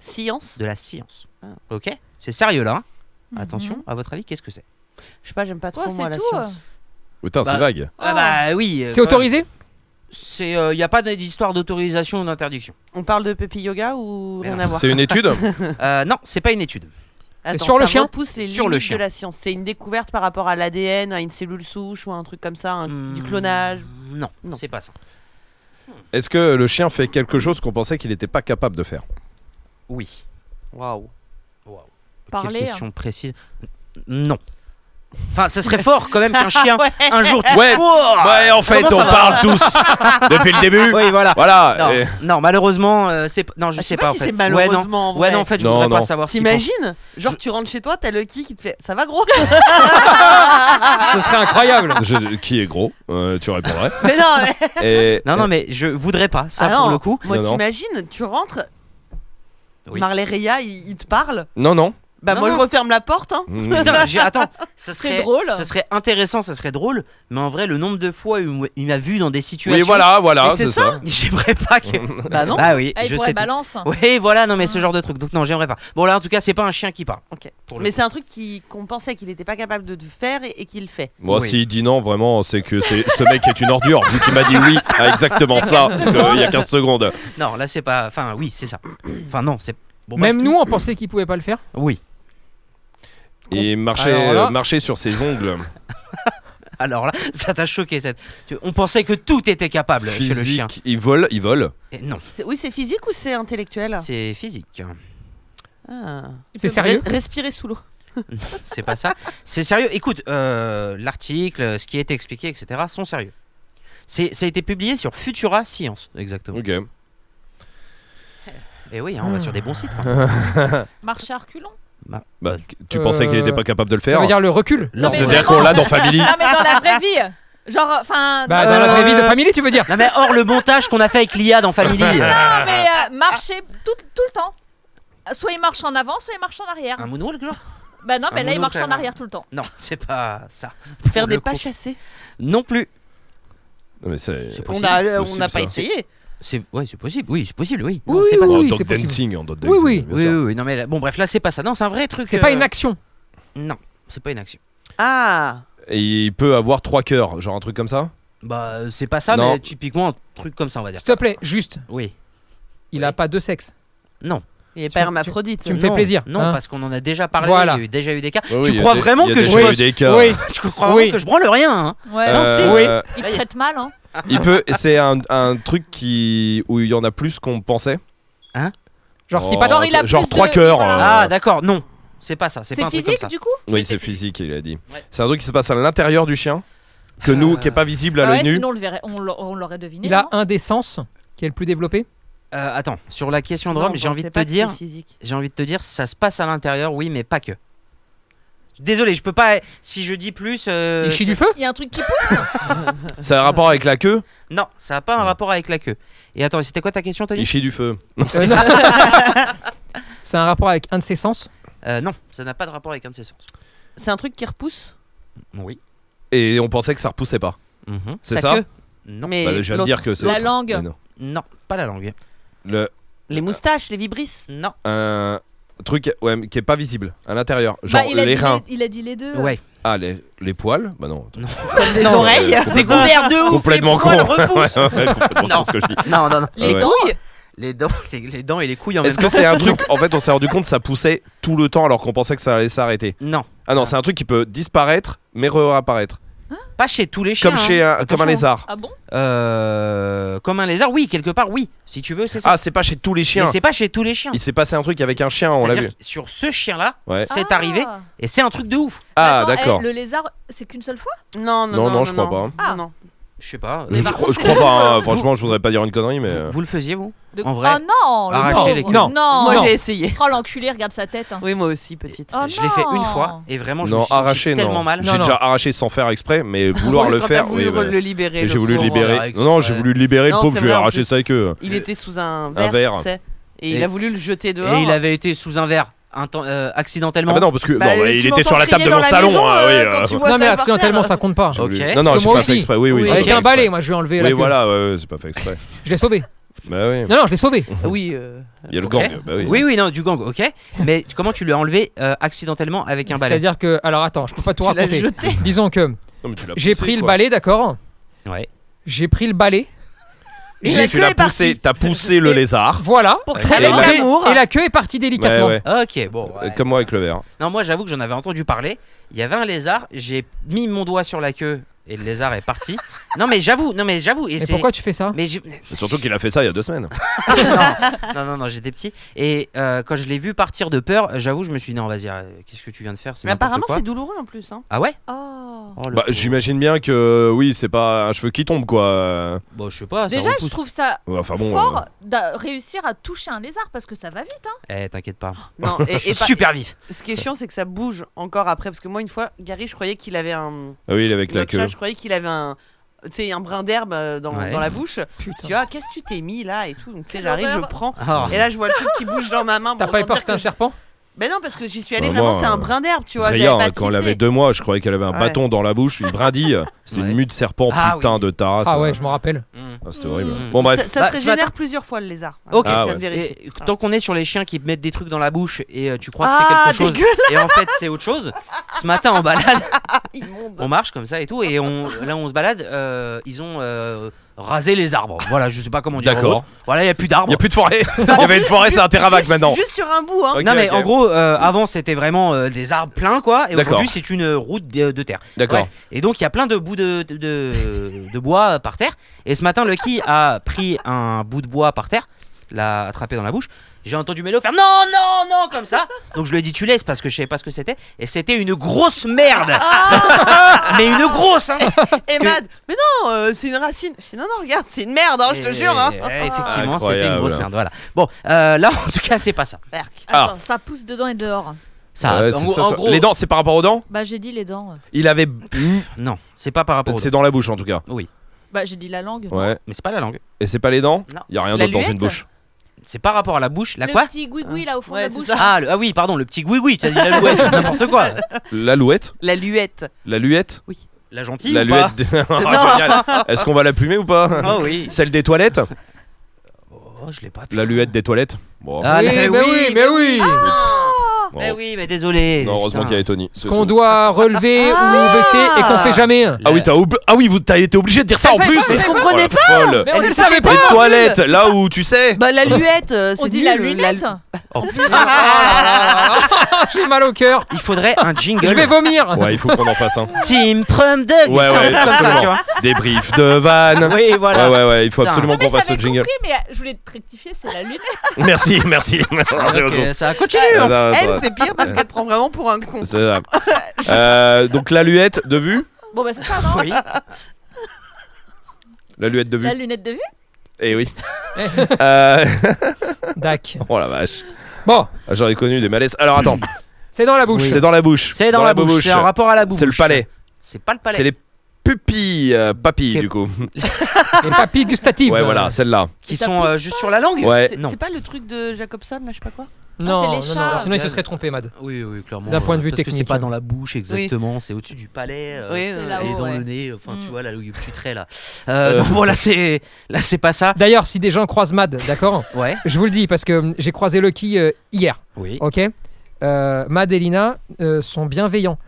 Speaker 6: Science
Speaker 1: de la science.
Speaker 6: Ah.
Speaker 1: Ok C'est sérieux là. hein
Speaker 7: Mhm.
Speaker 1: Attention, à votre avis, qu'est-ce que c'est
Speaker 6: Je sais pas, j'aime pas trop
Speaker 7: Oh,
Speaker 6: moi
Speaker 7: c'est
Speaker 6: la
Speaker 7: tout.
Speaker 6: science.
Speaker 5: putain,
Speaker 1: Bah.
Speaker 5: c'est vague.
Speaker 1: Ah bah oui. euh,
Speaker 8: C'est autorisé
Speaker 1: C'est, il n'y a pas d'histoire d'autorisation ou d'interdiction.
Speaker 6: On parle de puppy yoga ou
Speaker 1: Mais
Speaker 6: rien
Speaker 1: non.
Speaker 6: à voir
Speaker 5: C'est une étude
Speaker 1: Euh, non, c'est pas une étude.
Speaker 6: Attends,
Speaker 8: sur le
Speaker 6: ça
Speaker 8: chien
Speaker 6: repousse les
Speaker 1: Sur le
Speaker 6: limites
Speaker 1: chien.
Speaker 6: de la science. C'est une découverte par rapport à l'ADN, à une cellule souche ou à un truc comme ça, un- du
Speaker 1: Hmm,
Speaker 6: clonage. Ah,
Speaker 1: Non,
Speaker 6: Non.
Speaker 1: c'est pas ça.
Speaker 5: Est-ce que le chien fait quelque chose qu'on pensait qu'il n'était pas capable de faire
Speaker 1: Oui.
Speaker 6: Waouh.
Speaker 7: Parler, hein.
Speaker 1: Quelle question précise Non. Enfin, ce serait fort quand même qu'un chien un jour. tu-
Speaker 5: Ouais.
Speaker 1: Wow
Speaker 5: Ouais, en fait,
Speaker 1: Comment
Speaker 5: on
Speaker 1: ça va
Speaker 5: parle tous depuis le début.
Speaker 1: Oui, voilà.
Speaker 5: Voilà.
Speaker 1: Non,
Speaker 5: et-
Speaker 1: non, malheureusement, euh, c'est non, je
Speaker 6: Ah,
Speaker 1: sais, pas,
Speaker 6: si
Speaker 1: en fait.
Speaker 6: c'est
Speaker 1: Ouais, non.
Speaker 6: malheureusement
Speaker 1: Ouais, non, en
Speaker 6: en fait.
Speaker 1: fait, je
Speaker 5: Non,
Speaker 1: voudrais pas
Speaker 5: non.
Speaker 1: savoir. ce qu'ils
Speaker 6: T'imagines Genre tu rentres chez toi, t'as Lucky qui te fait ça va gros
Speaker 8: Ce serait incroyable.
Speaker 5: Je- qui est gros Euh, Tu répondrais.
Speaker 6: Mais non mais
Speaker 5: Et,
Speaker 1: font. Non, non, mais je voudrais pas ça
Speaker 6: Ah
Speaker 1: pour
Speaker 6: non,
Speaker 1: le coup.
Speaker 6: Moi
Speaker 5: Non, non.
Speaker 6: t'imagines, tu rentres
Speaker 1: Oui.
Speaker 6: Marley Réa il, il te parle
Speaker 5: non, non.
Speaker 6: Bah
Speaker 1: Non,
Speaker 6: moi
Speaker 1: non.
Speaker 6: je referme la porte hein
Speaker 5: Mm.
Speaker 1: Putain, j'ai- attends, ça
Speaker 7: serait
Speaker 1: serait
Speaker 7: drôle.
Speaker 1: Ça serait intéressant, ça serait drôle, mais en vrai, le nombre de fois où il m'a vu dans des situations.
Speaker 5: Oui, voilà, voilà,
Speaker 6: Mais c'est
Speaker 5: c'est ça.
Speaker 1: J'aimerais pas que.
Speaker 6: Bah non
Speaker 1: Ah oui,
Speaker 7: Ah, il
Speaker 1: je
Speaker 7: pourrait
Speaker 1: sais. tout.
Speaker 7: balance.
Speaker 6: Hein.
Speaker 1: Oui, voilà, non, mais ce genre de truc. Donc, non, j'aimerais pas. Bon, là, en tout cas, c'est pas un chien qui parle.
Speaker 6: Ok.
Speaker 1: Pour le
Speaker 6: Mais
Speaker 1: coup.
Speaker 6: c'est un truc qui- qu'on pensait qu'il était pas capable de faire et, et qu'il fait
Speaker 5: Moi,
Speaker 1: Oui.
Speaker 5: s'il dit non, vraiment, c'est que c'est, ce mec est une ordure, vu qu'il m'a dit oui à exactement ça donc, euh, il y a 15 secondes.
Speaker 1: Non, là, c'est pas. Enfin, oui, c'est ça. Enfin, non, c'est. Bon, bref.
Speaker 8: Même nous, on pensait qu'il pouvait pas le faire.
Speaker 1: Oui.
Speaker 5: Et marcher,
Speaker 8: Alors là-
Speaker 5: euh, marcher sur ses ongles,
Speaker 1: Alors là, ça t'a choqué cette. tu- On pensait que tout était capable chez Ah, le chien.
Speaker 5: physique, il vole, il vole.
Speaker 1: Et non,
Speaker 6: C'est- Oui c'est physique ou c'est intellectuel
Speaker 1: c'est physique.
Speaker 6: Ah.
Speaker 8: C'est sérieux
Speaker 6: Re- Respirer sous l'eau
Speaker 1: C'est pas ça. C'est sérieux. Écoute, euh, l'article, ce qui est expliqué, etc., sont sérieux. C'est, ça a été publié sur Futura Science, exactement.
Speaker 5: Ok.
Speaker 1: Et oui, hein, on va sur des bons sites. hein.
Speaker 7: Marcher à reculons.
Speaker 5: Bah, tu pensais qu'il
Speaker 8: Euh,
Speaker 5: était pas capable de le
Speaker 8: Ça
Speaker 5: faire
Speaker 8: veut dire le recul.
Speaker 1: Non, mais-
Speaker 5: C'est-à-dire qu'on l'a dans Family.
Speaker 7: Non, mais dans la vraie vie. Genre, enfin.
Speaker 8: Bah,
Speaker 7: dans-
Speaker 8: dans la vraie
Speaker 1: Euh,
Speaker 8: vie de famille, tu veux dire
Speaker 1: Non mais hors le montage qu'on a fait avec l'IA dans Family. Ah.
Speaker 7: Non, mais euh, marcher tout, tout le temps. Soit il marche en avant, soit il marche en arrière.
Speaker 1: Un moonwalk genre
Speaker 7: Bah non,
Speaker 1: un
Speaker 7: mais là il marche en
Speaker 1: monocle,
Speaker 7: arrière tout le temps.
Speaker 1: Non, c'est pas ça.
Speaker 6: Faire
Speaker 1: Pour
Speaker 6: des
Speaker 1: le
Speaker 6: pas
Speaker 1: coup.
Speaker 6: chassés
Speaker 1: Non plus.
Speaker 5: Non, mais c'est...
Speaker 1: C'est
Speaker 6: On
Speaker 1: possible.
Speaker 6: a, euh, on
Speaker 5: possible,
Speaker 6: n'a pas
Speaker 5: ça.
Speaker 6: essayé
Speaker 1: C'est ouais, c'est possible. Oui, c'est possible. Ah, Oui.
Speaker 8: Oui,
Speaker 1: Non, c'est pas
Speaker 8: oui,
Speaker 1: ça.
Speaker 5: En
Speaker 8: oui,
Speaker 5: dog
Speaker 8: c'est possible.
Speaker 5: dancing, en dog
Speaker 8: Oui,
Speaker 5: dancing,
Speaker 8: oui.
Speaker 5: bien
Speaker 1: Oui, oui,
Speaker 5: sûr.
Speaker 1: oui, Non mais là- bon, bref, là c'est pas ça. Non, c'est un vrai truc.
Speaker 8: C'est pas
Speaker 1: euh,
Speaker 8: une action.
Speaker 1: Non, c'est pas une action.
Speaker 6: Ah
Speaker 5: Et il peut avoir trois cœurs, genre un truc comme ça
Speaker 1: Bah, euh, c'est pas ça,
Speaker 5: Non.
Speaker 1: mais typiquement un truc comme ça, on va dire.
Speaker 8: S'il te plaît, juste,
Speaker 1: Oui.
Speaker 8: il
Speaker 1: Oui.
Speaker 8: a pas deux sexes.
Speaker 6: Il est
Speaker 8: Tu-
Speaker 6: pas hermaphrodite
Speaker 8: tu me fais
Speaker 1: Euh, Non,
Speaker 8: plaisir,
Speaker 1: Non,
Speaker 8: hein.
Speaker 1: parce qu'on en a déjà parlé.
Speaker 8: Voilà.
Speaker 1: Il y a eu- déjà eu des cas.
Speaker 5: Oui,
Speaker 1: tu
Speaker 5: il y a
Speaker 1: crois
Speaker 5: des-
Speaker 1: vraiment
Speaker 5: il y a
Speaker 1: que je
Speaker 5: déjà eu
Speaker 1: bosse-
Speaker 5: des cœurs.
Speaker 8: Oui,
Speaker 1: Tu crois
Speaker 8: Oui.
Speaker 1: vraiment que je branle rien. hein
Speaker 7: Ouais,
Speaker 1: Non, si.
Speaker 5: Euh,
Speaker 7: il te traite mal, hein.
Speaker 5: Il peut. C'est un, un truc qui où il y en a plus qu'on pensait.
Speaker 8: Genre, si
Speaker 5: Oh,
Speaker 8: pas
Speaker 7: Genre, il a
Speaker 5: genre
Speaker 7: plus
Speaker 5: trois
Speaker 7: de-
Speaker 5: cœurs. euh,
Speaker 7: voilà.
Speaker 1: Ah d'accord. Non, c'est pas ça. C'est
Speaker 7: C'est
Speaker 1: pas un truc comme
Speaker 7: physique
Speaker 1: ça.
Speaker 7: du coup
Speaker 5: Oui, c'est
Speaker 1: c'est
Speaker 5: physique, il a dit.
Speaker 1: Ouais.
Speaker 5: C'est un truc qui se passe à l'intérieur du chien, que nous, qui est pas visible à
Speaker 7: Ah ouais,
Speaker 5: l'œil nu.
Speaker 7: Sinon on le verrait, on l'a- on l'aurait deviné. hein.
Speaker 8: il a
Speaker 7: non
Speaker 8: un des sens qui est le plus développé.
Speaker 1: Euh, attends, sur la question de
Speaker 6: Non,
Speaker 1: Rome, j'ai
Speaker 6: on
Speaker 1: envie de
Speaker 6: sait
Speaker 1: te
Speaker 6: pas que c'est
Speaker 1: dire.
Speaker 6: physique.
Speaker 1: j'ai envie de te dire, ça se passe à l'intérieur, oui, mais pas que. Désolé, je peux pas. Si je dis plus, euh,
Speaker 8: il chie
Speaker 1: c'est-
Speaker 8: du feu
Speaker 7: Il y a un truc qui pousse.
Speaker 5: C'est un rapport avec la queue
Speaker 1: non, ça a pas un rapport avec la queue. Et attends, c'était quoi ta question,
Speaker 5: Il
Speaker 1: Tony
Speaker 5: chie du feu.
Speaker 8: Euh, non. C'est un rapport avec un de ses sens.
Speaker 1: Euh, Non, ça n'a pas de rapport avec un de ses sens.
Speaker 6: C'est un truc qui repousse
Speaker 1: Oui.
Speaker 5: Et on pensait que ça repoussait pas.
Speaker 1: Mhm.
Speaker 5: C'est
Speaker 6: sa
Speaker 5: ça
Speaker 6: queue.
Speaker 1: Non,
Speaker 6: Mais
Speaker 5: Bah, Je viens de
Speaker 6: l'autre-
Speaker 5: dire que c'est.
Speaker 7: La
Speaker 5: autre.
Speaker 7: langue.
Speaker 5: Mais non.
Speaker 1: non, pas la langue.
Speaker 5: Le,
Speaker 1: Euh,
Speaker 6: Les moustaches, les vibrisses.
Speaker 1: Non.
Speaker 5: un truc ouais, mais qui est pas visible à l'intérieur. Genre
Speaker 7: Bah, il a
Speaker 5: les
Speaker 7: dit
Speaker 5: reins.
Speaker 7: Il a dit les deux.
Speaker 1: Ouais.
Speaker 5: Ah, les, les poils Bah non.
Speaker 6: Des
Speaker 1: Non,
Speaker 6: oreilles.
Speaker 1: Découvert de ouf.
Speaker 5: Complètement
Speaker 1: les
Speaker 5: con.
Speaker 1: poils repoussent.
Speaker 5: Ouais, complètement
Speaker 1: Non.
Speaker 5: ce que je dis.
Speaker 1: non, non, non.
Speaker 5: Ah
Speaker 6: Les
Speaker 5: ouais.
Speaker 6: couilles.
Speaker 1: Les dents, les, les dents et les couilles en même
Speaker 5: Est-ce que c'est un truc En fait, on s'est rendu compte que ça poussait tout le temps alors qu'on pensait que ça allait s'arrêter.
Speaker 1: temps. Non,
Speaker 5: Ah non, c'est un truc qui peut disparaître mais réapparaître.
Speaker 1: pas chez tous les chiens.
Speaker 5: Comme
Speaker 1: hein.
Speaker 5: chez un, comme un
Speaker 1: Attention.
Speaker 5: lézard.
Speaker 7: Ah bon
Speaker 1: Euh, comme un lézard, oui, quelque part, oui. Si tu veux, c'est ça.
Speaker 5: Ah, c'est pas chez tous les chiens.
Speaker 1: mais c'est pas chez tous les chiens.
Speaker 5: Il s'est passé un truc avec un chien, on l'a
Speaker 1: C'est-à-dire
Speaker 5: vu.
Speaker 1: que sur ce chien-là,
Speaker 5: Ouais.
Speaker 1: c'est
Speaker 7: Ah.
Speaker 1: arrivé et c'est un truc de ouf.
Speaker 5: Ah,
Speaker 7: Attends,
Speaker 5: d'accord.
Speaker 7: eh, Le lézard, c'est qu'une seule fois
Speaker 6: Non, non,
Speaker 5: Non, non, je
Speaker 6: non,
Speaker 8: Ah.
Speaker 5: crois
Speaker 6: non. Non, non.
Speaker 1: Je sais pas. Euh,
Speaker 5: Je,
Speaker 6: par
Speaker 5: crois-
Speaker 6: contre,
Speaker 5: je crois pas, hein, franchement, je voudrais pas dire une connerie, mais.
Speaker 1: Vous, vous le faisiez, vous
Speaker 6: De-
Speaker 1: En vrai
Speaker 7: Oh non le
Speaker 1: Arracher
Speaker 7: pauvre.
Speaker 1: les culs.
Speaker 7: Non,
Speaker 6: Moi
Speaker 8: non.
Speaker 6: j'ai essayé.
Speaker 7: Oh l'enculé, regarde sa tête. hein.
Speaker 6: Oui, moi aussi, petite.
Speaker 7: Oh
Speaker 1: Je l'ai fait une
Speaker 7: non.
Speaker 1: fois et vraiment, je me
Speaker 5: non,
Speaker 1: suis senti
Speaker 5: arracher,
Speaker 1: tellement
Speaker 5: non.
Speaker 1: mal.
Speaker 5: J'ai
Speaker 8: Non, non.
Speaker 5: déjà arraché sans faire exprès, mais vouloir
Speaker 6: Quand
Speaker 5: le
Speaker 6: t'as
Speaker 5: faire,
Speaker 6: voulu
Speaker 5: oui.
Speaker 6: re-
Speaker 5: voilà.
Speaker 6: le libérer.
Speaker 5: Et
Speaker 6: le
Speaker 5: J'ai voulu le
Speaker 6: pauvre.
Speaker 5: libérer. Non, non, j'ai voulu le libérer, le
Speaker 6: Non,
Speaker 5: pauvre,
Speaker 6: c'est
Speaker 5: je lui ai
Speaker 6: vrai, en
Speaker 5: arraché
Speaker 6: plus.
Speaker 5: ça avec eux.
Speaker 6: Il était sous un
Speaker 5: verre.
Speaker 6: verre, tu sais. Et,
Speaker 1: Et-
Speaker 6: il a voulu le jeter dehors.
Speaker 1: Et il avait été sous un verre un temps- euh,
Speaker 5: Ah
Speaker 1: accidentellement.
Speaker 5: bah non, parce que
Speaker 6: Bah,
Speaker 5: non, bah,
Speaker 6: tu
Speaker 5: il
Speaker 6: m'entends
Speaker 5: était sur la table de
Speaker 6: crier dans
Speaker 5: mon salon.
Speaker 6: maison,
Speaker 5: hein, oui,
Speaker 6: euh, quand
Speaker 5: euh,
Speaker 6: tu vois
Speaker 8: Non,
Speaker 6: ça
Speaker 8: mais
Speaker 6: par terre.
Speaker 8: accidentellement, ça compte pas.
Speaker 5: j'ai voulu-
Speaker 1: Ok.
Speaker 5: Non, non,
Speaker 8: Parce
Speaker 5: j'ai
Speaker 8: que moi
Speaker 5: pas fait
Speaker 8: aussi.
Speaker 5: exprès. Oui, oui,
Speaker 6: Oui.
Speaker 5: j'ai pas
Speaker 8: Avec
Speaker 5: fait
Speaker 8: un
Speaker 5: exprès.
Speaker 8: balai, moi, je lui ai enlevé la
Speaker 5: Oui,
Speaker 8: queue.
Speaker 5: voilà, ouais, c'est pas fait exprès.
Speaker 8: Je l'ai sauvé.
Speaker 5: Bah oui,
Speaker 8: Non, non, je l'ai sauvé.
Speaker 6: Oui. euh,
Speaker 5: il y a le
Speaker 1: Ok.
Speaker 5: gang. Bah oui.
Speaker 1: Oui, oui, non, du gang, ok. Mais comment tu l'as enlevé euh, accidentellement avec un balai
Speaker 8: C'est-à-dire que. Alors attends, je peux pas tout
Speaker 6: Tu l'as
Speaker 8: raconter.
Speaker 6: jeté.
Speaker 8: Disons que
Speaker 5: Non, mais tu l'as
Speaker 8: j'ai
Speaker 5: poussé,
Speaker 8: pris le
Speaker 5: Bah, quoi.
Speaker 8: balai, d'accord
Speaker 1: Ouais.
Speaker 8: J'ai pris le balai.
Speaker 6: Et
Speaker 5: J'ai-
Speaker 6: la
Speaker 5: Tu
Speaker 6: queue
Speaker 5: l'as
Speaker 6: est
Speaker 5: poussé,
Speaker 6: partie.
Speaker 5: t'as poussé le lézard.
Speaker 8: Voilà.
Speaker 7: Pour
Speaker 5: Et
Speaker 8: Et
Speaker 7: créer
Speaker 5: la-
Speaker 8: la,
Speaker 6: L'amour.
Speaker 8: et la queue est partie
Speaker 5: Ouais,
Speaker 8: délicatement.
Speaker 5: ouais.
Speaker 1: Ok, bon. ouais.
Speaker 5: Comme moi avec le verre.
Speaker 1: Non, moi j'avoue que j'en avais entendu parler. Il y avait un lézard, j'ai mis mon doigt sur la queue et le lézard est parti. non, mais j'avoue, non, mais j'avoue. Et
Speaker 8: Et
Speaker 1: c'est-
Speaker 8: pourquoi tu fais ça
Speaker 1: mais j'ai-
Speaker 5: Surtout qu'il a fait ça il y a deux semaines.
Speaker 1: non, non, non, j'étais petit. Et euh, quand je l'ai vu partir de peur, j'avoue, je me suis dit, non, vas-y, euh, qu'est-ce que tu viens de faire C'est
Speaker 6: Mais
Speaker 1: n'importe
Speaker 6: apparemment,
Speaker 1: quoi.
Speaker 6: c'est douloureux en plus. hein.
Speaker 1: Ah ouais
Speaker 7: Oh.
Speaker 1: Oh, le
Speaker 5: Bah,
Speaker 1: pauvre.
Speaker 5: j'imagine bien que euh, oui, c'est pas un cheveu qui tombe quoi. Euh,
Speaker 1: Bon, je sais pas. ça
Speaker 7: Déjà, je
Speaker 1: repousse. Ah
Speaker 7: trouve ça
Speaker 5: ouais, Enfin bon. euh,
Speaker 7: fort de réussir à toucher un lézard parce que ça va vite. Hein.
Speaker 1: Eh, t'inquiète pas.
Speaker 6: Non,
Speaker 1: Je
Speaker 6: et, et
Speaker 1: suis
Speaker 6: pas-
Speaker 1: super vif.
Speaker 6: ce qui est chiant, c'est que ça bouge encore après. Parce que moi, une fois, Gary, je croyais qu'il avait un.
Speaker 5: ah oui, il est avec la
Speaker 6: Notre chat,
Speaker 5: queue.
Speaker 6: je croyais qu'il avait un. Tu sais, un brin d'herbe euh, dans,
Speaker 1: Ouais.
Speaker 6: dans la bouche. Tu
Speaker 8: Putain.
Speaker 6: vois, qu'est-ce que tu t'es mis là et tout. Donc, tu sais,
Speaker 7: Quelle
Speaker 6: j'arrive, je
Speaker 7: horreur.
Speaker 6: prends.
Speaker 1: Ah.
Speaker 6: Et là, je vois le truc qui bouge dans ma main.
Speaker 8: T'as
Speaker 6: Bon,
Speaker 8: pas
Speaker 6: autant
Speaker 8: peur
Speaker 6: dire
Speaker 8: que t'es un
Speaker 6: que je-
Speaker 8: serpent
Speaker 5: Ah,
Speaker 8: Ah
Speaker 6: Ben non, parce que j'y suis allée
Speaker 5: Bah,
Speaker 6: vraiment,
Speaker 5: moi,
Speaker 6: c'est un
Speaker 5: euh,
Speaker 6: brin d'herbe, tu vois. j'avais
Speaker 5: Rien,
Speaker 6: pas
Speaker 5: quand elle
Speaker 6: tilté.
Speaker 5: avait deux mois, je croyais qu'elle avait un
Speaker 6: Ouais.
Speaker 5: bâton dans la bouche, une brindille. C'était
Speaker 1: Ouais.
Speaker 5: une mue de serpent,
Speaker 1: Ah
Speaker 5: putain
Speaker 1: oui.
Speaker 5: de Taras.
Speaker 8: Ah ouais, je m'en rappelle.
Speaker 1: Mm.
Speaker 5: Ah, c'était horrible.
Speaker 1: Mm.
Speaker 5: Bon,
Speaker 6: Ça,
Speaker 5: bref.
Speaker 6: ça
Speaker 1: Bah,
Speaker 6: se
Speaker 1: ce matin-
Speaker 6: régénère plusieurs fois le lézard.
Speaker 1: Ok.
Speaker 6: Ah,
Speaker 5: Ah
Speaker 6: je viens
Speaker 5: ouais.
Speaker 6: de vérifier.
Speaker 1: Et tant qu'on est sur les chiens qui mettent des trucs dans la bouche et euh, tu crois
Speaker 6: Ah,
Speaker 1: que c'est quelque chose et en fait c'est autre chose. Ce matin en balade,
Speaker 6: Immonde.
Speaker 1: on marche comme ça et tout et on là on se balade, euh, ils ont euh, rasé les arbres. Voilà, je sais pas comment dire.
Speaker 5: D'accord.
Speaker 1: Voilà, il y a plus
Speaker 5: Il y
Speaker 1: d'arbres.
Speaker 5: a plus de forêt. Il y avait une forêt, c'est un terrain vague maintenant.
Speaker 6: Juste sur un bout, hein.
Speaker 5: Ok,
Speaker 1: non mais
Speaker 5: ok.
Speaker 1: en gros, euh, avant c'était vraiment euh, des arbres pleins quoi, et
Speaker 5: D'accord.
Speaker 1: aujourd'hui c'est une euh, route de, de terre.
Speaker 5: D'accord.
Speaker 1: Bref. Et donc il y a plein de bouts de, de, de- de bois euh, par terre. Et ce matin, Lucky a pris un bout de bois par terre, l'a attrapé dans la bouche. J'ai entendu Mélo faire non, non, non, comme ça. Donc je lui ai dit tu laisses parce que je savais pas ce que c'était. Et c'était une grosse merde.
Speaker 6: Ah.
Speaker 1: mais une grosse. Hein.
Speaker 6: Et Mad, mais non, euh, c'est une racine. Je dis, non, non, regarde, c'est une merde, hein, je te
Speaker 1: Et-
Speaker 6: jure. Hein.
Speaker 1: eh, effectivement,
Speaker 5: Incroyable.
Speaker 1: c'était une grosse merde. Voilà. Bon, euh, là en tout cas, c'est pas ça.
Speaker 6: Berk.
Speaker 5: Ah.
Speaker 7: Attends, ça pousse dedans et dehors.
Speaker 1: Ça,
Speaker 5: Ouais,
Speaker 1: en,
Speaker 5: c'est
Speaker 1: gros-
Speaker 5: ça,
Speaker 1: en
Speaker 5: ça.
Speaker 1: gros,
Speaker 5: Les dents, c'est par rapport aux dents
Speaker 7: Bah j'ai dit les dents.
Speaker 5: Il avait.
Speaker 1: Non, c'est pas par rapport. Aux
Speaker 5: C'est
Speaker 1: dents.
Speaker 5: dans la bouche en tout cas.
Speaker 7: Bah j'ai dit la langue.
Speaker 5: Ouais.
Speaker 1: Mais c'est pas la langue.
Speaker 5: Et c'est pas les dents
Speaker 1: Non.
Speaker 5: Il y a rien
Speaker 6: La
Speaker 5: d'autre dans une
Speaker 6: luette
Speaker 5: bouche.
Speaker 1: C'est par rapport à la bouche. La
Speaker 7: le
Speaker 1: quoi
Speaker 7: petit gouigoui là au fond
Speaker 6: Ouais,
Speaker 7: de
Speaker 6: c'est
Speaker 7: la
Speaker 6: ça.
Speaker 7: bouche.
Speaker 1: ah, le- ah oui, pardon, le petit goui-goui, tu as dit la louette, n'importe quoi.
Speaker 5: L'alouette
Speaker 6: La luette.
Speaker 5: La luette
Speaker 1: La gentille
Speaker 5: La
Speaker 1: ou pas
Speaker 5: luette. Génial. Est-ce qu'on va la plumer ou pas
Speaker 1: Oh oui.
Speaker 5: Celle des toilettes
Speaker 1: Oh, je l'ai pas.
Speaker 5: La luette des toilettes Bon.
Speaker 1: Ah,
Speaker 8: oui,
Speaker 1: mais
Speaker 8: mais
Speaker 1: oui,
Speaker 8: oui, mais oui.
Speaker 5: Bon.
Speaker 1: Mais Eh oui, mais désolé.
Speaker 5: Oh. Non, heureusement qu'il y
Speaker 1: putain.
Speaker 5: avait Tony. C'est
Speaker 8: Qu'on
Speaker 5: tout.
Speaker 8: doit relever ou baisser et qu'on fait jamais.
Speaker 5: Ah oui, t'as oub- ah oui, vous t'as été obligé de dire ça en plus. Oh
Speaker 6: Mais je comprenais pas.
Speaker 5: Folle. Eh,
Speaker 7: Mais on
Speaker 6: Elle
Speaker 7: dit-
Speaker 6: le
Speaker 8: savait
Speaker 6: savait
Speaker 8: pas.
Speaker 6: pas.
Speaker 5: Les
Speaker 6: en
Speaker 5: toilettes,
Speaker 6: plus.
Speaker 5: là où tu sais.
Speaker 6: Bah, la luette, euh, c'est
Speaker 7: on dit
Speaker 6: nul,
Speaker 7: la Ah, lunette.
Speaker 8: Ah, J'ai mal au cœur.
Speaker 1: Oh, Il faudrait un jingle.
Speaker 8: Je vais vomir.
Speaker 5: Ouais, il faut qu'on en fasse un.
Speaker 1: Team Prum Dug.
Speaker 5: Ouais,
Speaker 1: un
Speaker 5: ouais,
Speaker 1: truc comme ça, tu vois.
Speaker 5: absolument. Des briefs de vannes.
Speaker 1: Oui, voilà.
Speaker 5: Ouais, ouais, ouais, il faut
Speaker 1: Putain.
Speaker 5: absolument
Speaker 7: Non, Ah, mais
Speaker 5: qu'on fasse ce
Speaker 7: j'avais
Speaker 5: jingle.
Speaker 7: compris, mais euh, je voulais te rectifier, c'est la lunette.
Speaker 5: Merci, merci. Merci
Speaker 1: Ok,
Speaker 5: beaucoup.
Speaker 1: ça continue. hein.
Speaker 5: Ah, non,
Speaker 6: Elle,
Speaker 5: ça-
Speaker 6: c'est pire parce qu'elle te prend vraiment pour un con.
Speaker 5: c'est ça. Euh, donc la luette de vue,
Speaker 7: Bon bah c'est ça, non
Speaker 1: Oui.
Speaker 5: la luette de
Speaker 7: La
Speaker 5: vue.
Speaker 7: lunette de vue
Speaker 5: Eh oui. Euh,
Speaker 8: Dac.
Speaker 5: oh la vache.
Speaker 8: Bon,
Speaker 5: Ah, J'en ai connu des malaises. Alors attends,
Speaker 8: c'est dans la bouche.
Speaker 5: c'est dans la bouche.
Speaker 1: C'est dans, la bouche. C'est en rapport à la bouche.
Speaker 5: C'est le palais.
Speaker 1: C'est pas le palais.
Speaker 5: C'est les pupilles, euh, papilles
Speaker 1: Ok.
Speaker 5: du coup.
Speaker 8: Les papilles gustatives.
Speaker 5: Ouais, voilà, celle-là.
Speaker 1: Qui
Speaker 6: Et ça
Speaker 1: sont
Speaker 6: pousse
Speaker 1: euh, juste sur la langue.
Speaker 5: Ouais.
Speaker 6: C'est
Speaker 1: Non.
Speaker 6: c'est pas le truc de Jacobson, là, je sais pas quoi.
Speaker 7: Ah,
Speaker 8: Non, non,
Speaker 7: c'est les
Speaker 8: non,
Speaker 7: chats.
Speaker 8: sinon il se serait trompé, Mad.
Speaker 1: Oui, oui, clairement. euh,
Speaker 8: D'un point de vue
Speaker 1: parce Que
Speaker 8: technique,
Speaker 1: c'est pas
Speaker 8: hein.
Speaker 1: dans la bouche exactement. C'est au-dessus du palais. euh,
Speaker 6: oui,
Speaker 7: c'est
Speaker 6: euh,
Speaker 7: là-haut.
Speaker 1: Et dans
Speaker 7: ouais.
Speaker 1: le nez. Enfin, tu
Speaker 7: Mm.
Speaker 1: vois là où il y a le petit trait là. Euh,
Speaker 5: Euh.
Speaker 1: non, bon là c'est là c'est pas ça.
Speaker 8: D'ailleurs, si des gens croisent Mad, d'accord
Speaker 1: Ouais.
Speaker 8: Je vous le dis parce que hum, j'ai croisé Lucky euh, hier,
Speaker 1: Oui.
Speaker 8: ok Euh, Mad et Lina euh, sont bienveillants.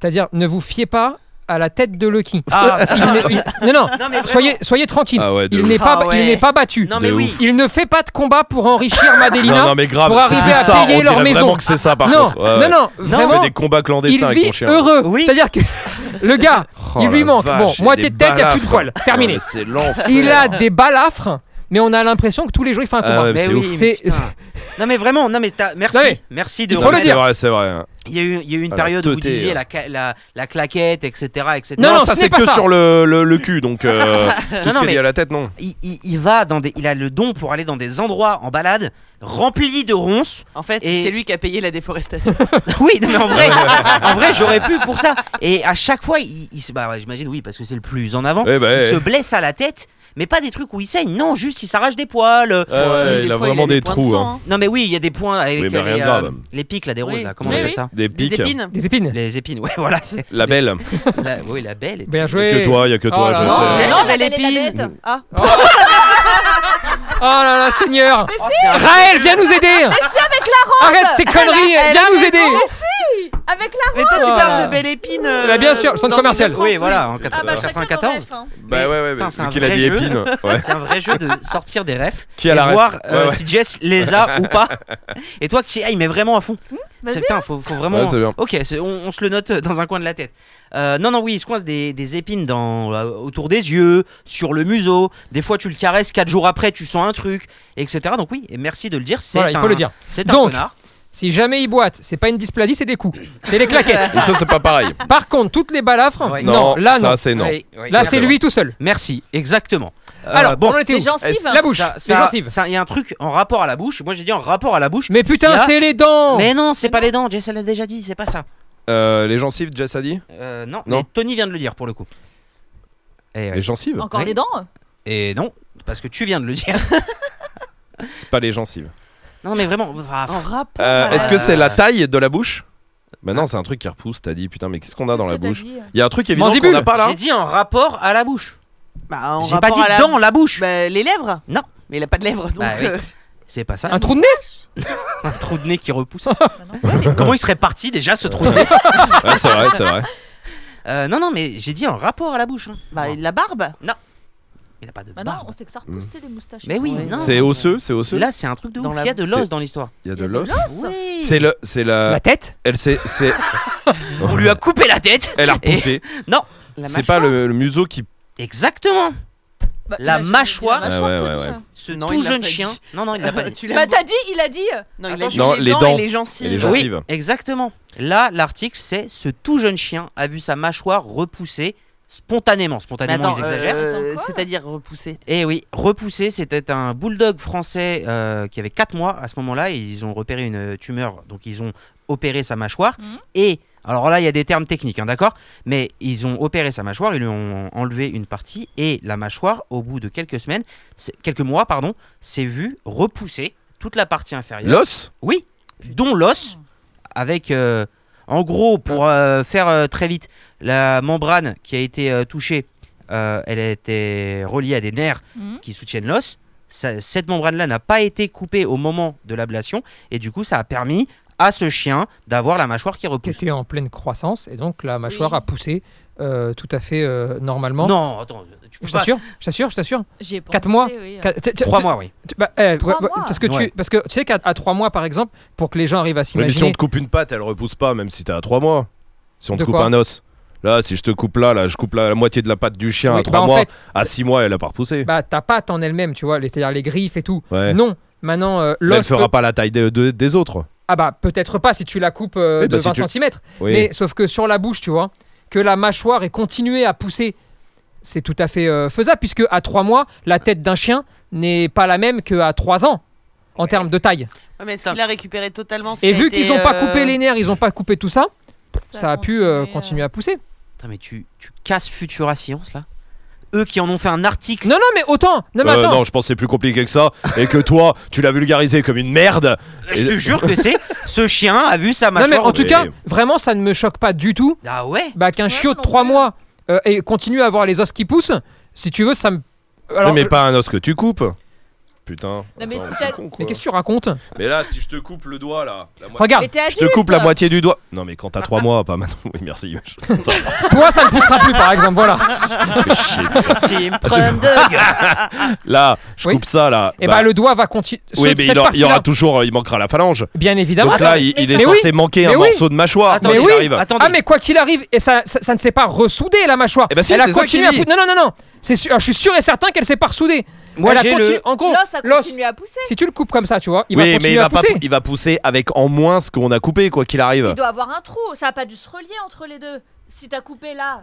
Speaker 8: C'est-à-dire, ne vous fiez pas à la tête de Lucky.
Speaker 1: Ah.
Speaker 8: Il n'est- il- Non, non,
Speaker 1: Non mais
Speaker 8: soyez, soyez tranquille.
Speaker 5: Ah ouais, de
Speaker 8: il
Speaker 5: ouf.
Speaker 8: n'est pas,
Speaker 6: Ah ouais.
Speaker 8: il n'est pas battu.
Speaker 1: Non mais
Speaker 5: de
Speaker 1: oui.
Speaker 5: ouf.
Speaker 8: Il ne fait pas de combat pour enrichir Madelina.
Speaker 5: non, non, mais grave,
Speaker 8: pour
Speaker 5: c'est
Speaker 8: arriver
Speaker 5: plus
Speaker 8: à
Speaker 5: ça,
Speaker 8: payer
Speaker 5: on
Speaker 8: leur
Speaker 5: dirait
Speaker 8: maison.
Speaker 5: vraiment que c'est ça par
Speaker 8: non,
Speaker 5: contre. Ouais, ouais.
Speaker 8: non, non,
Speaker 5: Tu fais
Speaker 8: vraiment,
Speaker 5: des combats
Speaker 8: il
Speaker 5: clandestins avec
Speaker 8: vit
Speaker 5: ton chien.
Speaker 8: heureux.
Speaker 1: Oui.
Speaker 8: C'est-à-dire que le gars,
Speaker 5: Oh
Speaker 8: il lui
Speaker 5: la
Speaker 8: manque,
Speaker 5: vache,
Speaker 8: bon,
Speaker 5: j'ai
Speaker 8: moitié
Speaker 5: des
Speaker 8: de tête, il n'y a plus de
Speaker 5: balafres.
Speaker 8: poils. Terminé.
Speaker 5: Non, mais C'est l'enfer.
Speaker 8: Il a des balafres. mais on a l'impression que tous les jours il fait un
Speaker 5: Ah
Speaker 8: combat.
Speaker 5: ouais, mais
Speaker 1: Mais
Speaker 5: c'est
Speaker 1: oui,
Speaker 5: ouf.
Speaker 1: mais
Speaker 8: C'est-
Speaker 1: putain. non mais vraiment, non mais t'as- merci,
Speaker 8: Non, mais-
Speaker 1: merci de.
Speaker 8: Il
Speaker 5: Non,
Speaker 8: faut
Speaker 5: mais
Speaker 8: le
Speaker 5: C'est
Speaker 8: dire.
Speaker 5: vrai, c'est vrai. hein.
Speaker 1: Il y a eu, il y a eu une
Speaker 5: Ah, la
Speaker 1: période où vous
Speaker 5: teuté,
Speaker 1: disiez
Speaker 5: hein.
Speaker 1: la, ca- la, la claquette, etc., etc.
Speaker 8: Non, non,
Speaker 5: ça
Speaker 8: ce
Speaker 5: c'est
Speaker 8: n'est pas
Speaker 5: que
Speaker 8: ça.
Speaker 5: sur le, le, le cul, donc euh, tout
Speaker 1: Non,
Speaker 5: ce
Speaker 1: non,
Speaker 5: qui est lié
Speaker 1: mais-
Speaker 5: à la tête, non.
Speaker 1: Il, il- il va dans des, il a le don pour aller dans des endroits en balade remplis de ronces.
Speaker 6: En fait,
Speaker 1: Et-
Speaker 6: c'est lui qui a payé la déforestation.
Speaker 1: oui, non, mais en vrai, en vrai, j'aurais pu pour ça. Et à chaque fois, il, il se, bah, ouais, j'imagine, oui, parce que c'est le plus en avant.
Speaker 5: Eh ben,
Speaker 1: il
Speaker 5: eh.
Speaker 1: se blesse à la tête, mais pas des trucs où il saigne. Non, juste il s'arrache des poils. euh,
Speaker 5: Ah ouais, il, a
Speaker 6: fois,
Speaker 5: vraiment
Speaker 6: des
Speaker 5: des
Speaker 6: points
Speaker 5: trous,
Speaker 6: De
Speaker 5: hein.
Speaker 6: sang, hein.
Speaker 1: Non, mais oui, il y a des points avec
Speaker 5: Oui, mais
Speaker 1: euh,
Speaker 5: rien
Speaker 1: les,
Speaker 5: de grave.
Speaker 1: les pics là, des
Speaker 6: Oui.
Speaker 1: roses. Là, comment on
Speaker 7: Oui,
Speaker 1: appelle
Speaker 7: oui.
Speaker 1: ça
Speaker 5: des
Speaker 6: Des
Speaker 5: pics,
Speaker 6: épines
Speaker 8: Des épines.
Speaker 1: Les épines. Ouais, voilà. c'est-
Speaker 5: la belle.
Speaker 1: la- oui, la belle.
Speaker 8: Bien
Speaker 5: Y
Speaker 8: joué.
Speaker 5: a que toi, il y a que
Speaker 8: Oh
Speaker 5: toi,
Speaker 8: là
Speaker 5: je
Speaker 8: là.
Speaker 5: sais.
Speaker 7: Non,
Speaker 6: la
Speaker 7: la belle et la
Speaker 6: l'épine.
Speaker 7: bête. Ah,
Speaker 8: Oh là là, Seigneur.
Speaker 1: Oh, c'est un-
Speaker 8: Raël, viens nous aider.
Speaker 7: Ah,
Speaker 8: Arrête tes conneries, viens nous aider.
Speaker 7: avec la.
Speaker 6: Mais toi, tu
Speaker 8: Oh.
Speaker 6: parles de belle épine. euh,
Speaker 8: Bah, bien sûr, le centre
Speaker 6: dans
Speaker 8: commercial.
Speaker 6: l'île de
Speaker 1: Oui,
Speaker 6: France,
Speaker 1: voilà, en
Speaker 7: Ah bah, chacun dans
Speaker 1: 94.
Speaker 7: le ref, hein.
Speaker 5: Bah ouais, ouais,
Speaker 1: Putain,
Speaker 5: mais
Speaker 1: c'est un
Speaker 5: vu qu'il a
Speaker 1: vrai
Speaker 5: dit
Speaker 1: jeu.
Speaker 5: épines. Ouais.
Speaker 1: C'est un vrai jeu de sortir des refs
Speaker 5: Qui a
Speaker 1: et
Speaker 5: la ref
Speaker 1: voir euh,
Speaker 5: Ouais, ouais.
Speaker 1: si Jess les a ou pas. Et toi, qui ah, il met vraiment à fond.
Speaker 7: Hmm, vas-y,
Speaker 1: C'est putain, faut, faut vraiment.
Speaker 5: Ouais, c'est bien.
Speaker 1: ok, c'est- on, on se le note euh, dans un coin de la tête. Euh, non, non, oui, il se coince des, des épines dans, là, autour des yeux, sur le museau. Des fois, tu le caresses, 4 jours après, tu sens un truc, etc. Donc, oui, et merci de le dire. C'est
Speaker 8: Voilà, il
Speaker 1: un-
Speaker 8: faut le dire.
Speaker 1: C'est un
Speaker 8: Donc,
Speaker 1: connard.
Speaker 8: Si jamais il boite, c'est pas une dysplasie, c'est des coups. C'est des claquettes.
Speaker 5: Donc ça, c'est pas pareil.
Speaker 8: Par contre, toutes les balafres,
Speaker 1: Ouais.
Speaker 8: non, là non.
Speaker 5: Ça, c'est non.
Speaker 1: Oui, oui,
Speaker 8: Là, c'est lui tout seul.
Speaker 1: Merci, exactement. Euh,
Speaker 8: Alors,
Speaker 1: bon,
Speaker 8: on en était où
Speaker 7: Les gencives.
Speaker 8: La bouche,
Speaker 1: ça-
Speaker 8: les
Speaker 1: ça-
Speaker 8: gencives.
Speaker 1: ça- Il y a un truc en rapport à la bouche. Moi, j'ai dit en rapport à la bouche.
Speaker 8: Mais
Speaker 1: Il y
Speaker 8: putain,
Speaker 1: a-
Speaker 8: c'est les dents.
Speaker 1: Mais non, c'est pas les dents, Jess elle l'a déjà dit, c'est pas ça.
Speaker 5: Euh, les gencives, Jess a dit
Speaker 1: Euh, non,
Speaker 5: Non.
Speaker 1: mais Tony vient de le dire pour le coup. Et,
Speaker 5: Les gencives
Speaker 7: Encore
Speaker 1: Oui.
Speaker 7: les dents
Speaker 1: et non, parce que tu viens de le dire.
Speaker 5: C'est pas les gencives.
Speaker 1: non, mais vraiment. ah,
Speaker 6: En rap.
Speaker 5: Euh,
Speaker 1: Voilà.
Speaker 5: Est-ce que c'est la taille de la bouche Bah non, c'est un truc qui repousse, t'as dit. Putain, mais qu'est-ce qu'on a dans la bouche Il y a un truc évident qu'on
Speaker 8: Mandibule.
Speaker 5: n'a pas là.
Speaker 1: J'ai dit en rapport à la bouche.
Speaker 6: Bah, en
Speaker 1: J'ai pas
Speaker 6: rapport
Speaker 1: dit
Speaker 6: à la-
Speaker 1: dans la bouche.
Speaker 6: Bah, les lèvres
Speaker 1: Non.
Speaker 6: Mais il a pas de lèvres donc.
Speaker 1: Bah oui.
Speaker 6: euh,
Speaker 1: C'est pas ça.
Speaker 8: Un trou de nez
Speaker 1: Un trou de nez qui repousse. Comment il serait parti déjà ce trou de nez
Speaker 5: Ouais, c'est vrai, c'est vrai.
Speaker 1: Euh, Non, non, mais j'ai dit en rapport à la bouche. hein.
Speaker 6: Bah,
Speaker 1: Non,
Speaker 6: la barbe
Speaker 1: Il a pas de
Speaker 7: Bah non,
Speaker 1: barbe.
Speaker 7: on sait que ça
Speaker 5: Mm.
Speaker 7: repousse t'sais, les moustaches.
Speaker 1: Mais oui,
Speaker 6: Ouais.
Speaker 1: non.
Speaker 5: C'est osseux, c'est osseux.
Speaker 1: Là, c'est un truc de
Speaker 6: Dans
Speaker 1: ouf.
Speaker 6: la-
Speaker 1: Il y a de l'os
Speaker 5: c'est-
Speaker 1: dans l'histoire.
Speaker 5: Il y a
Speaker 7: Il y
Speaker 5: de
Speaker 7: a de
Speaker 5: l'os.
Speaker 1: Oui.
Speaker 5: C'est le, c'est
Speaker 1: Euh.
Speaker 5: la.
Speaker 8: La tête
Speaker 5: Elle s'est, c'est.
Speaker 1: On lui a coupé la tête.
Speaker 5: Elle a
Speaker 1: Et-
Speaker 5: repoussé.
Speaker 6: la
Speaker 5: C'est pas le, le museau qui.
Speaker 1: Exactement.
Speaker 7: Bah,
Speaker 1: La
Speaker 7: imagine,
Speaker 1: mâchoire.
Speaker 7: il dit la
Speaker 5: Ah Ouais, ouais,
Speaker 7: Tony,
Speaker 5: ouais,
Speaker 7: là.
Speaker 1: Ce
Speaker 6: Non, il
Speaker 1: tout
Speaker 6: l'a
Speaker 1: jeune
Speaker 6: pas dit.
Speaker 1: chien. Non, non, il l'a pas dit.
Speaker 6: tu l'as
Speaker 7: Bah t'as dit, il a dit.
Speaker 6: Non, il a
Speaker 1: Attention.
Speaker 6: dit
Speaker 5: Non,
Speaker 6: les,
Speaker 5: les
Speaker 6: dents,
Speaker 5: dents.
Speaker 6: et les
Speaker 5: Et les
Speaker 6: gencives.
Speaker 5: gencives.
Speaker 1: Oui, exactement. Là, l'article, c'est ce tout jeune chien a vu sa mâchoire repousser spontanément.
Speaker 6: Mais
Speaker 1: Spontanément,
Speaker 6: attends,
Speaker 1: ils exagèrent.
Speaker 6: euh,
Speaker 7: Attends, quoi
Speaker 6: c'est-à-dire repousser.
Speaker 1: Et Eh oui, repousser, c'était un bulldog français euh, qui avait 4 mois à ce moment-là. et Ils ont repéré une euh, tumeur, donc ils ont opéré sa mâchoire.
Speaker 7: Mhm.
Speaker 1: Et, alors là, il y a des termes techniques, hein, d'accord Mais ils ont opéré sa mâchoire, ils lui ont enlevé une partie. Et la mâchoire, au bout de quelques semaines, c'est- quelques mois, pardon, s'est vue repousser toute la partie inférieure.
Speaker 5: L'os
Speaker 1: Oui, dont l'os, avec, euh, en gros, pour euh, faire euh, très vite, la membrane qui a été euh, touchée, euh, elle a été reliée à des nerfs
Speaker 7: Mhm.
Speaker 1: qui soutiennent l'os. Ça- cette membrane-là n'a pas été coupée au moment de l'ablation, et du coup, ça a permis à ce chien d'avoir la mâchoire qui
Speaker 8: qui
Speaker 1: repousse.
Speaker 8: était en pleine croissance et donc la mâchoire
Speaker 7: Oui.
Speaker 8: a poussé euh, tout à fait euh, normalement.
Speaker 1: Non, attends, tu peux
Speaker 8: Je
Speaker 1: pas.
Speaker 8: t'assure, je t'assure, je t'assure.
Speaker 7: J'ai
Speaker 8: Quatre
Speaker 7: pensé,
Speaker 8: mois.
Speaker 7: oui.
Speaker 8: Qu'à- tu- tu-
Speaker 1: Trois
Speaker 8: tu-
Speaker 1: mois, oui.
Speaker 8: tu- bah, euh,
Speaker 7: Trois
Speaker 8: ouais, ouais,
Speaker 7: mois.
Speaker 8: Parce que,
Speaker 1: Ouais.
Speaker 8: tu, parce que tu sais qu'à à trois mois, par exemple, pour que les gens arrivent à
Speaker 5: Mais si on
Speaker 8: s'imaginer.
Speaker 5: te coupe une patte, elle repousse pas, même si t'es à 3 mois. Si on
Speaker 8: De
Speaker 5: te coupe
Speaker 8: quoi
Speaker 5: un os. Là, si je te coupe là, là, je coupe la, la moitié de la patte du chien
Speaker 8: Oui,
Speaker 5: à 3
Speaker 8: bah,
Speaker 5: mois.
Speaker 8: En fait,
Speaker 5: À 6 mois, elle a pas repoussé.
Speaker 8: bah, ta patte en elle-même, tu vois, les- c'est-à-dire les griffes et tout.
Speaker 5: ouais.
Speaker 8: Non, maintenant, euh,
Speaker 5: Mais elle
Speaker 8: l'os.
Speaker 5: fera
Speaker 8: peut-
Speaker 5: pas la taille de- de- des autres.
Speaker 8: Ah bah, peut-être pas si tu la coupes euh,
Speaker 5: Oui,
Speaker 8: de
Speaker 5: bah, si tu-
Speaker 8: 20 cm.
Speaker 5: Oui.
Speaker 8: Mais sauf que sur la bouche, tu vois, que la mâchoire ait continué à pousser, c'est tout à fait euh, faisable, puisque à 3 mois, la tête d'un chien n'est pas la même qu'à 3 ans, en termes de taille.
Speaker 6: Ouais, mais est-ce qu'il a récupéré totalement ce
Speaker 8: Et
Speaker 6: qui a
Speaker 8: vu
Speaker 6: été,
Speaker 8: qu'ils n'ont pas
Speaker 6: euh,
Speaker 8: coupé les nerfs, ils n'ont pas coupé tout ça, ça, a pu euh,
Speaker 7: euh,
Speaker 8: continuer à pousser.
Speaker 1: Putain, mais tu, tu casses Futura Science, là Eux qui en ont fait un article.
Speaker 8: Non, non, mais autant Non, mais
Speaker 5: Euh,
Speaker 8: attends
Speaker 5: non, je pense que c'est plus compliqué que ça. et que toi, tu l'as vulgarisé comme une merde.
Speaker 1: Je
Speaker 5: Et-
Speaker 1: te jure que c'est ce chien a vu sa
Speaker 8: Non,
Speaker 1: mâchoire.
Speaker 8: mais en tout
Speaker 5: mais-
Speaker 8: cas, vraiment, ça ne me choque pas du tout
Speaker 1: Ah ouais
Speaker 8: bah, qu'un
Speaker 7: Ouais,
Speaker 8: chiot de
Speaker 7: non
Speaker 8: 3
Speaker 7: plus.
Speaker 8: mois euh, et continue à avoir les os qui poussent. Si tu veux, ça me. Alors, euh,
Speaker 5: mais, mais pas un os que tu coupes. Putain.
Speaker 7: Non,
Speaker 5: Attends,
Speaker 7: mais si
Speaker 5: je
Speaker 7: t'as-
Speaker 5: suis Oh, con, quoi.
Speaker 8: mais qu'est-ce que tu racontes
Speaker 5: Mais là, si je te coupe le doigt là. la moitié-
Speaker 8: Regarde,
Speaker 7: Mais t'es
Speaker 5: Je te
Speaker 7: adulte.
Speaker 5: coupe la moitié du doigt. Non, mais quand t'as 3 mois, pas maintenant. Oui, merci. Je sens ça.
Speaker 8: toi, ça ne poussera plus, par exemple, voilà.
Speaker 5: Fais chier, putain.
Speaker 1: Team Prime Dog
Speaker 5: Là, je
Speaker 8: Oui.
Speaker 5: coupe ça là.
Speaker 8: Et bah, le doigt va continuer.
Speaker 5: Oui, mais
Speaker 8: cette
Speaker 5: il, aura- il y aura
Speaker 8: partie-là,
Speaker 5: toujours. euh, Il manquera la phalange.
Speaker 8: Bien évidemment.
Speaker 5: Donc là, il, il est
Speaker 8: Mais oui.
Speaker 5: censé manquer
Speaker 8: Mais
Speaker 5: un
Speaker 8: oui.
Speaker 5: morceau de mâchoire.
Speaker 1: Attendez,
Speaker 5: quand il
Speaker 8: oui.
Speaker 5: arrive.
Speaker 1: Attendez.
Speaker 8: Ah mais quoi qu'il arrive, et ça, ça, ça ne s'est pas ressoudé la mâchoire.
Speaker 5: Eh ben si,
Speaker 8: elle a
Speaker 5: c'est ça
Speaker 8: continué
Speaker 5: qu'il
Speaker 8: à
Speaker 5: dit.
Speaker 8: ah, pou- Non non non non. C'est sûr- je suis sûr et certain qu'elle s'est pas ressoudée.
Speaker 1: Moi,
Speaker 8: Elle a
Speaker 1: j'ai
Speaker 8: continu-
Speaker 1: le.
Speaker 8: En gros,
Speaker 7: L'os a
Speaker 8: l'os,
Speaker 7: continué à pousser.
Speaker 8: si tu le coupes comme ça, tu vois, il
Speaker 5: oui,
Speaker 8: va
Speaker 5: mais
Speaker 8: continuer
Speaker 5: il va,
Speaker 8: à
Speaker 5: pas,
Speaker 8: pousser.
Speaker 5: il va pousser avec en moins ce qu'on a coupé, quoi qu'il arrive.
Speaker 7: Il doit avoir un trou. Ça a pas dû se relier entre les deux. Si t'as coupé là,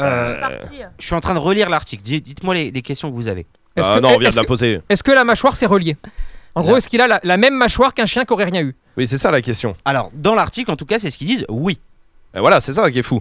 Speaker 1: Euh,
Speaker 7: une partie.
Speaker 1: je suis en train de relire l'article. Dis- Dites-moi les, les questions que vous avez.
Speaker 8: Est-ce
Speaker 5: Ah
Speaker 8: que-
Speaker 5: non, on vient
Speaker 8: est-ce
Speaker 5: de la
Speaker 8: que-
Speaker 5: poser.
Speaker 8: Est-ce que la mâchoire s'est reliée En gros,
Speaker 1: Non.
Speaker 8: est-ce qu'il a la, la même mâchoire qu'un chien qui aurait rien eu
Speaker 5: Oui, c'est ça la question.
Speaker 1: Alors, dans l'article, en tout cas, c'est ce qu'ils disent. Oui.
Speaker 5: Et voilà, c'est ça qui est fou.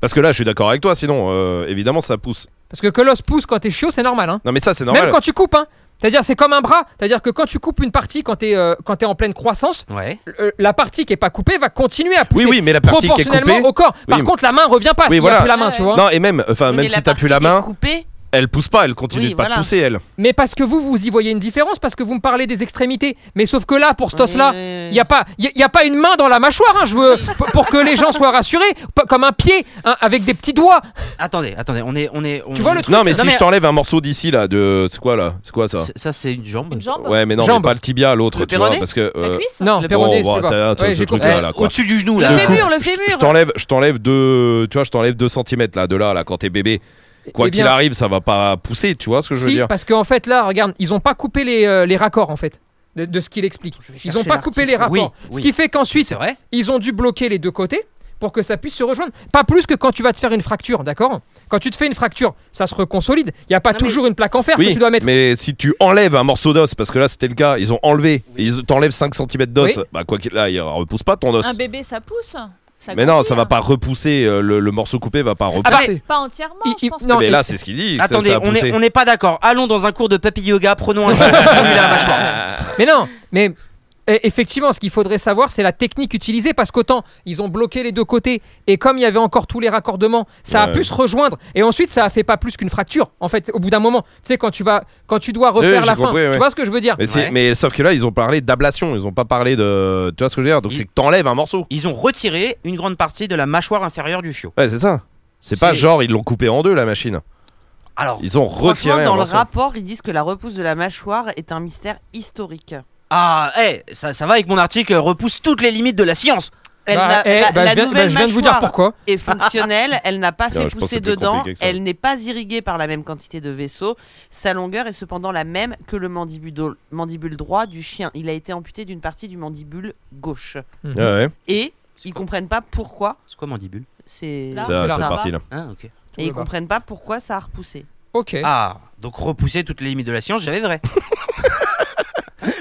Speaker 5: Parce que là, je suis d'accord avec toi, sinon, euh, évidemment, ça pousse.
Speaker 8: Parce que que l'os pousse quand t'es chiot, c'est normal. Hein.
Speaker 5: Non, mais ça, c'est normal.
Speaker 8: Même quand tu coupes, hein. C'est-à-dire, c'est comme un bras. C'est-à-dire que quand tu coupes une partie, quand t'es euh, quand t'es en pleine croissance,
Speaker 1: Ouais.
Speaker 8: euh, la partie qui est pas coupée va continuer à
Speaker 5: Oui,
Speaker 8: pousser
Speaker 5: oui, mais la partie qui est
Speaker 8: proportionnellement
Speaker 5: coupée.
Speaker 8: au corps. Par
Speaker 5: mais-
Speaker 8: contre, la main revient pas
Speaker 5: Oui,
Speaker 8: s'il y
Speaker 5: voilà.
Speaker 8: a plus la main,
Speaker 7: Ah
Speaker 8: tu
Speaker 7: ouais.
Speaker 8: vois.
Speaker 5: Non, et même, enfin, même si t'appuies la main,
Speaker 6: Coupé,
Speaker 5: elle pousse pas, elle continue
Speaker 6: Oui,
Speaker 5: de pas
Speaker 6: voilà.
Speaker 5: de pousser, elle.
Speaker 8: Mais parce que vous, vous y voyez une différence, parce que vous me parlez des extrémités. Mais sauf que là, pour cet os-là, Il n'y a, pas- y a- y a pas une main dans la mâchoire, hein, je veux, pour- pour que les gens soient rassurés, pas comme un pied, hein, avec des petits doigts.
Speaker 1: Attendez, attendez. On est, on est. on-
Speaker 8: Tu vois le truc
Speaker 5: Non, mais
Speaker 1: Non,
Speaker 5: si
Speaker 1: mais-
Speaker 5: je t'enlève un morceau d'ici, là, de. C'est quoi, là C'est quoi, ça
Speaker 1: Ça, ça, c'est une jambe.
Speaker 7: Une jambe,
Speaker 5: Ouais, mais non,
Speaker 8: Jambe.
Speaker 5: mais pas le tibia, l'autre,
Speaker 6: Le
Speaker 5: tu vois,
Speaker 6: péroné
Speaker 5: parce que.
Speaker 7: la
Speaker 5: euh,
Speaker 7: cuisse.
Speaker 8: Non,
Speaker 6: Le
Speaker 8: Péroné,
Speaker 5: bon,
Speaker 8: c'est
Speaker 5: bah,
Speaker 8: pas.
Speaker 5: t'as- t'as
Speaker 8: Ouais,
Speaker 5: ce
Speaker 8: j'ai compris.
Speaker 5: truc-là, là,
Speaker 1: Eh,
Speaker 5: quoi.
Speaker 1: Au-dessus du genou,
Speaker 6: Le
Speaker 1: là.
Speaker 5: fais
Speaker 6: fémur, le
Speaker 5: Je
Speaker 6: fémur.
Speaker 5: t'enlève, je t'enlève de, tu vois, je t'enlève 2 cm là, de là, là, quand t'es bébé. Quoi
Speaker 8: Eh
Speaker 5: qu'il
Speaker 8: bien,
Speaker 5: arrive, ça va pas pousser, tu vois ce que je veux
Speaker 8: Si,
Speaker 5: dire
Speaker 8: parce qu'en fait, là, regarde, ils n'ont pas coupé les, euh, les raccords, en fait, de, de ce qu'il explique.
Speaker 6: Je vais
Speaker 8: Ils
Speaker 6: chercher
Speaker 8: n'ont pas coupé les
Speaker 6: l'article.
Speaker 8: raccords.
Speaker 1: Oui,
Speaker 8: Ce
Speaker 1: oui.
Speaker 8: qui fait qu'ensuite,
Speaker 1: C'est vrai.
Speaker 8: ils ont dû bloquer les deux côtés pour que ça puisse se rejoindre. Pas plus que quand tu vas te faire une fracture, d'accord Quand tu te fais une fracture, ça se reconsolide. Il n'y a pas
Speaker 1: Non, mais-
Speaker 8: toujours une plaque en fer que
Speaker 5: Oui,
Speaker 8: tu dois mettre.
Speaker 5: mais si tu enlèves un morceau d'os, parce que là c'était le cas, ils ont enlevé, et ils t'enlèvent 5 cm d'os,
Speaker 8: Oui.
Speaker 5: bah quoi qu'il là, il repousse pas ton os.
Speaker 7: Un bébé, ça pousse. Ça
Speaker 5: Mais non,
Speaker 7: grandit,
Speaker 5: ça va
Speaker 7: ben, hein.
Speaker 5: pas repousser, euh, le, le morceau coupé va pas repousser.
Speaker 8: bah,
Speaker 7: Pas entièrement,
Speaker 8: Il-
Speaker 7: je
Speaker 8: il-
Speaker 7: pense.
Speaker 8: non,
Speaker 5: mais
Speaker 8: et-
Speaker 5: Eh ben là, c'est ce qu'il dit. ça-
Speaker 1: Attendez,
Speaker 5: ça a
Speaker 1: on
Speaker 5: poussé.
Speaker 1: est, on n'est pas d'accord. Allons dans un cours de papy yoga. Prenons un. champ pour stimuler
Speaker 5: Ah, bah,
Speaker 1: la mâchoire.
Speaker 8: Mais non, mais e- effectivement, ce qu'il faudrait savoir, c'est la technique utilisée parce qu'autant ils ont bloqué les deux côtés et comme il y avait encore tous les raccordements, ça
Speaker 5: Ouais.
Speaker 8: a pu se rejoindre et ensuite ça a fait pas plus qu'une fracture. En fait, au bout d'un moment, tu sais quand tu vas quand tu dois refaire
Speaker 5: j'ai
Speaker 8: la fin,
Speaker 5: compris, ouais.
Speaker 8: tu vois ce que je veux dire
Speaker 5: Mais, c'est-
Speaker 1: Ouais.
Speaker 5: mais sauf que là, ils ont parlé d'ablation, ils ont pas parlé de. Tu vois ce que je veux dire Donc
Speaker 8: Mm.
Speaker 1: Il-
Speaker 5: c'est que t'enlèves un morceau.
Speaker 1: Ils ont retiré une grande partie de la mâchoire inférieure du chiot.
Speaker 5: Ouais, c'est ça. C'est pas
Speaker 1: C'est-
Speaker 5: genre ils l'ont coupé en deux la machine.
Speaker 1: Alors.
Speaker 5: Ils ont
Speaker 6: Franchement,
Speaker 5: retiré un
Speaker 6: dans le
Speaker 5: morceau.
Speaker 6: rapport, ils disent que la repousse de la mâchoire est un mystère historique.
Speaker 1: Ah, eh, ça, ça va avec mon article. Repousse toutes les limites de la science.
Speaker 6: Elle
Speaker 8: Bah,
Speaker 6: n'a-
Speaker 8: eh,
Speaker 6: la,
Speaker 8: bah,
Speaker 6: la
Speaker 8: je viens, bah,
Speaker 6: nouvelle
Speaker 8: je viens de vous dire
Speaker 6: mâchoire
Speaker 8: pourquoi.
Speaker 6: est fonctionnelle, elle n'a pas
Speaker 5: Non,
Speaker 6: fait
Speaker 5: je pense que
Speaker 6: pousser
Speaker 5: c'est plus
Speaker 6: dedans,
Speaker 5: compliqué que ça.
Speaker 6: elle n'est pas irriguée par la même quantité de vaisseaux, sa longueur est cependant la même que le mandibule, mandibule droit du chien. Il a été amputé d'une partie du mandibule gauche.
Speaker 8: Mhm.
Speaker 5: Ouais, ouais.
Speaker 6: Et
Speaker 1: C'est
Speaker 6: ils
Speaker 1: quoi-
Speaker 6: comprennent pas pourquoi
Speaker 1: C'est quoi mandibule
Speaker 6: c'est
Speaker 7: Là.
Speaker 5: Ça,
Speaker 8: c'est
Speaker 5: cette
Speaker 8: là.
Speaker 5: partie là.
Speaker 1: Ah, ok.
Speaker 6: Et ils
Speaker 8: Tout là-bas.
Speaker 6: comprennent pas pourquoi ça a repoussé.
Speaker 8: Ok.
Speaker 1: Ah, donc repousser toutes les limites de la science, j'avais vrai.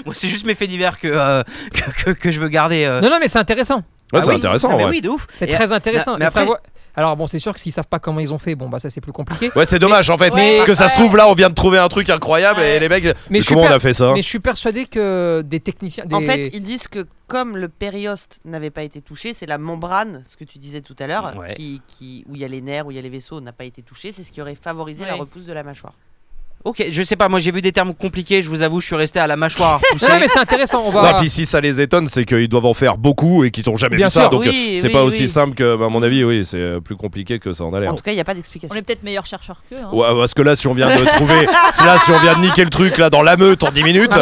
Speaker 1: Moi, c'est juste mes faits divers que, euh, que, que- que je veux garder. euh.
Speaker 8: Non non, mais c'est intéressant.
Speaker 5: Ouais,
Speaker 1: Ah
Speaker 5: c'est
Speaker 1: oui,
Speaker 5: intéressant,
Speaker 1: non, mais
Speaker 5: ouais.
Speaker 1: oui, de ouf.
Speaker 8: C'est
Speaker 1: Et- euh,
Speaker 8: très intéressant.
Speaker 1: mais- mais
Speaker 8: Et ça
Speaker 1: après-
Speaker 8: voit- Alors bon, c'est sûr que s'ils savent pas comment ils ont fait, bon bah ça c'est plus compliqué.
Speaker 5: Ouais, c'est dommage en fait.
Speaker 7: Mais-
Speaker 5: parce que ça se
Speaker 7: ouais.
Speaker 5: trouve là, on vient de trouver un truc incroyable et
Speaker 7: Ouais.
Speaker 5: les mecs. Mais,
Speaker 8: je suis
Speaker 5: comment on
Speaker 8: per-
Speaker 5: a fait ça
Speaker 8: Mais je suis persuadé que des techniciens, des...
Speaker 6: En fait, ils disent que comme le périoste n'avait pas été touché, c'est la membrane, ce que tu disais tout à l'heure,
Speaker 1: Ouais.
Speaker 6: qui, qui- où il y a les nerfs, où il y a les vaisseaux, n'a pas été touché, c'est ce qui aurait favorisé la
Speaker 7: Ouais.
Speaker 6: repousse de la mâchoire.
Speaker 1: Ok, je sais pas, moi j'ai vu des termes compliqués, je vous avoue, je suis resté à la mâchoire. poussée.
Speaker 8: non, non, mais c'est intéressant. On
Speaker 5: Non,
Speaker 8: va.
Speaker 5: Bah, puis si ça les étonne, c'est qu'ils doivent en faire beaucoup et qu'ils ont jamais
Speaker 8: Bien
Speaker 5: vu ça.
Speaker 8: sûr.
Speaker 5: Donc
Speaker 6: Oui,
Speaker 5: euh, c'est
Speaker 6: oui,
Speaker 5: pas
Speaker 6: oui.
Speaker 5: aussi simple que, bah, à mon avis, oui, c'est euh, plus compliqué que ça en a l'air.
Speaker 6: En tout cas, il n'y a pas
Speaker 7: On
Speaker 6: d'explication.
Speaker 7: est peut-être meilleurs chercheurs qu'eux. hein.
Speaker 5: Ouais, parce que là, si on vient de trouver, là, si on vient de niquer le truc là dans la meute en 10 minutes,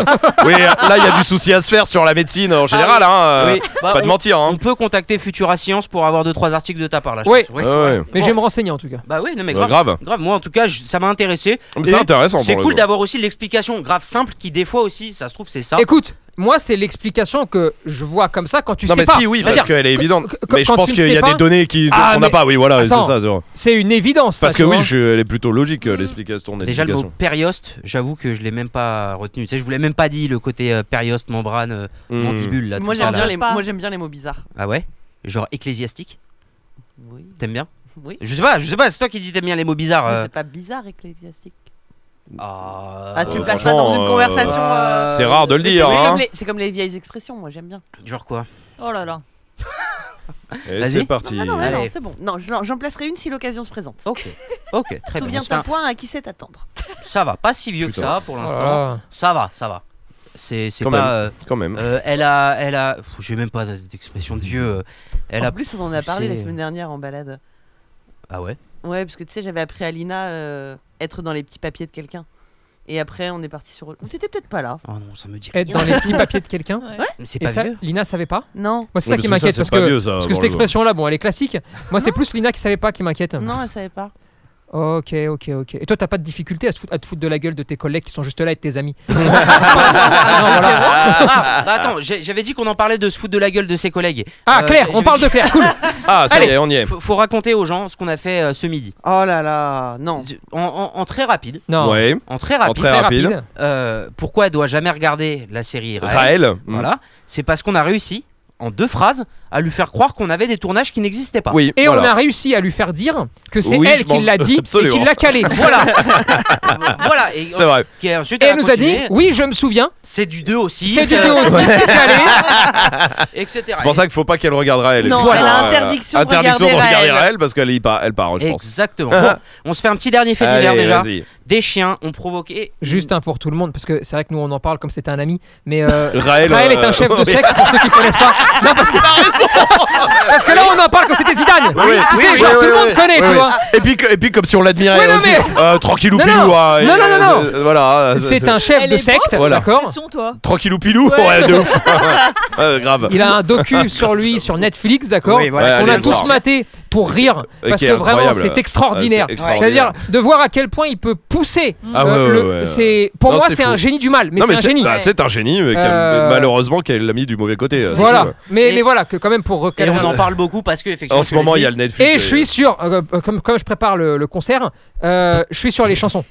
Speaker 5: oui, là, il y a du souci à se faire sur la médecine en général, hein. euh,
Speaker 1: Oui, bah,
Speaker 5: Pas de
Speaker 1: on,
Speaker 5: mentir, hein.
Speaker 1: on peut contacter Futura Science pour avoir deux trois articles de ta part là. je
Speaker 8: Oui.
Speaker 1: pense.
Speaker 5: Ouais, ouais.
Speaker 8: Mais
Speaker 1: Bon.
Speaker 8: je vais me renseigner en tout cas.
Speaker 1: Bah oui, non mais
Speaker 5: Ouais,
Speaker 1: grave.
Speaker 5: Euh, grave.
Speaker 1: Grave, moi en tout cas, je- ça m'a intéressé.
Speaker 5: Mais c'est
Speaker 1: Et
Speaker 5: intéressant.
Speaker 1: C'est
Speaker 5: pour le
Speaker 1: cool
Speaker 5: coup.
Speaker 1: d'avoir aussi l'explication grave simple qui des fois aussi, ça se trouve c'est ça.
Speaker 8: Écoute, moi, c'est l'explication que je vois comme ça quand tu
Speaker 5: Non
Speaker 8: sais
Speaker 5: mais
Speaker 8: pas.
Speaker 5: si, oui,
Speaker 8: C'est-à-dire,
Speaker 5: parce qu'elle est évidente.
Speaker 8: que- que-
Speaker 5: Mais je
Speaker 8: quand
Speaker 5: pense
Speaker 8: tu ne
Speaker 5: qu'il y
Speaker 8: sais
Speaker 5: a
Speaker 8: pas-
Speaker 5: des données qui-
Speaker 8: Ah,
Speaker 5: qu'on n'a
Speaker 8: mais-
Speaker 5: pas. Oui, voilà, c'est
Speaker 8: Attends.
Speaker 5: ça. c'est vrai.
Speaker 8: C'est une évidence.
Speaker 5: Parce
Speaker 8: ça,
Speaker 5: que
Speaker 8: tu
Speaker 5: oui,
Speaker 8: vois.
Speaker 5: je- elle est plutôt logique euh, l'explication. ton
Speaker 1: Déjà le mot
Speaker 5: explication.
Speaker 1: périoste, j'avoue que je l'ai même pas retenu. Tu sais, je vous l'ai même pas dit le côté euh, périoste, membrane, euh,
Speaker 5: Hmm.
Speaker 1: mandibule là.
Speaker 6: Moi
Speaker 1: tout ça,
Speaker 6: j'aime
Speaker 1: là.
Speaker 6: bien, les-
Speaker 7: Pas.
Speaker 6: moi, j'aime bien les mots bizarres.
Speaker 1: Ah ouais Genre ecclésiastique,
Speaker 6: Oui.
Speaker 1: t'aimes bien
Speaker 6: Oui.
Speaker 1: Je sais pas, je sais pas, c'est toi qui dis t'aimes bien les mots bizarres.
Speaker 6: Mais
Speaker 1: euh.
Speaker 6: C'est pas bizarre ecclésiastique.
Speaker 1: Ah,
Speaker 6: Ah, tu
Speaker 5: euh,
Speaker 6: le places pas dans
Speaker 5: franchement,
Speaker 6: une
Speaker 5: euh,
Speaker 6: conversation.
Speaker 1: euh,
Speaker 5: C'est rare de le
Speaker 6: C'est
Speaker 5: dire. hein.
Speaker 6: comme, les- c'est comme les vieilles expressions, moi j'aime bien.
Speaker 1: Genre quoi
Speaker 7: Oh là là.
Speaker 5: Et
Speaker 1: Vas-y.
Speaker 5: c'est parti.
Speaker 6: Ah Non, non, mais non,
Speaker 1: Allez.
Speaker 6: c'est bon. Non, j'en j'en placerai une si l'occasion se présente.
Speaker 1: Ok, ok, très
Speaker 6: Tout
Speaker 1: bien.
Speaker 6: vient
Speaker 1: C'est un-
Speaker 6: un point à qui sait attendre.
Speaker 1: Ça va, pas si vieux que
Speaker 5: Putain. Ah.
Speaker 1: ça pour
Speaker 8: Oh là
Speaker 1: l'instant.
Speaker 8: là.
Speaker 1: Ça va, ça va. C'est c'est
Speaker 5: Quand
Speaker 1: pas. euh,
Speaker 5: Quand même.
Speaker 1: euh, elle a, elle a. Pff, J'ai même pas d'expression de vieux. euh, Elle
Speaker 6: en
Speaker 1: a.
Speaker 6: plus, on en a parlé
Speaker 1: c'est-
Speaker 6: la semaine dernière en balade.
Speaker 1: Ah ouais.
Speaker 6: Ouais, parce que tu sais, j'avais appris à Lina euh, être dans les petits papiers de quelqu'un. Et après, on est parti sur. Ou t'étais peut-être pas là.
Speaker 1: Oh non, ça me dit.
Speaker 8: Être dans les petits papiers de quelqu'un.
Speaker 1: Mais c'est
Speaker 8: Et
Speaker 1: pas
Speaker 8: ça,
Speaker 1: vieux.
Speaker 8: Lina savait pas.
Speaker 6: Non.
Speaker 8: Moi, c'est
Speaker 5: Ouais,
Speaker 8: ça qui
Speaker 5: parce que
Speaker 8: m'inquiète
Speaker 5: c'est
Speaker 8: parce
Speaker 5: pas
Speaker 8: que
Speaker 5: vieux, ça,
Speaker 8: parce que
Speaker 5: pour
Speaker 8: cette
Speaker 5: le-
Speaker 8: expression-là, bon, elle est classique. Moi, c'est plus Lina qui savait pas qui m'inquiète.
Speaker 6: Non, elle savait pas.
Speaker 8: Ok, ok, ok. Et toi, t'as pas de difficulté à, se foutre- à te foutre de la gueule de tes collègues qui sont juste là et de tes amis
Speaker 1: bah,
Speaker 8: Ah,
Speaker 1: Ah, bah attends, j'ai- j'avais dit qu'on en parlait de se foutre de la gueule de ses collègues.
Speaker 8: Ah,
Speaker 1: Euh,
Speaker 8: Claire,
Speaker 1: j'avais
Speaker 8: on parle
Speaker 1: dit-
Speaker 8: de Claire, cool
Speaker 5: Ah, ça y
Speaker 1: Allez.
Speaker 5: est, on y est.
Speaker 1: Faut, faut raconter aux gens ce qu'on a fait euh, ce midi.
Speaker 6: Oh là là, non.
Speaker 1: En, en- en très rapide.
Speaker 8: Non,
Speaker 5: Ouais.
Speaker 1: En très rapide.
Speaker 5: En très rapide.
Speaker 1: Euh, pourquoi elle doit jamais regarder la série Raël,
Speaker 5: Raël. mm.
Speaker 1: Voilà. C'est parce qu'on a réussi, en deux phrases, à lui faire croire qu'on avait des tournages qui n'existaient pas.
Speaker 5: Oui.
Speaker 8: Et
Speaker 5: voilà.
Speaker 8: on a réussi à lui faire dire que c'est
Speaker 5: Oui, je
Speaker 8: elle qui
Speaker 5: pense-
Speaker 8: l'a dit et
Speaker 5: Absolument.
Speaker 8: qui l'a calé.
Speaker 1: Voilà. voilà. Et,
Speaker 5: C'est vrai.
Speaker 1: et ensuite,
Speaker 8: Et
Speaker 1: elle
Speaker 8: elle
Speaker 1: a
Speaker 8: nous a dit
Speaker 1: continué.
Speaker 8: Oui, je me souviens,
Speaker 1: C'est du 2 aussi.
Speaker 8: c'est du
Speaker 1: euh,
Speaker 8: deux aussi, c'est calé.
Speaker 1: Etc.
Speaker 5: C'est pour ça qu'il faut pas qu'elle regarde Raël.
Speaker 6: Non,
Speaker 5: Voilà.
Speaker 6: elle a interdiction de
Speaker 5: Euh, Interdiction
Speaker 6: regarder
Speaker 5: de regarder
Speaker 6: Raël.
Speaker 5: Raël parce qu'elle y part, elle part, je pense.
Speaker 1: Exactement. Bon, on se fait un petit dernier fait d'hiver
Speaker 5: Allez,
Speaker 1: déjà.
Speaker 5: vas-y.
Speaker 1: Des chiens ont provoqué.
Speaker 8: Juste un pour tout le monde, parce que c'est vrai que nous on en parle comme c'était un ami, mais euh,
Speaker 5: Raël,
Speaker 8: Raël est
Speaker 5: euh,
Speaker 8: un chef de
Speaker 5: oui.
Speaker 8: secte pour ceux qui connaissent pas. Non, parce que Parce que là on en parle comme c'était Zidane.
Speaker 5: Oui,
Speaker 8: tu
Speaker 5: oui,
Speaker 8: sais,
Speaker 5: oui,
Speaker 8: genre
Speaker 5: oui,
Speaker 8: tout le
Speaker 5: oui,
Speaker 8: monde
Speaker 5: oui.
Speaker 8: connaît,
Speaker 5: Oui,
Speaker 8: tu
Speaker 5: oui.
Speaker 8: vois.
Speaker 5: Et puis, que- et puis comme si on l'admirait
Speaker 8: Oui, non,
Speaker 5: aussi.
Speaker 8: mais-
Speaker 5: Euh, tranquillou
Speaker 8: Non,
Speaker 5: pilou.
Speaker 8: non.
Speaker 5: hein, et-
Speaker 8: Non, non, non, non.
Speaker 5: euh, voilà. euh,
Speaker 8: C'est un chef
Speaker 7: Elle
Speaker 8: de
Speaker 7: est
Speaker 8: secte,
Speaker 5: Voilà.
Speaker 8: d'accord
Speaker 7: Question, toi.
Speaker 5: Tranquillou pilou. Ouais, de ouf. Ouais, grave.
Speaker 8: Il a un docu sur lui sur Netflix, d'accord
Speaker 1: Oui,
Speaker 5: Ouais,
Speaker 1: voilà.
Speaker 8: On
Speaker 5: allez
Speaker 8: a
Speaker 5: le
Speaker 8: tous
Speaker 5: voir.
Speaker 8: maté pour rire
Speaker 5: Et
Speaker 8: parce
Speaker 5: qui est
Speaker 8: que vraiment
Speaker 5: incroyable.
Speaker 8: c'est extraordinaire.
Speaker 5: Euh, c'est extraordinaire.
Speaker 8: C'est-à-dire de voir à quel point il peut pousser.
Speaker 5: Ah
Speaker 8: euh,
Speaker 5: ouais,
Speaker 8: le-
Speaker 5: ouais, ouais.
Speaker 8: c'est- pour
Speaker 5: Non,
Speaker 8: moi
Speaker 5: c'est
Speaker 8: c'est un
Speaker 5: fou.
Speaker 8: génie du mal, mais
Speaker 5: Non,
Speaker 8: c'est un génie.
Speaker 5: bah, c'est un génie, mais qu'elle-
Speaker 8: Euh,
Speaker 5: malheureusement qu'elle l'a mis du mauvais côté. euh, c'est
Speaker 8: Voilà,
Speaker 5: tout.
Speaker 8: mais,
Speaker 1: Et-
Speaker 8: mais voilà que quand même pour
Speaker 1: Et
Speaker 8: recaler-
Speaker 1: on en parle beaucoup parce que effectivement.
Speaker 5: En ce
Speaker 1: tu l'as
Speaker 5: moment, il y a
Speaker 1: dit.
Speaker 5: le Netflix.
Speaker 8: Et je suis sur, euh, euh, comme, comme je prépare le, le concert, euh, je suis sur les chansons.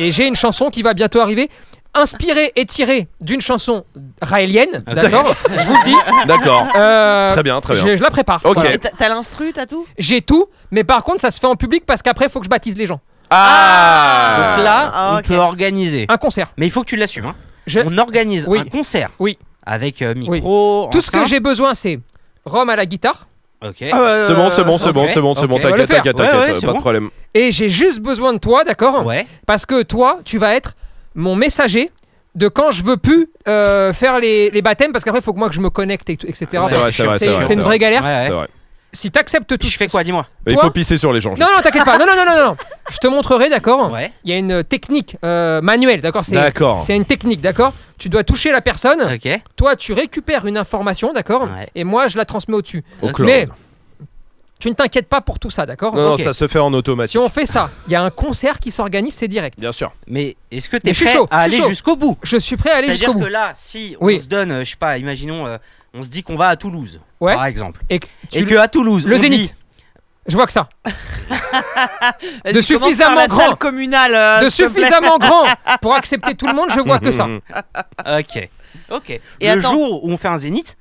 Speaker 8: Et j'ai une chanson qui va bientôt arriver, inspirée et tirée d'une chanson raélienne, d'accord Je vous le dis.
Speaker 5: D'accord.
Speaker 8: Euh,
Speaker 5: Ah, Très bien, très bien.
Speaker 8: Je, je la prépare.
Speaker 5: Ok.
Speaker 8: voilà.
Speaker 6: Et t'as- T'as l'instru, t'as tout
Speaker 8: J'ai tout, mais par contre, ça se fait en public parce qu'après, il faut que je baptise les gens.
Speaker 5: Ah
Speaker 1: Donc là,
Speaker 6: Ah,
Speaker 1: on
Speaker 6: ok.
Speaker 1: peut organiser.
Speaker 8: Un concert.
Speaker 1: Mais il faut que tu l'assumes. hein.
Speaker 8: Je-
Speaker 1: On organise
Speaker 8: Oui.
Speaker 1: un concert.
Speaker 8: Oui.
Speaker 1: Avec euh, micro.
Speaker 8: Tout ce que Ah,
Speaker 1: enceinte.
Speaker 8: j'ai besoin, c'est Rome à la guitare.
Speaker 1: Ok.
Speaker 5: C'est bon, c'est bon, c'est bon,
Speaker 1: ok,
Speaker 5: c'est bon, c'est bon,
Speaker 8: Euh, ok. On va le
Speaker 5: t'inquiète,
Speaker 8: faire.
Speaker 5: t'inquiète,
Speaker 1: Ouais,
Speaker 5: t'inquiète,
Speaker 1: ouais,
Speaker 5: euh,
Speaker 1: c'est
Speaker 5: pas de
Speaker 1: bon.
Speaker 5: problème.
Speaker 8: Et j'ai juste besoin de toi, d'accord
Speaker 1: Ouais.
Speaker 8: Parce que toi, tu vas être mon messager de quand je veux plus euh, faire les, les baptêmes, parce qu'après, il faut que moi que je me connecte, et tout, etc.
Speaker 5: C'est vrai, c'est vrai,
Speaker 8: C'est-
Speaker 5: c'est vrai.
Speaker 8: c'est une
Speaker 5: c'est
Speaker 8: vraie galère.
Speaker 1: Ouais,
Speaker 5: C'est
Speaker 1: ouais.
Speaker 5: vrai.
Speaker 8: Si t'acceptes tout,
Speaker 1: Je fais quoi, dis-moi
Speaker 5: Mais il
Speaker 8: Toi
Speaker 5: faut pisser sur les gens. je-
Speaker 8: Non, non, t'inquiète pas. Non, non, non, non, non. Je te montrerai, d'accord
Speaker 1: Ouais.
Speaker 8: Il y a une technique euh, manuelle, d'accord C'est-
Speaker 5: D'accord.
Speaker 8: C'est une technique, d'accord Tu dois toucher la personne.
Speaker 1: Ok.
Speaker 8: Toi, tu récupères une information, d'accord
Speaker 1: Ouais.
Speaker 8: Et moi, je la transmets au-dessus.
Speaker 5: Au chlore.
Speaker 8: Mais tu ne t'inquiètes pas pour tout ça, d'accord
Speaker 5: Non, non,
Speaker 1: Ok.
Speaker 5: ça se fait en automatique.
Speaker 8: Si on fait ça, il y a un concert qui s'organise, c'est direct.
Speaker 5: Bien sûr.
Speaker 1: Mais est-ce que
Speaker 8: Mais
Speaker 1: t'es
Speaker 8: je suis
Speaker 1: prêt
Speaker 8: chaud,
Speaker 1: à
Speaker 8: je suis
Speaker 1: aller
Speaker 8: chaud.
Speaker 1: jusqu'au bout
Speaker 8: Je suis prêt à aller
Speaker 1: C'est-à-dire
Speaker 8: jusqu'au
Speaker 1: que
Speaker 8: bout.
Speaker 1: là, si on
Speaker 8: Oui.
Speaker 1: se donne, euh, je sais pas, imaginons, euh, on se dit qu'on va à Toulouse,
Speaker 8: Ouais.
Speaker 1: par exemple,
Speaker 8: Et que tu
Speaker 1: et que à Toulouse,
Speaker 8: le
Speaker 1: on
Speaker 8: Zénith.
Speaker 1: dit-
Speaker 8: Je vois que ça.
Speaker 6: Vas-y,
Speaker 8: De
Speaker 6: commence par la
Speaker 8: suffisamment grand.
Speaker 6: Salle communale. euh,
Speaker 8: De
Speaker 6: s'il te plaît. Mhm.
Speaker 8: suffisamment grand pour accepter tout le monde, je vois que
Speaker 5: Hum,
Speaker 8: ça.
Speaker 1: Ok, ok.
Speaker 6: Et
Speaker 1: le
Speaker 6: attends.
Speaker 1: jour où on fait un Zénith,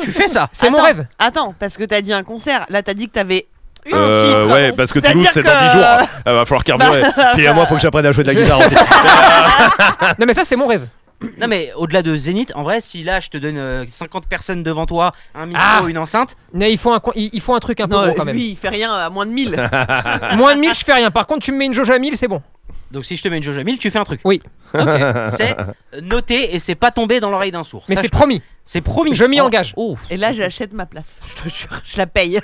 Speaker 1: tu fais ça.
Speaker 8: C'est mon
Speaker 6: Attends,
Speaker 8: rêve.
Speaker 6: Attends, parce que t'as dit un concert. Là, t'as dit que t'avais.
Speaker 7: Une
Speaker 5: Euh,
Speaker 7: petite.
Speaker 5: ouais, parce que
Speaker 6: C'est-à-dire
Speaker 5: Toulouse, c'est dans
Speaker 6: que-
Speaker 5: 10 jours. Il va falloir carburer.
Speaker 8: Bah.
Speaker 5: Puis à moi, faut que j'apprenne à jouer de la guitare aussi.
Speaker 8: Non, mais ça, c'est mon rêve.
Speaker 1: Non mais au-delà de Zénith, en vrai, si là je te donne euh, 50 personnes devant toi, un micro,
Speaker 8: Ah.
Speaker 1: une enceinte,
Speaker 8: Mais il faut un, con- il il faut un truc un peu
Speaker 6: Non,
Speaker 8: gros quand même.
Speaker 6: lui, il fait rien à moins de 1000.
Speaker 8: Moins de 1000, je fais rien. Par contre, tu me mets une jauge à 1000, c'est bon.
Speaker 1: donc si je te mets une jauge à 1000, tu fais un truc.
Speaker 8: Oui.
Speaker 1: Ok. c'est noté et c'est pas tombé dans l'oreille d'un sourd.
Speaker 8: Mais
Speaker 1: Ça,
Speaker 8: c'est
Speaker 1: je-
Speaker 8: promis.
Speaker 1: c'est promis.
Speaker 8: je m'y
Speaker 1: Oh.
Speaker 8: engage.
Speaker 1: Oh.
Speaker 6: Et là, j'achète ma place. Je te jure, je la paye.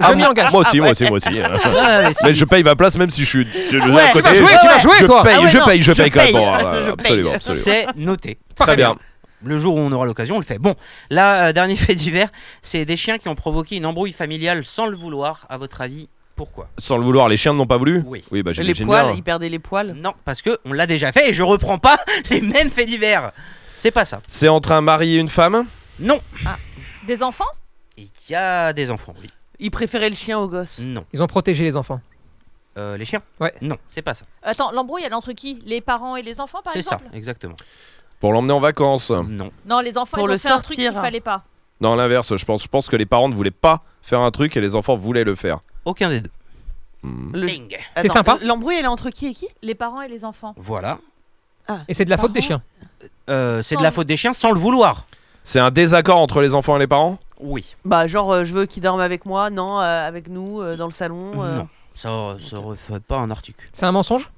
Speaker 8: Je m'y engage.
Speaker 5: Ah,
Speaker 8: Ah,
Speaker 5: Moi aussi, moi aussi, moi aussi. hein.
Speaker 1: Ah, mais c'est-
Speaker 5: Mais je paye ma place même si je suis de l'autre
Speaker 6: Ouais,
Speaker 5: côté.
Speaker 8: Tu vas jouer, tu vas jouer,
Speaker 5: je
Speaker 8: toi.
Speaker 5: paye,
Speaker 6: Ah ouais,
Speaker 5: je
Speaker 6: non,
Speaker 5: paye, je
Speaker 6: je
Speaker 5: paye quand même.
Speaker 6: paye.
Speaker 5: Bon, voilà,
Speaker 6: Je paye.
Speaker 5: absolument, absolument.
Speaker 1: c'est noté.
Speaker 5: Très bien.
Speaker 1: Le jour où on aura l'occasion, on le fait. Bon, là, euh, dernier fait divers, c'est des chiens qui ont provoqué une embrouille familiale sans le vouloir. À votre avis, pourquoi
Speaker 5: Sans le vouloir, les chiens ne l'ont pas voulu
Speaker 1: Oui.
Speaker 5: Oui, bah
Speaker 6: les
Speaker 5: j'imagine
Speaker 6: poils,
Speaker 5: bien.
Speaker 6: il perdait les poils.
Speaker 1: Non, parce que on l'a déjà fait et je reprends pas les mêmes faits divers. C'est pas ça.
Speaker 5: C'est entre un mari et une femme
Speaker 1: Non.
Speaker 7: Des enfants
Speaker 1: Il y a des enfants. Oui.
Speaker 6: Il préférait le chien au gosse.
Speaker 1: Non.
Speaker 8: Ils ont protégé les enfants.
Speaker 1: Euh, les chiens
Speaker 8: Ouais.
Speaker 1: Non, c'est pas ça.
Speaker 7: Attends, l'embrouille, elle est entre qui Les parents et les enfants, par
Speaker 1: C'est ça,
Speaker 7: exemple
Speaker 1: exactement.
Speaker 5: Pour l'emmener en vacances.
Speaker 1: Non.
Speaker 7: Non, les enfants,
Speaker 6: Pour
Speaker 7: ils ont
Speaker 6: le
Speaker 7: fait un truc
Speaker 6: sortir.
Speaker 7: qu'il fallait pas.
Speaker 5: Non, l'inverse, je pense. Je pense que les parents ne voulaient pas faire un truc et les enfants voulaient le faire. Hmm.
Speaker 1: Aucun des deux.
Speaker 6: Le-
Speaker 1: Bing.
Speaker 8: C'est
Speaker 6: Attends,
Speaker 8: sympa.
Speaker 6: L'embrouille, elle est entre qui Ah. et qui
Speaker 7: Les parents et les enfants.
Speaker 1: Voilà.
Speaker 8: Et c'est de la faute des
Speaker 6: Parents.
Speaker 8: chiens.
Speaker 1: Euh, c'est de
Speaker 7: Sans-
Speaker 1: la faute des chiens sans le vouloir.
Speaker 5: C'est un désaccord entre les enfants et les parents
Speaker 1: Oui.
Speaker 6: Bah, genre, euh, je veux qu'il dorme avec moi, non, euh, avec nous, euh, dans le salon. euh.
Speaker 1: Non. Ça, ça refait pas un article.
Speaker 8: C'est un mensonge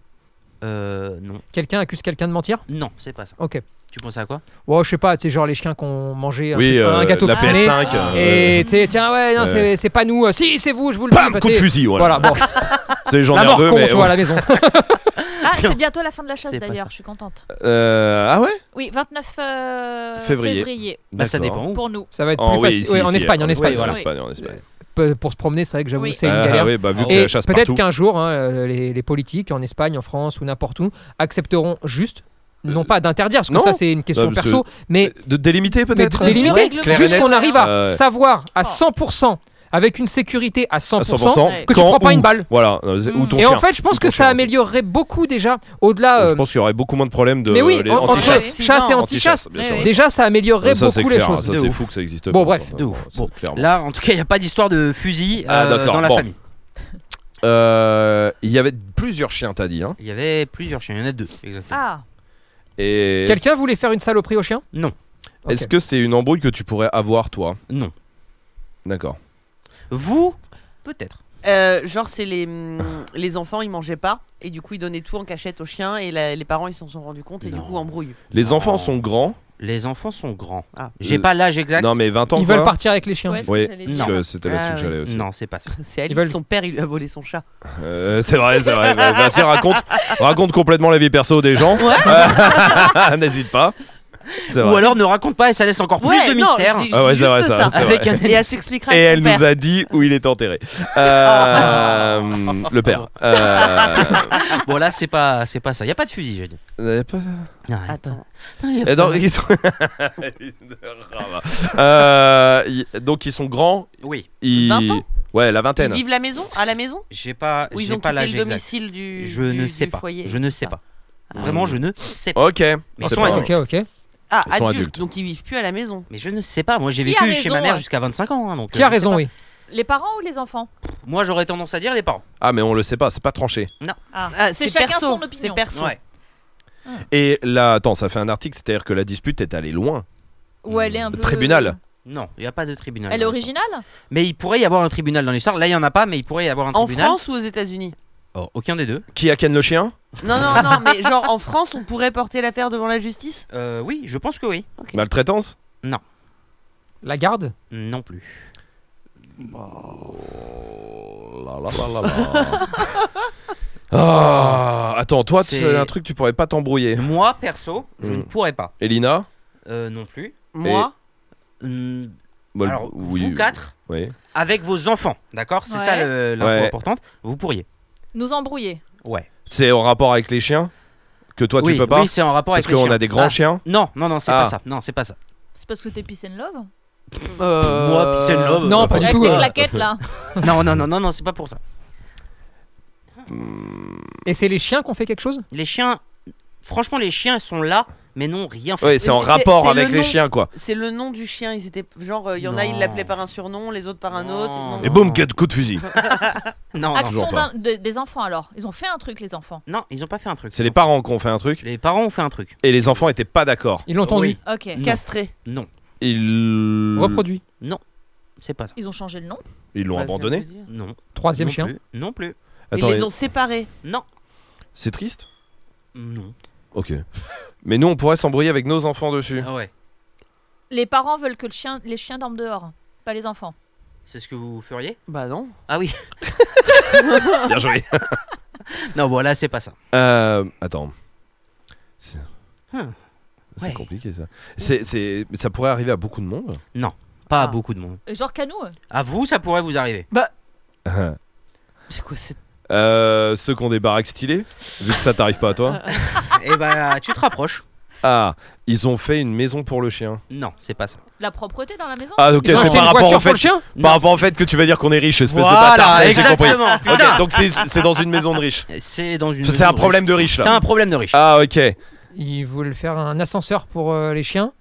Speaker 1: Euh, non.
Speaker 8: Quelqu'un accuse quelqu'un de mentir
Speaker 1: Non, c'est pas ça.
Speaker 8: Ok.
Speaker 1: Tu penses à quoi
Speaker 8: Ouais, je sais pas, c'est genre les chiens qu'on mangeait
Speaker 5: Oui,
Speaker 8: un,
Speaker 5: euh,
Speaker 8: gâteau
Speaker 5: la
Speaker 8: pané.
Speaker 5: PS5. euh,
Speaker 8: Et tu sais, tiens, ouais, non,
Speaker 5: Ouais.
Speaker 8: c'est- c'est pas nous. Euh, Si, c'est vous, je vous le dis.
Speaker 5: Bam
Speaker 8: bah,
Speaker 5: Coup de
Speaker 8: t'sais.
Speaker 5: fusil, voilà.
Speaker 8: Voilà, bon,
Speaker 5: C'est j'en
Speaker 8: la
Speaker 5: ai
Speaker 8: mort
Speaker 5: deux,
Speaker 8: con,
Speaker 5: mais.
Speaker 8: tu vois, à la maison.
Speaker 7: Ah, c'est bientôt la fin de la chasse
Speaker 1: C'est pas ça.
Speaker 7: d'ailleurs, je suis contente.
Speaker 5: Euh, Ah ouais
Speaker 7: Oui, 29 euh,
Speaker 5: Février.
Speaker 1: Bah ça
Speaker 5: D'accord.
Speaker 1: Bah, dépend où.
Speaker 7: pour nous.
Speaker 8: Ça va être
Speaker 5: En-
Speaker 8: plus
Speaker 5: Oh, oui,
Speaker 8: facile.
Speaker 5: si,
Speaker 8: ouais, en
Speaker 5: si,
Speaker 8: Espagne, en
Speaker 5: oui,
Speaker 8: Espagne.
Speaker 5: voilà,
Speaker 7: Oui.
Speaker 5: en Espagne, en Espagne.
Speaker 8: p- pour se promener, c'est vrai que j'avoue,
Speaker 7: Oui.
Speaker 8: c'est une
Speaker 5: Ah,
Speaker 8: galère.
Speaker 5: oui, bah, vu
Speaker 2: Et
Speaker 5: que
Speaker 8: Et
Speaker 5: la chasse
Speaker 8: peut-être
Speaker 5: partout.
Speaker 8: qu'un jour, hein, euh, les, les politiques en Espagne, en France ou n'importe où accepteront juste, non pas d'interdire, parce que
Speaker 5: Euh, non.
Speaker 8: ça c'est une question
Speaker 5: Non, mais
Speaker 8: perso, mais,
Speaker 5: De délimiter
Speaker 8: mais
Speaker 5: peut-être
Speaker 8: de délimiter,
Speaker 5: Clair et
Speaker 8: juste
Speaker 5: net.
Speaker 8: qu'on arrive à
Speaker 5: Ah ouais.
Speaker 8: savoir à
Speaker 7: Oh.
Speaker 8: 100%, avec une sécurité à 100%,
Speaker 5: à 100%,
Speaker 7: que
Speaker 8: que tu
Speaker 5: quand,
Speaker 8: prends pas
Speaker 5: où.
Speaker 8: une balle.
Speaker 5: Voilà, euh, c'est- ou
Speaker 7: Mm.
Speaker 5: ton
Speaker 8: Et
Speaker 5: chien.
Speaker 8: en fait, je pense
Speaker 5: Ou ton
Speaker 8: que ça
Speaker 5: chien,
Speaker 8: améliorerait beaucoup déjà, au-delà...
Speaker 5: Je
Speaker 8: euh,
Speaker 5: pense qu'il y aurait beaucoup moins de problèmes de
Speaker 8: mais oui,
Speaker 5: les
Speaker 8: en- entre
Speaker 5: anti-chasse.
Speaker 8: chasse, chasse et
Speaker 6: Anti-chasse,
Speaker 8: anti-chasse,
Speaker 5: bien
Speaker 7: oui,
Speaker 5: sûr.
Speaker 7: oui.
Speaker 8: déjà ça améliorerait
Speaker 5: Ça, c'est
Speaker 8: beaucoup les
Speaker 5: clair,
Speaker 8: choses.
Speaker 5: Ça,
Speaker 1: De
Speaker 5: c'est
Speaker 1: ouf.
Speaker 5: fou que ça existe
Speaker 8: Bon,
Speaker 5: pas,
Speaker 8: bref.
Speaker 5: ça,
Speaker 1: De ouf.
Speaker 5: c'est
Speaker 1: Bon.
Speaker 5: clairement.
Speaker 1: Là, en tout cas, il n'y a pas d'histoire de fusil
Speaker 5: Ah,
Speaker 1: euh,
Speaker 5: d'accord,
Speaker 1: dans la
Speaker 5: bon.
Speaker 1: famille.
Speaker 5: Euh, Il y avait plusieurs chiens, t'as dit. Hein.
Speaker 1: Il y avait plusieurs chiens, il y en a deux. Exactement.
Speaker 7: Ah,
Speaker 5: Et
Speaker 8: Quelqu'un voulait faire une saloperie au chien
Speaker 1: Non,
Speaker 8: Ok.
Speaker 5: est-ce que c'est une embrouille que tu pourrais avoir, toi
Speaker 1: non.
Speaker 5: D'accord.
Speaker 1: Vous, peut-être.
Speaker 6: Euh, genre, c'est les, hum, les enfants, ils mangeaient pas, et du coup, ils donnaient tout en cachette aux chiens, et la- les parents, ils s'en sont rendus compte, et
Speaker 1: Non.
Speaker 6: du coup, embrouille.
Speaker 5: Les
Speaker 1: Non.
Speaker 5: enfants sont grands.
Speaker 1: Les enfants sont grands.
Speaker 6: Ah.
Speaker 1: J'ai
Speaker 5: Euh,
Speaker 1: pas l'âge exact.
Speaker 5: Non, mais 20 ans.
Speaker 8: Ils
Speaker 5: quoi.
Speaker 8: veulent partir avec les chiens.
Speaker 7: ouais, c'est
Speaker 5: Oui,
Speaker 7: ce que j'allais
Speaker 5: parce
Speaker 7: dire.
Speaker 5: que c'était
Speaker 6: Ah,
Speaker 5: là-dessus que
Speaker 6: oui.
Speaker 5: j'allais aussi.
Speaker 1: Non, c'est pas ça.
Speaker 6: C'est Alice,
Speaker 8: Ils veulent-
Speaker 6: son père, il lui a volé son chat.
Speaker 5: Euh, c'est vrai, c'est vrai. Bah, bah, tiens, raconte, raconte complètement la vie perso des gens. N'hésite pas. C'est
Speaker 1: Ou
Speaker 5: vrai.
Speaker 1: alors ne raconte pas et ça laisse encore plus
Speaker 6: Ouais,
Speaker 1: de
Speaker 6: non,
Speaker 1: mystère.
Speaker 6: je dis- je
Speaker 5: Ah ouais,
Speaker 6: dis
Speaker 5: c'est vrai,
Speaker 6: juste
Speaker 5: ça,
Speaker 6: ça.
Speaker 5: c'est vrai.
Speaker 1: Avec un
Speaker 6: Et elle s'expliquera
Speaker 5: Et elle
Speaker 6: avec son père.
Speaker 5: nous a dit où il est enterré. Euh, le père. Euh,
Speaker 1: Bon là c'est pas c'est pas ça. Il y a pas de fusil, j'ai dit.
Speaker 5: euh, pas-
Speaker 1: Arrête.
Speaker 6: Attends.
Speaker 1: Non, y a
Speaker 5: Et
Speaker 1: pas-
Speaker 5: donc, ils sont... Euh, y- donc ils sont grands.
Speaker 1: Oui,
Speaker 5: Ils...
Speaker 6: 20 ans
Speaker 5: ouais, la
Speaker 6: Ils
Speaker 5: vingtaine.
Speaker 6: vivent la maison À la maison
Speaker 1: j'ai pas
Speaker 6: Ou ils
Speaker 1: j'ai
Speaker 6: ont
Speaker 1: pas
Speaker 6: quitté
Speaker 1: l'âge
Speaker 6: le
Speaker 1: exact.
Speaker 6: domicile du,
Speaker 1: Je
Speaker 6: du-
Speaker 1: ne
Speaker 6: du
Speaker 1: sais pas.
Speaker 6: foyer Oh.
Speaker 1: Je ne sais pas. Vraiment, je ne sais pas.
Speaker 5: Ok.
Speaker 1: Mais ils
Speaker 5: C'est
Speaker 1: sont
Speaker 5: pas-
Speaker 1: adultes.
Speaker 8: Ok, ok.
Speaker 6: Ah,
Speaker 5: Ils sont
Speaker 6: adultes,
Speaker 5: adultes.
Speaker 6: donc ils vivent plus à la maison.
Speaker 1: Mais je ne sais pas. Moi, j'ai
Speaker 7: Qui
Speaker 1: vécu
Speaker 7: a
Speaker 1: chez
Speaker 7: raison,
Speaker 1: ma mère
Speaker 7: hein
Speaker 1: jusqu'à 25 ans. hein, donc,
Speaker 8: Qui
Speaker 1: euh,
Speaker 8: a
Speaker 1: je sais
Speaker 8: raison,
Speaker 1: pas.
Speaker 8: oui.
Speaker 7: Les parents ou les enfants
Speaker 1: Moi, j'aurais tendance à dire les parents.
Speaker 5: Ah, mais on le sait pas, c'est pas tranché.
Speaker 7: Ah,
Speaker 6: Ah,
Speaker 7: c'est
Speaker 6: c'est
Speaker 7: chacun
Speaker 6: perso,
Speaker 7: son opinion.
Speaker 6: C'est perso.
Speaker 1: Ouais.
Speaker 5: Et là, attends, ça fait un article, c'est-à-dire que la dispute est allée loin.
Speaker 7: Ou elle est un peu.
Speaker 5: Tribunal.
Speaker 1: Non, il n'y a pas de tribunal.
Speaker 7: Elle est
Speaker 1: dans
Speaker 7: originale
Speaker 1: l'histoire. Mais il pourrait y avoir un tribunal dans l'histoire. Là, il n'y en a pas, mais il pourrait y avoir un
Speaker 6: En
Speaker 1: tribunal.
Speaker 6: France ou aux États-Unis
Speaker 1: Oh, Aucun des deux.
Speaker 5: Qui a ken le chien
Speaker 6: Non, non, non, mais genre en France, on pourrait porter l'affaire devant la justice
Speaker 1: Euh, oui, je pense que oui.
Speaker 5: Maltraitance
Speaker 8: La garde
Speaker 1: Non plus. Oh
Speaker 5: La la la la la. Ah, attends, toi,
Speaker 1: C'est-
Speaker 5: c'est un truc, tu pourrais pas t'embrouiller.
Speaker 1: Moi, perso, je
Speaker 5: Hmm.
Speaker 1: ne pourrais pas.
Speaker 5: Elina
Speaker 1: Euh, non plus.
Speaker 6: Moi
Speaker 1: Hmm,
Speaker 5: Bah,
Speaker 1: Alors,
Speaker 5: oui,
Speaker 1: vous quatre,
Speaker 5: oui.
Speaker 1: avec vos enfants, d'accord C'est
Speaker 7: Ouais.
Speaker 1: ça le- l'info
Speaker 5: Ouais.
Speaker 1: importante. Vous pourriez.
Speaker 7: Nous embrouiller.
Speaker 1: Ouais.
Speaker 5: C'est en rapport avec les chiens Que toi,
Speaker 1: oui,
Speaker 5: tu peux pas
Speaker 1: Oui, c'est en rapport
Speaker 5: Parce
Speaker 1: avec les
Speaker 5: qu'on
Speaker 1: chiens.
Speaker 5: a des grands
Speaker 1: Ah.
Speaker 5: chiens.
Speaker 1: Non, non, non, c'est
Speaker 5: Ah.
Speaker 1: pas ça. Non, c'est pas ça.
Speaker 7: C'est parce que t'es peace and love
Speaker 6: Euh,
Speaker 1: Moi, Peace and Love.
Speaker 8: Non, pas du
Speaker 7: Avec
Speaker 8: tout.
Speaker 7: tes
Speaker 8: euh.
Speaker 7: claquettes là.
Speaker 1: non, non, non, non, non, c'est pas pour ça.
Speaker 8: Et c'est les chiens qui ont fait quelque chose
Speaker 1: Les chiens, franchement, les chiens sont là, mais n'ont rien fait.
Speaker 5: Oui, c'est en
Speaker 6: c'est-
Speaker 5: rapport
Speaker 6: c'est
Speaker 5: avec
Speaker 6: le
Speaker 5: les
Speaker 6: nom.
Speaker 5: chiens, quoi.
Speaker 6: C'est le nom du chien, ils étaient genre, euh, il y en a,
Speaker 1: Non.
Speaker 6: ils l'appelaient par un surnom, les autres par un
Speaker 1: Non.
Speaker 6: autre. Non,
Speaker 5: Et
Speaker 1: Et
Speaker 6: non.
Speaker 5: boum,
Speaker 1: boum,
Speaker 5: coup de fusil.
Speaker 1: Non, non,
Speaker 7: Action
Speaker 5: toujours pas.
Speaker 7: d'un- de- des enfants alors. Ils ont fait un truc, les enfants.
Speaker 1: non, ils ont pas fait un truc.
Speaker 5: C'est les parents qui ont fait un truc
Speaker 1: Les parents ont fait un truc.
Speaker 5: et les enfants étaient pas d'accord.
Speaker 8: Ils l'ont tendu.
Speaker 1: Oui,
Speaker 7: Ok.
Speaker 1: Non.
Speaker 6: Castré.
Speaker 1: non,
Speaker 5: Ils
Speaker 8: Reproduit.
Speaker 1: c'est pas ça.
Speaker 7: Ils ont changé le nom.
Speaker 5: ils l'ont
Speaker 6: Bah, je
Speaker 5: abandonné.
Speaker 6: viens de le dire.
Speaker 1: Non.
Speaker 8: Troisième
Speaker 1: non
Speaker 8: chien.
Speaker 1: Plus, non plus.
Speaker 5: Attends,
Speaker 6: ils les
Speaker 5: et-
Speaker 6: ont séparés.
Speaker 1: Non.
Speaker 5: c'est triste.
Speaker 1: Non.
Speaker 5: Ok. Mais nous, on pourrait s'embrouiller avec nos enfants dessus.
Speaker 1: Ah ouais.
Speaker 7: Les parents veulent que le chien, les chiens dorment dehors, pas les enfants.
Speaker 1: C'est ce que vous feriez
Speaker 6: Bah non.
Speaker 1: Ah oui.
Speaker 5: Bien joué.
Speaker 1: Non, bon, là, c'est pas ça.
Speaker 5: Euh, attends. C'est
Speaker 1: Hmm.
Speaker 5: c'est
Speaker 1: Ouais.
Speaker 5: compliqué ça. C'est, c'est- mais ça pourrait arriver à beaucoup de monde.
Speaker 1: Pas à
Speaker 6: Ah.
Speaker 1: beaucoup de monde.
Speaker 7: Euh, Genre qu'à nous. euh.
Speaker 1: À vous, ça pourrait vous arriver.
Speaker 6: C'est quoi cette.
Speaker 5: Euh, ceux qui ont des baraques stylées, vu que ça t'arrive pas à toi.
Speaker 7: Ah.
Speaker 1: Et bah, tu te rapproches.
Speaker 5: Ah, ils ont fait une maison pour le chien.
Speaker 1: Non, c'est pas ça.
Speaker 7: La propreté dans la maison.
Speaker 5: Ah, ok,
Speaker 8: Ils ont
Speaker 5: c'est
Speaker 8: acheté
Speaker 5: par
Speaker 8: une
Speaker 5: rapport
Speaker 8: voiture
Speaker 5: au
Speaker 8: pour le
Speaker 5: fait.
Speaker 8: chien
Speaker 5: Par rapport au fait que tu vas dire qu'on est riche, espèce
Speaker 1: Voilà,
Speaker 5: de bâtard, ça, j'ai compris.
Speaker 1: exactement.
Speaker 5: Ok,
Speaker 1: putain.
Speaker 5: donc c'est, c'est dans une maison de riche.
Speaker 1: C'est dans une.
Speaker 5: C'est un problème de riche
Speaker 1: C'est
Speaker 5: là.
Speaker 1: un problème de riche.
Speaker 5: Ah ok.
Speaker 8: Ils voulaient faire un ascenseur pour euh, les chiens.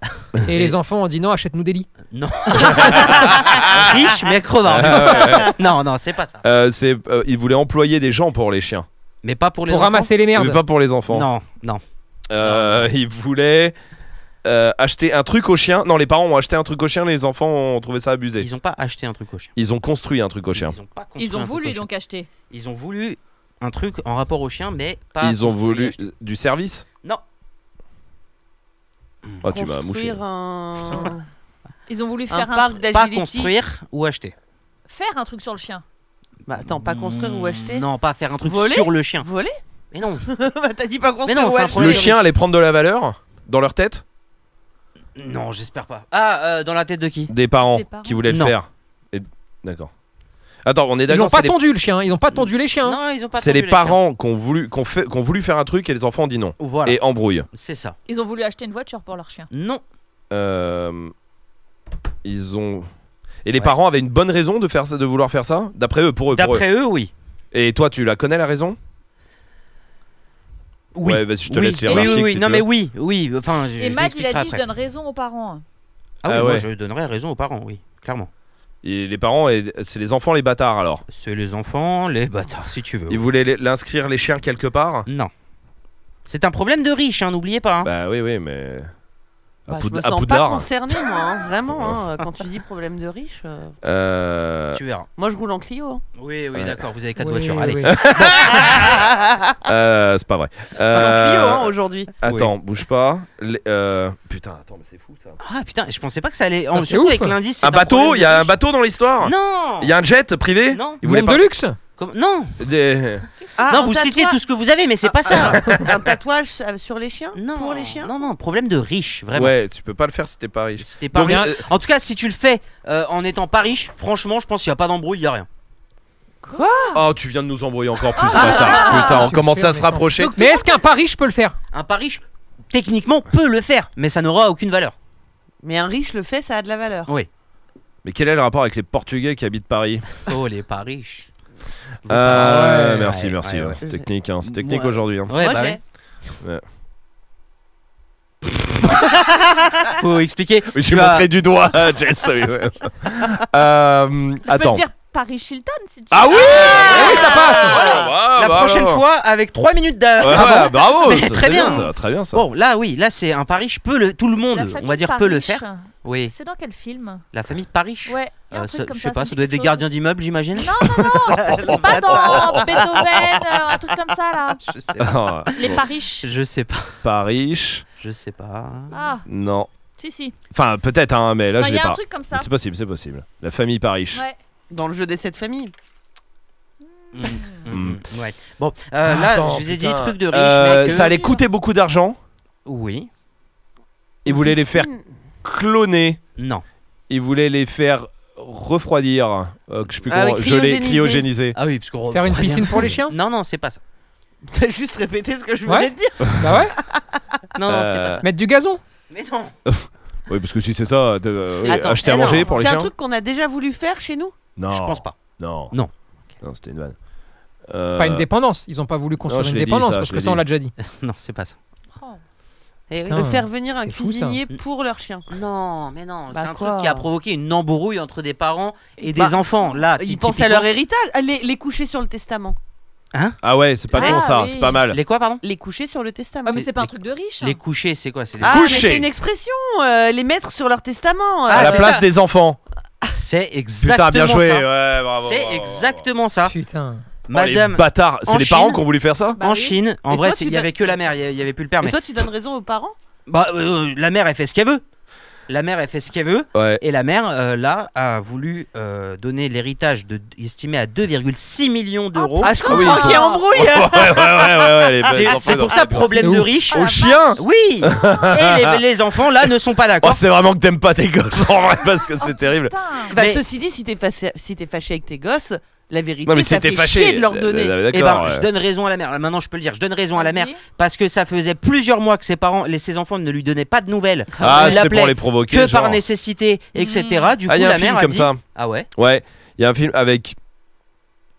Speaker 8: et les enfants ont dit non, achète-nous des lits.
Speaker 1: riche mais crevard.
Speaker 5: Ah,
Speaker 1: non, non, c'est pas ça.
Speaker 5: Euh, c'est, euh, ils voulaient employer des gens pour les chiens,
Speaker 1: Mais pas pour les
Speaker 8: pour
Speaker 1: enfants.
Speaker 8: ramasser les merdes.
Speaker 5: mais pas pour les enfants.
Speaker 1: Non, non.
Speaker 5: Euh, ils voulaient euh, acheter un truc aux chiens. Non, les parents ont acheté un truc aux chiens, les enfants ont trouvé ça abusé.
Speaker 1: Ils ont pas acheté un truc au chien.
Speaker 5: Ils ont construit un truc aux chiens.
Speaker 1: Ils ont pas construit
Speaker 7: Ils
Speaker 1: un
Speaker 7: ont
Speaker 1: truc au
Speaker 7: voulu
Speaker 1: chien.
Speaker 7: donc acheter.
Speaker 1: Ils ont voulu un truc en rapport au chien, mais pas.
Speaker 5: Ils ont
Speaker 1: construit
Speaker 5: voulu
Speaker 1: acheter.
Speaker 5: du service.
Speaker 1: Non.
Speaker 5: Ah, tu m'as mouché.
Speaker 6: construire un.
Speaker 7: Ils ont voulu
Speaker 6: un
Speaker 7: faire un,
Speaker 6: parc
Speaker 7: truc-
Speaker 1: Pas
Speaker 6: d'agility.
Speaker 1: construire ou acheter.
Speaker 7: faire un truc sur le chien.
Speaker 6: Bah attends, pas construire ou acheter
Speaker 1: Hmm, Non, pas faire un truc
Speaker 6: Voler
Speaker 1: sur le chien.
Speaker 6: Voler
Speaker 1: Mais non.
Speaker 6: Bah t'as dit pas construire
Speaker 1: non,
Speaker 6: ou
Speaker 1: c'est un
Speaker 6: acheter.
Speaker 1: problème.
Speaker 5: Le chien allait prendre de la valeur dans leur tête
Speaker 1: Non, j'espère pas. Ah, euh, dans la tête de qui
Speaker 5: des parents,
Speaker 7: Des parents.
Speaker 5: qui voulaient le
Speaker 1: Non.
Speaker 5: faire. Et- D'accord. Attends, on est
Speaker 8: Ils n'ont
Speaker 5: d'accord,
Speaker 8: pas
Speaker 5: c'est les,
Speaker 8: tondu le chien, ils n'ont pas tondu les chiens.
Speaker 1: Non, ils ont pas
Speaker 5: c'est les
Speaker 1: attendu
Speaker 5: parents qui ont voulu, qu'on fait, qu'on voulu faire un truc et les enfants ont dit non.
Speaker 1: chiens. Voilà,
Speaker 5: Et embrouille.
Speaker 1: c'est ça.
Speaker 7: Ils ont voulu acheter une voiture pour leur chien.
Speaker 1: Non,
Speaker 5: Euh, ils ont. Et les
Speaker 1: Ouais.
Speaker 5: parents avaient une bonne raison de, faire ça, de vouloir faire ça D'après eux, pour eux, pour eux.
Speaker 1: d'après eux, oui.
Speaker 5: Et toi, tu la connais la raison
Speaker 1: Oui.
Speaker 5: Ouais, vas-y, je te
Speaker 1: oui.
Speaker 5: laisse lire
Speaker 1: oui, oui,
Speaker 5: l'article,
Speaker 1: oui.
Speaker 5: si
Speaker 1: non
Speaker 5: tu
Speaker 1: mais
Speaker 5: veux.
Speaker 1: oui, oui. Enfin, je,
Speaker 7: Et
Speaker 1: je
Speaker 7: Matt, il a
Speaker 1: l'expliquerai
Speaker 7: dit je
Speaker 1: après.
Speaker 7: donne raison aux parents.
Speaker 1: Ah oui,
Speaker 5: Ah
Speaker 1: moi
Speaker 5: ouais.
Speaker 1: je donnerais raison aux parents, oui, clairement.
Speaker 5: Et les parents, et- c'est les enfants les bâtards alors.
Speaker 1: C'est les enfants, les bâtards, si tu veux.
Speaker 5: Ils voulaient les- l'inscrire les chiens quelque part
Speaker 1: Non. C'est un problème de riche, hein, n'oubliez pas. hein.
Speaker 5: Bah oui, oui, mais.
Speaker 6: Bah, je
Speaker 5: Poud-
Speaker 6: me
Speaker 5: à
Speaker 6: sens pas
Speaker 5: Poudlard.
Speaker 6: concerné, moi, hein, vraiment. hein, quand tu dis problème de riche, euh,
Speaker 5: Euh,
Speaker 1: Tu verras.
Speaker 6: moi je roule en Clio. hein.
Speaker 1: Oui, oui,
Speaker 5: Ouais.
Speaker 1: d'accord, vous avez quatre
Speaker 8: Oui,
Speaker 1: voitures.
Speaker 8: oui,
Speaker 1: Allez.
Speaker 8: oui.
Speaker 1: Ah.
Speaker 5: euh, c'est pas vrai.
Speaker 6: Pas en Clio
Speaker 5: Euh,
Speaker 6: hein, aujourd'hui.
Speaker 5: Attends, bouge pas. Les- euh, Putain, attends, mais c'est fou ça.
Speaker 1: Ah putain, je pensais pas que ça allait.
Speaker 8: Putain,
Speaker 1: En
Speaker 8: c'est
Speaker 1: surtout
Speaker 8: ouf.
Speaker 1: avec l'indice. c'est
Speaker 5: Un bateau
Speaker 1: problème
Speaker 5: Il y a
Speaker 1: de
Speaker 5: un bateau dans l'histoire
Speaker 1: riche. Non
Speaker 5: Il y a un jet privé
Speaker 1: Non
Speaker 5: Ils voulaient
Speaker 8: Monde
Speaker 5: pas-
Speaker 8: de luxe
Speaker 1: Comme- Non,
Speaker 5: Des-
Speaker 6: Ah,
Speaker 1: non
Speaker 6: un
Speaker 1: vous citez
Speaker 6: tatouage-
Speaker 1: tout ce que vous avez, mais c'est pas ça
Speaker 6: Un tatouage euh, sur les chiens
Speaker 1: non,
Speaker 6: Pour les chiens
Speaker 1: Non, non, problème de riche, vraiment.
Speaker 5: Ouais, tu peux pas le faire si t'es pas riche.
Speaker 1: C'était pas
Speaker 8: Donc,
Speaker 1: riche.
Speaker 5: euh,
Speaker 1: En tout cas, si tu le fais euh, en étant pas riche, franchement, je pense qu'il n'y a pas d'embrouille, il n'y a rien.
Speaker 5: Oh, tu viens de nous embrouiller encore plus,
Speaker 1: Ah.
Speaker 5: bâtard. Putain, on
Speaker 8: Tu
Speaker 5: commence
Speaker 8: fais
Speaker 5: à se
Speaker 8: un échange.
Speaker 5: rapprocher.
Speaker 8: Mais est-ce qu'un pas riche peut le faire
Speaker 1: Un pas riche, techniquement, peut le faire, mais ça n'aura aucune valeur.
Speaker 6: Mais un riche le fait, ça a de la valeur.
Speaker 5: Mais quel est le rapport avec les Portugais qui habitent Paris
Speaker 1: Oh, les pas riches.
Speaker 5: Ah,
Speaker 8: Ouais,
Speaker 5: Merci,
Speaker 1: ouais,
Speaker 5: merci.
Speaker 1: ouais,
Speaker 5: ouais.
Speaker 1: ouais.
Speaker 5: C'est technique, hein, c'est technique
Speaker 1: Ouais.
Speaker 5: aujourd'hui. hein.
Speaker 1: Ouais,
Speaker 6: moi
Speaker 1: bah
Speaker 6: j'ai.
Speaker 1: ouais. Faut expliquer.
Speaker 5: Oui,
Speaker 1: Tu
Speaker 5: j'ai
Speaker 1: as-
Speaker 5: montré du doigt, Jess. oui, ouais. Euh,
Speaker 7: Tu peux
Speaker 5: attends.
Speaker 7: le dire Paris Hilton si tu
Speaker 5: Ah oui
Speaker 8: Ah oui, ça passe
Speaker 1: La prochaine fois, avec 3 minutes d'a-
Speaker 5: Ah, bah Ouais,
Speaker 1: avant.
Speaker 5: ouais, bravo,
Speaker 1: Mais
Speaker 5: ça,
Speaker 1: très
Speaker 5: c'est
Speaker 1: bien.
Speaker 5: ça, très bien ça.
Speaker 1: Bon, là, oui, là, c'est un pas riche, peut le, tout le monde,
Speaker 7: La
Speaker 1: on
Speaker 7: famille
Speaker 1: va dire,
Speaker 7: pas
Speaker 1: peut le
Speaker 7: riche.
Speaker 1: faire. Oui,
Speaker 7: C'est dans quel film
Speaker 1: la famille pas riche.
Speaker 7: Ouais. il y a un
Speaker 1: Euh,
Speaker 7: truc
Speaker 1: ça-
Speaker 7: comme
Speaker 1: je sais
Speaker 7: ça,
Speaker 1: pas,
Speaker 7: me
Speaker 1: ça
Speaker 7: dit
Speaker 1: doit être des
Speaker 7: quelque
Speaker 1: gardiens d'immeuble, j'imagine.
Speaker 7: chose. Non, non, non C'est pas dans Beethoven, euh, un truc comme ça là.
Speaker 1: Je sais pas.
Speaker 5: Ah,
Speaker 7: Les Paris riches.
Speaker 1: Je sais pas.
Speaker 5: pas riche,
Speaker 1: Je sais pas.
Speaker 7: Ah,
Speaker 5: non.
Speaker 7: si, si.
Speaker 5: Enfin, peut-être, hein, mais là,
Speaker 7: Enfin,
Speaker 5: je
Speaker 7: Bah, Il y
Speaker 5: l'ai
Speaker 7: a un
Speaker 5: pas.
Speaker 7: truc comme ça.
Speaker 5: Mais C'est possible, c'est possible. La famille pas riche.
Speaker 7: Ouais.
Speaker 6: Dans le jeu des sept familles.
Speaker 1: Mm, mm,
Speaker 5: Mm.
Speaker 1: mm, ouais. Bon, euh, là,
Speaker 5: Attends,
Speaker 1: je vous ai dit
Speaker 5: putain.
Speaker 1: truc de riche.
Speaker 5: Euh,
Speaker 1: mais que-
Speaker 5: ça allait coûter beaucoup d'argent.
Speaker 1: Oui.
Speaker 5: Ils voulaient les faire
Speaker 6: Piscine.
Speaker 5: cloner.
Speaker 1: Non.
Speaker 5: Ils voulaient les faire refroidir. Euh, je sais plus
Speaker 6: Ah oui,
Speaker 5: comment. gelés,
Speaker 6: cryogéniser.
Speaker 5: cryogéniser.
Speaker 1: Ah oui, parce qu'on
Speaker 8: Faire une
Speaker 1: reprend bien.
Speaker 8: piscine pour les chiens
Speaker 1: Non, non, c'est pas ça.
Speaker 6: T'as juste répété ce que je
Speaker 8: Ouais.
Speaker 6: voulais te dire.
Speaker 8: Bah ouais
Speaker 1: Non, non, c'est
Speaker 5: Euh,
Speaker 1: pas ça.
Speaker 8: Mettre du gazon
Speaker 1: Mais non.
Speaker 5: Oui, parce que si c'est ça, de- euh, oui,
Speaker 6: Attends,
Speaker 5: acheter à
Speaker 6: eh non,
Speaker 5: manger pour les
Speaker 6: C'est un
Speaker 5: chiens.
Speaker 6: truc qu'on a déjà voulu faire chez nous.
Speaker 5: Non,
Speaker 1: Je pense pas.
Speaker 5: Non.
Speaker 1: Non.
Speaker 5: Non, c'était une vanne. Euh,
Speaker 8: Pas une dépendance. Ils ont pas voulu construire
Speaker 5: je
Speaker 8: une
Speaker 5: l'ai dit,
Speaker 8: dépendance
Speaker 5: ça,
Speaker 8: parce
Speaker 5: je
Speaker 8: que
Speaker 5: l'ai
Speaker 8: ça, on
Speaker 5: dit.
Speaker 8: l'a déjà dit.
Speaker 1: Non, c'est pas ça.
Speaker 7: Oh.
Speaker 1: Eh oui.
Speaker 8: Putain.
Speaker 6: De
Speaker 8: Ah,
Speaker 6: faire venir un
Speaker 8: c'est fou, ça.
Speaker 6: cuisinier
Speaker 5: Mm.
Speaker 6: pour leur chien.
Speaker 1: Non, mais non,
Speaker 6: Bah
Speaker 1: c'est un
Speaker 6: quoi
Speaker 1: truc qui a provoqué une embrouille entre des parents et des
Speaker 6: Bah,
Speaker 1: enfants. Là,
Speaker 6: Ils
Speaker 1: Ah, typiquement-
Speaker 6: pensent à leur héritage. Ah, Les, les coucher sur le testament.
Speaker 5: Ah ouais, c'est pas
Speaker 7: Ah
Speaker 5: con ça,
Speaker 7: oui.
Speaker 5: c'est pas mal.
Speaker 1: Les quoi, pardon
Speaker 6: Les coucher sur le testament.
Speaker 7: Ah, mais
Speaker 1: C'est-
Speaker 7: c'est pas un
Speaker 1: les-
Speaker 7: truc de riche.
Speaker 1: Les couchés, c'est quoi C'est des-
Speaker 6: Ah, mais
Speaker 5: Coucher.
Speaker 6: c'est une expression. euh, les mettre sur leur testament. Euh,
Speaker 1: Ah,
Speaker 5: à la
Speaker 1: c'est
Speaker 5: place
Speaker 1: ça.
Speaker 5: des enfants.
Speaker 1: C'est exactement
Speaker 5: Putain, bien joué. Oh,
Speaker 1: ça.
Speaker 5: bah, Ouais, bravo.
Speaker 1: C'est
Speaker 5: bravo, bravo.
Speaker 1: exactement ça.
Speaker 8: Putain.
Speaker 5: Oh,
Speaker 1: Madame,
Speaker 5: les bâtards,
Speaker 1: en
Speaker 5: c'est les
Speaker 1: Chine-
Speaker 5: parents qui ont voulu faire ça
Speaker 1: en Chine, en
Speaker 6: Et
Speaker 1: vrai,
Speaker 6: toi,
Speaker 1: c'est- il
Speaker 6: tu
Speaker 1: y
Speaker 6: dois-
Speaker 1: avait que la mère, il y- il y avait plus le père.
Speaker 6: Et
Speaker 1: Mais
Speaker 6: toi, tu donnes raison aux parents
Speaker 1: Bah, euh, la mère, elle fait ce qu'elle veut. La mère, elle fait ce qu'elle veut.
Speaker 5: Ouais.
Speaker 1: Et la mère, euh, là, a voulu euh, donner l'héritage de, estimé à 2,6 millions d'euros.
Speaker 6: Ah, je
Speaker 5: Ah
Speaker 6: comprends
Speaker 5: oui, ils
Speaker 6: qu'il y a
Speaker 7: sont-
Speaker 6: embrouille.
Speaker 5: ouais, Eh ben, ouais, ouais, ouais, ouais, les
Speaker 1: Ah, c'est
Speaker 5: bêtes enfants,
Speaker 1: c'est
Speaker 5: non,
Speaker 1: pour ça,
Speaker 5: c'est bon.
Speaker 1: problème
Speaker 8: C'est
Speaker 1: de
Speaker 8: ouf.
Speaker 1: riche.
Speaker 5: Aux chiens
Speaker 1: Oui Et les, les enfants, là, ne sont pas
Speaker 5: Oh,
Speaker 1: d'accord.
Speaker 5: c'est vraiment que t'aimes pas tes gosses en vrai, parce que c'est terrible.
Speaker 7: Putain.
Speaker 6: Bah,
Speaker 1: Mais-
Speaker 6: Ceci dit, si t'es fâché, si t'es fâché avec tes gosses, la vérité,
Speaker 5: Non, mais
Speaker 6: ça
Speaker 5: c'était
Speaker 6: fait
Speaker 5: fâché.
Speaker 6: chier de leur donner.
Speaker 5: Euh,
Speaker 1: Eh ben,
Speaker 5: D'accord.
Speaker 1: je
Speaker 5: ouais.
Speaker 1: donne raison à la mère. Maintenant, je peux le dire. Je donne raison à la mère
Speaker 7: Vas-y.
Speaker 1: parce que ça faisait plusieurs mois que ses parents, les, ses enfants ne lui donnaient pas de nouvelles.
Speaker 5: Ah,
Speaker 1: Ils
Speaker 5: c'était
Speaker 1: l'appelaient
Speaker 5: pour les provoquer.
Speaker 1: euh, que
Speaker 5: genre.
Speaker 1: par nécessité, etc.
Speaker 6: Hmm.
Speaker 1: Du coup,
Speaker 5: Ah, il y a
Speaker 1: la
Speaker 5: un film
Speaker 1: mère a
Speaker 5: comme
Speaker 1: dit-
Speaker 5: ça.
Speaker 1: Ah ouais.
Speaker 5: Ouais, il y a un film avec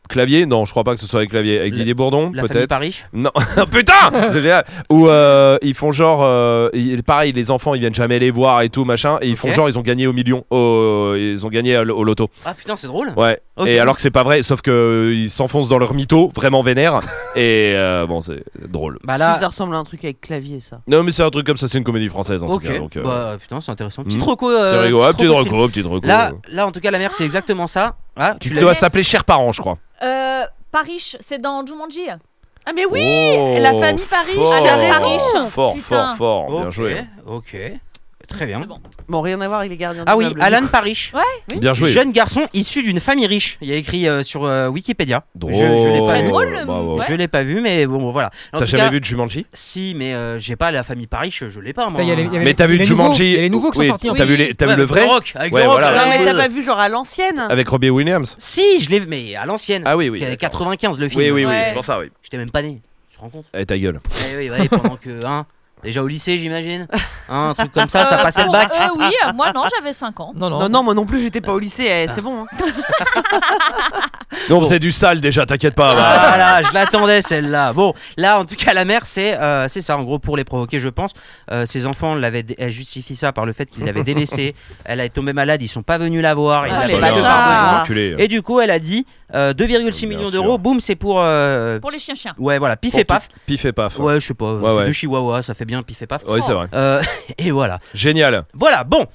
Speaker 5: clavier. Non, je crois pas que ce soit avec clavier. Avec
Speaker 1: La-
Speaker 5: Didier Bourdon,
Speaker 1: La famille
Speaker 5: peut-être.
Speaker 1: pas riche.
Speaker 5: Non, Oh, putain C'est génial Où euh, ils font genre. euh, ils- pareil, les enfants ils viennent jamais les voir et tout machin. Et ils font
Speaker 1: Ok.
Speaker 5: genre ils ont gagné au million. Au, ils ont gagné au, au loto.
Speaker 1: Ah putain, c'est drôle.
Speaker 5: Ouais.
Speaker 1: Ok.
Speaker 5: Et alors que c'est pas vrai, sauf que euh, ils s'enfoncent dans leur mytho, vraiment vénère. et euh, bon, c'est drôle.
Speaker 1: Bah là,
Speaker 6: Ça ressemble à un truc avec clavier, ça.
Speaker 5: Non, mais c'est un truc comme ça, c'est une comédie française en
Speaker 1: ok.
Speaker 5: tout cas. Donc, euh,
Speaker 1: Bah putain, c'est intéressant. Petit
Speaker 5: Hmm.
Speaker 1: troco. euh,
Speaker 5: c'est rigolo. Ah,
Speaker 1: petit
Speaker 5: petite
Speaker 1: troco de film.
Speaker 5: reco, petite reco.
Speaker 1: Là, là, en tout cas, la mère, c'est exactement ça. Ah, tu
Speaker 5: Tu
Speaker 1: l'as
Speaker 5: dois
Speaker 1: dit
Speaker 5: s'appeler cher parent, je crois.
Speaker 7: Euh, pas riche, c'est dans Jumanji.
Speaker 6: Ah, mais oui
Speaker 5: Oh,
Speaker 6: la famille Paris,
Speaker 5: fort,
Speaker 7: la famille Paris.
Speaker 5: Fort,
Speaker 7: Putain.
Speaker 5: fort, fort, Oh, bien hein.
Speaker 1: Ok,
Speaker 5: joué.
Speaker 1: Ok. Très bien.
Speaker 7: C'est bon.
Speaker 6: Bon, rien à voir avec les gardiens
Speaker 1: Ah oui,
Speaker 6: d'immeuble, du
Speaker 1: Alan
Speaker 6: coup.
Speaker 1: Parrish.
Speaker 6: Oui.
Speaker 5: Bien joué.
Speaker 1: Jeune garçon issu d'une famille riche. Il y a écrit euh, sur euh, Wikipédia.
Speaker 5: Drôle.
Speaker 1: Je, je l'ai pas
Speaker 7: Très
Speaker 1: vu.
Speaker 7: drôle, le-
Speaker 5: Bravo.
Speaker 1: Je l'ai pas vu, mais bon, bon, voilà. En
Speaker 5: T'as
Speaker 1: tout
Speaker 5: jamais
Speaker 1: cas,
Speaker 5: vu Jumanji
Speaker 1: Si, mais euh, j'ai pas la famille Parrish, je l'ai pas moi.
Speaker 8: Putain, il y a les- il y a
Speaker 5: Mais t'as vu
Speaker 8: les nouveaux-
Speaker 5: Jumanji
Speaker 8: Il y a les nouveaux qui
Speaker 5: Oui,
Speaker 8: sont sortis en
Speaker 5: T'as
Speaker 8: plus.
Speaker 5: vu, les- t'as vu
Speaker 1: Ouais,
Speaker 5: le
Speaker 1: avec
Speaker 5: vrai
Speaker 1: The Rock, avec The
Speaker 5: Ouais,
Speaker 1: Rock,
Speaker 5: voilà.
Speaker 1: là,
Speaker 6: Non, mais
Speaker 1: euh,
Speaker 6: t'as pas vu genre à l'ancienne
Speaker 5: Avec Robbie Williams
Speaker 1: Si, je l'ai, mais à l'ancienne.
Speaker 5: Ah oui, oui.
Speaker 1: Qui avait
Speaker 5: d'accord.
Speaker 1: 95 le film.
Speaker 5: Oui, oui, oui,
Speaker 7: Ouais.
Speaker 5: c'est pour ça, oui.
Speaker 1: J'étais même pas né. Tu te rends compte
Speaker 5: Eh, ta gueule.
Speaker 1: Eh oui, ouais, pendant que hein, déjà au lycée, j'imagine. Hein, un truc comme ça, ça
Speaker 8: Ah
Speaker 1: passait le bac.
Speaker 7: Euh, oui, euh, moi non, j'avais 5 ans.
Speaker 8: Non, non.
Speaker 6: Non, non, moi non plus, j'étais pas au lycée, eh, c'est bon. hein.
Speaker 5: Non, c'est du sale déjà, t'inquiète pas. bah.
Speaker 1: Voilà, je l'attendais celle-là. Bon, là en tout cas, la mère, c'est euh, c'est ça en gros pour les provoquer, je pense. Euh, ses enfants l'avaient, dé- elle justifie ça par le fait qu'ils l'avaient délaissée. Elle est tombée malade, ils sont pas venus la voir. Ils
Speaker 6: Ah,
Speaker 1: avaient
Speaker 6: les
Speaker 1: pas de
Speaker 5: Voilà,
Speaker 6: bâtards.
Speaker 1: pardon.
Speaker 5: ces enculés.
Speaker 1: Et du coup, elle a dit euh, 2,6
Speaker 5: Bien
Speaker 1: millions
Speaker 5: sûr.
Speaker 1: d'euros. Boum, c'est pour euh,
Speaker 7: Pour les chiens-chiens.
Speaker 1: ouais, voilà, pif
Speaker 5: Pour
Speaker 1: et paf.
Speaker 5: tout- Pif et paf.
Speaker 1: Ouais, je sais pas,
Speaker 5: Ouais,
Speaker 1: c'est
Speaker 5: ouais.
Speaker 1: du chihuahua, ça fait bien pif et paf.
Speaker 5: Oui, c'est vrai.
Speaker 1: Euh, et voilà.
Speaker 5: Génial.
Speaker 1: Voilà, bon.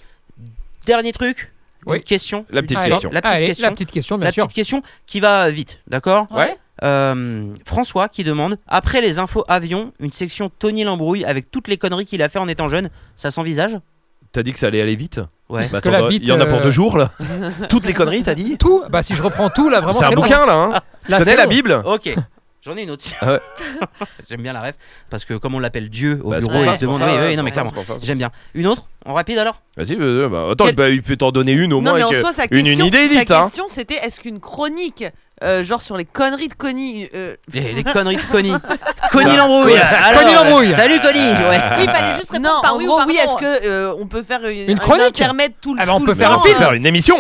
Speaker 1: Dernier truc.
Speaker 8: Oui.
Speaker 1: Une question.
Speaker 5: La petite
Speaker 1: Ah,
Speaker 8: Allez,
Speaker 5: question.
Speaker 1: La petite
Speaker 8: Allez,
Speaker 1: question.
Speaker 8: la petite question, bien
Speaker 1: La
Speaker 8: sûr.
Speaker 1: petite question qui va vite, d'accord
Speaker 5: Ouais.
Speaker 1: Euh, François qui demande Après les infos avions, une section Tony Lambrouille avec toutes les conneries qu'il a fait en étant jeune, ça s'envisage
Speaker 5: T'as dit que ça allait aller vite
Speaker 1: Ouais.
Speaker 5: Bah,
Speaker 8: que
Speaker 5: attends, Il
Speaker 8: la vite,
Speaker 5: y en a pour
Speaker 8: euh,
Speaker 5: deux jours là. Toutes les conneries, t'as dit
Speaker 8: Tout Bah, si je reprends tout, là, vraiment,
Speaker 5: C'est un
Speaker 8: long.
Speaker 5: bouquin là. Hein tu
Speaker 8: Là,
Speaker 5: connais
Speaker 8: c'est
Speaker 5: la
Speaker 8: long.
Speaker 5: Bible
Speaker 1: Ok. J'en ai une autre.
Speaker 5: Ah ouais.
Speaker 1: J'aime bien la ref parce que comme on l'appelle Dieu au
Speaker 5: Bah, c'est
Speaker 1: bureau,
Speaker 5: pour ça,
Speaker 1: il se
Speaker 5: c'est pour
Speaker 1: demande-
Speaker 5: ça,
Speaker 1: oui, oui,
Speaker 5: c'est
Speaker 1: non mais
Speaker 5: pour ça,
Speaker 1: clairement.
Speaker 5: c'est pour ça, c'est pour
Speaker 1: J'aime bien. Une autre En rapide alors
Speaker 5: Vas-y, euh, bah, attends,
Speaker 1: Quel-
Speaker 5: bah, il peut t'en donner une au
Speaker 6: non,
Speaker 5: moins.
Speaker 6: mais en
Speaker 5: que-
Speaker 6: soi, sa
Speaker 5: euh, une,
Speaker 6: question,
Speaker 5: une idée
Speaker 6: sa
Speaker 5: vite. Hein.
Speaker 6: question, c'était est-ce qu'une chronique, euh, genre sur les conneries de Connie, euh,
Speaker 1: Les, les conneries de Connie. Connie Lambrouille.
Speaker 5: Connie Ah,
Speaker 1: Alors, euh,
Speaker 8: Lambrouille.
Speaker 1: Salut Connie. Ouais.
Speaker 7: Oui, il fallait juste répondre
Speaker 6: non,
Speaker 7: par
Speaker 6: en
Speaker 7: oui ou
Speaker 6: gros,
Speaker 7: par
Speaker 6: oui,
Speaker 7: non.
Speaker 6: est-ce que euh, on peut faire une,
Speaker 8: Une chronique
Speaker 6: un intermède tout, le-
Speaker 8: Ah bah, on
Speaker 6: tout
Speaker 8: peut
Speaker 6: le
Speaker 5: Mais
Speaker 8: faire
Speaker 5: on
Speaker 6: temps,
Speaker 5: peut
Speaker 6: euh,
Speaker 5: faire une émission.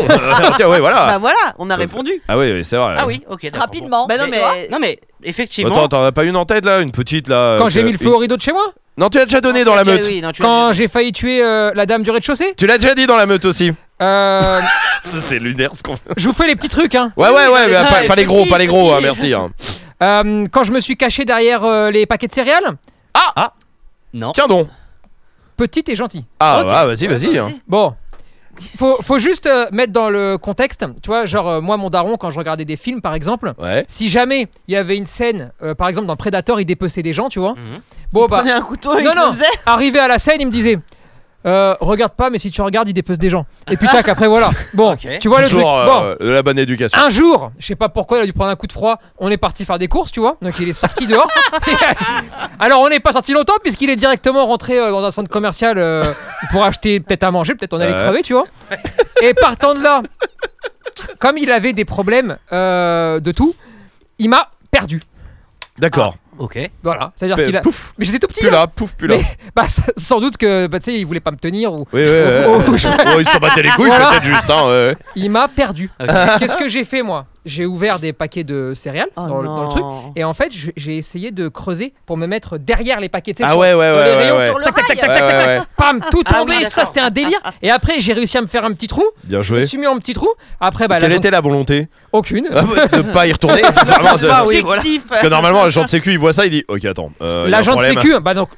Speaker 5: Tiens, ouais, voilà.
Speaker 6: Bah voilà, on a répondu.
Speaker 5: Ah oui, oui, c'est vrai.
Speaker 1: Ah oui, ok. d'accord, bon.
Speaker 7: Rapidement.
Speaker 6: Bah non,
Speaker 1: Mais-
Speaker 6: mais
Speaker 1: Non mais effectivement.
Speaker 5: Attends, t'en as pas une en tête là Une petite là
Speaker 8: Quand
Speaker 5: euh,
Speaker 8: j'ai mis le feu
Speaker 5: une-
Speaker 8: au rideau de chez moi
Speaker 5: Non, tu l'as déjà donné
Speaker 1: tu
Speaker 5: dans
Speaker 1: l'as déjà-
Speaker 5: la meute.
Speaker 1: Ah, oui, non, tu l'as
Speaker 8: Quand
Speaker 1: déjà-
Speaker 8: j'ai failli tuer euh, la dame du rez-de-chaussée
Speaker 5: Tu l'as déjà dit dans la meute aussi.
Speaker 8: Euh,
Speaker 5: Ça, C'est lunaire ce qu'on fait.
Speaker 8: Je vous fais les petits trucs, hein.
Speaker 5: Ouais, ouais, ouais, mais
Speaker 1: oui,
Speaker 5: pas,
Speaker 1: oui,
Speaker 5: pas les gros,
Speaker 1: petit,
Speaker 5: pas les gros, hein,
Speaker 1: petit.
Speaker 5: merci. hein.
Speaker 8: Euh, quand je me suis caché derrière euh, les paquets de céréales,
Speaker 1: Non.
Speaker 5: Tiens donc.
Speaker 8: petite et gentille.
Speaker 5: Ah,
Speaker 1: Ok.
Speaker 5: bah, vas-y, vas-y. hein.
Speaker 8: Bon. Faut, faut juste euh, mettre dans le contexte, tu vois, genre euh, moi mon daron quand je regardais des films par exemple,
Speaker 5: Ouais.
Speaker 8: si jamais il y avait une scène, euh, par exemple dans Predator il dépeçait des gens, tu vois,
Speaker 1: Mhm.
Speaker 8: bon
Speaker 6: on
Speaker 8: bah
Speaker 6: prenait un couteau et
Speaker 8: non
Speaker 6: il le
Speaker 8: non,
Speaker 6: faisait.
Speaker 8: arrivé à la scène il me disait, euh, regarde pas mais si tu regardes il dépece des gens. Et puis tac après voilà, bon,
Speaker 1: Ok.
Speaker 8: tu vois le truc.
Speaker 5: Toujours euh,
Speaker 8: Bon, Ah,
Speaker 5: de la bonne éducation.
Speaker 8: Un jour, je sais pas pourquoi il a dû prendre un coup de froid, on est parti faire des courses, tu vois. Donc il est sorti dehors. Alors on n'est pas sorti longtemps puisqu'il est directement rentré euh, dans un centre commercial euh, pour acheter peut-être à manger, peut-être on allait
Speaker 5: Ouais.
Speaker 8: crever, tu vois. Et partant de là, comme il avait des problèmes euh, de tout, il m'a perdu.
Speaker 5: D'accord.
Speaker 8: ah,
Speaker 1: Ok.
Speaker 8: Voilà, c'est-à-dire
Speaker 5: Pe-
Speaker 8: qu'il a...
Speaker 5: Pouf,
Speaker 8: Mais j'étais tout petit.
Speaker 5: plus
Speaker 8: hein.
Speaker 5: là, pouf, plus là.
Speaker 8: Mais- Bah, sans doute que bah, tu sais, il voulait pas me tenir ou
Speaker 5: Oui, oui, oui.
Speaker 8: Oh, oh,
Speaker 5: ils s'en battaient les couilles,
Speaker 8: Voilà.
Speaker 5: peut-être juste. Hein, ouais.
Speaker 8: il m'a perdu.
Speaker 1: Ok.
Speaker 8: Qu'est-ce que j'ai fait moi J'ai ouvert des paquets de céréales
Speaker 6: Oh
Speaker 8: dans le- dans le truc.
Speaker 6: non.
Speaker 8: Et en fait, je- j'ai essayé de creuser pour me mettre derrière les paquets. tu sais,
Speaker 5: Ah
Speaker 8: sur-
Speaker 5: ouais, ouais,
Speaker 8: dans
Speaker 5: ouais,
Speaker 8: les
Speaker 5: ouais,
Speaker 8: rayons
Speaker 5: ouais.
Speaker 8: sur le
Speaker 7: Tac, tac,
Speaker 8: rail.
Speaker 7: tac,
Speaker 5: Ouais, ouais, ouais.
Speaker 8: Pam, tout
Speaker 1: Ah
Speaker 8: tombé.
Speaker 1: oui,
Speaker 8: ça,
Speaker 1: d'accord.
Speaker 8: c'était un délire. Et après, j'ai réussi à me faire un petit trou.
Speaker 5: Bien
Speaker 8: Je me
Speaker 5: joué.
Speaker 8: suis mis en petit trou. Après, bah, la
Speaker 5: Quelle
Speaker 8: jambe-
Speaker 5: était la volonté
Speaker 8: aucune.
Speaker 5: Ah, bah, De pas y retourner Vraiment, de-
Speaker 8: Bah
Speaker 1: Ah oui, voilà.
Speaker 6: Objectif.
Speaker 5: Parce que normalement, l'agent de sécu, il voit ça, il dit Ok, attends. euh, y a un
Speaker 8: L'agent de
Speaker 5: problème.
Speaker 8: sécu, bah donc,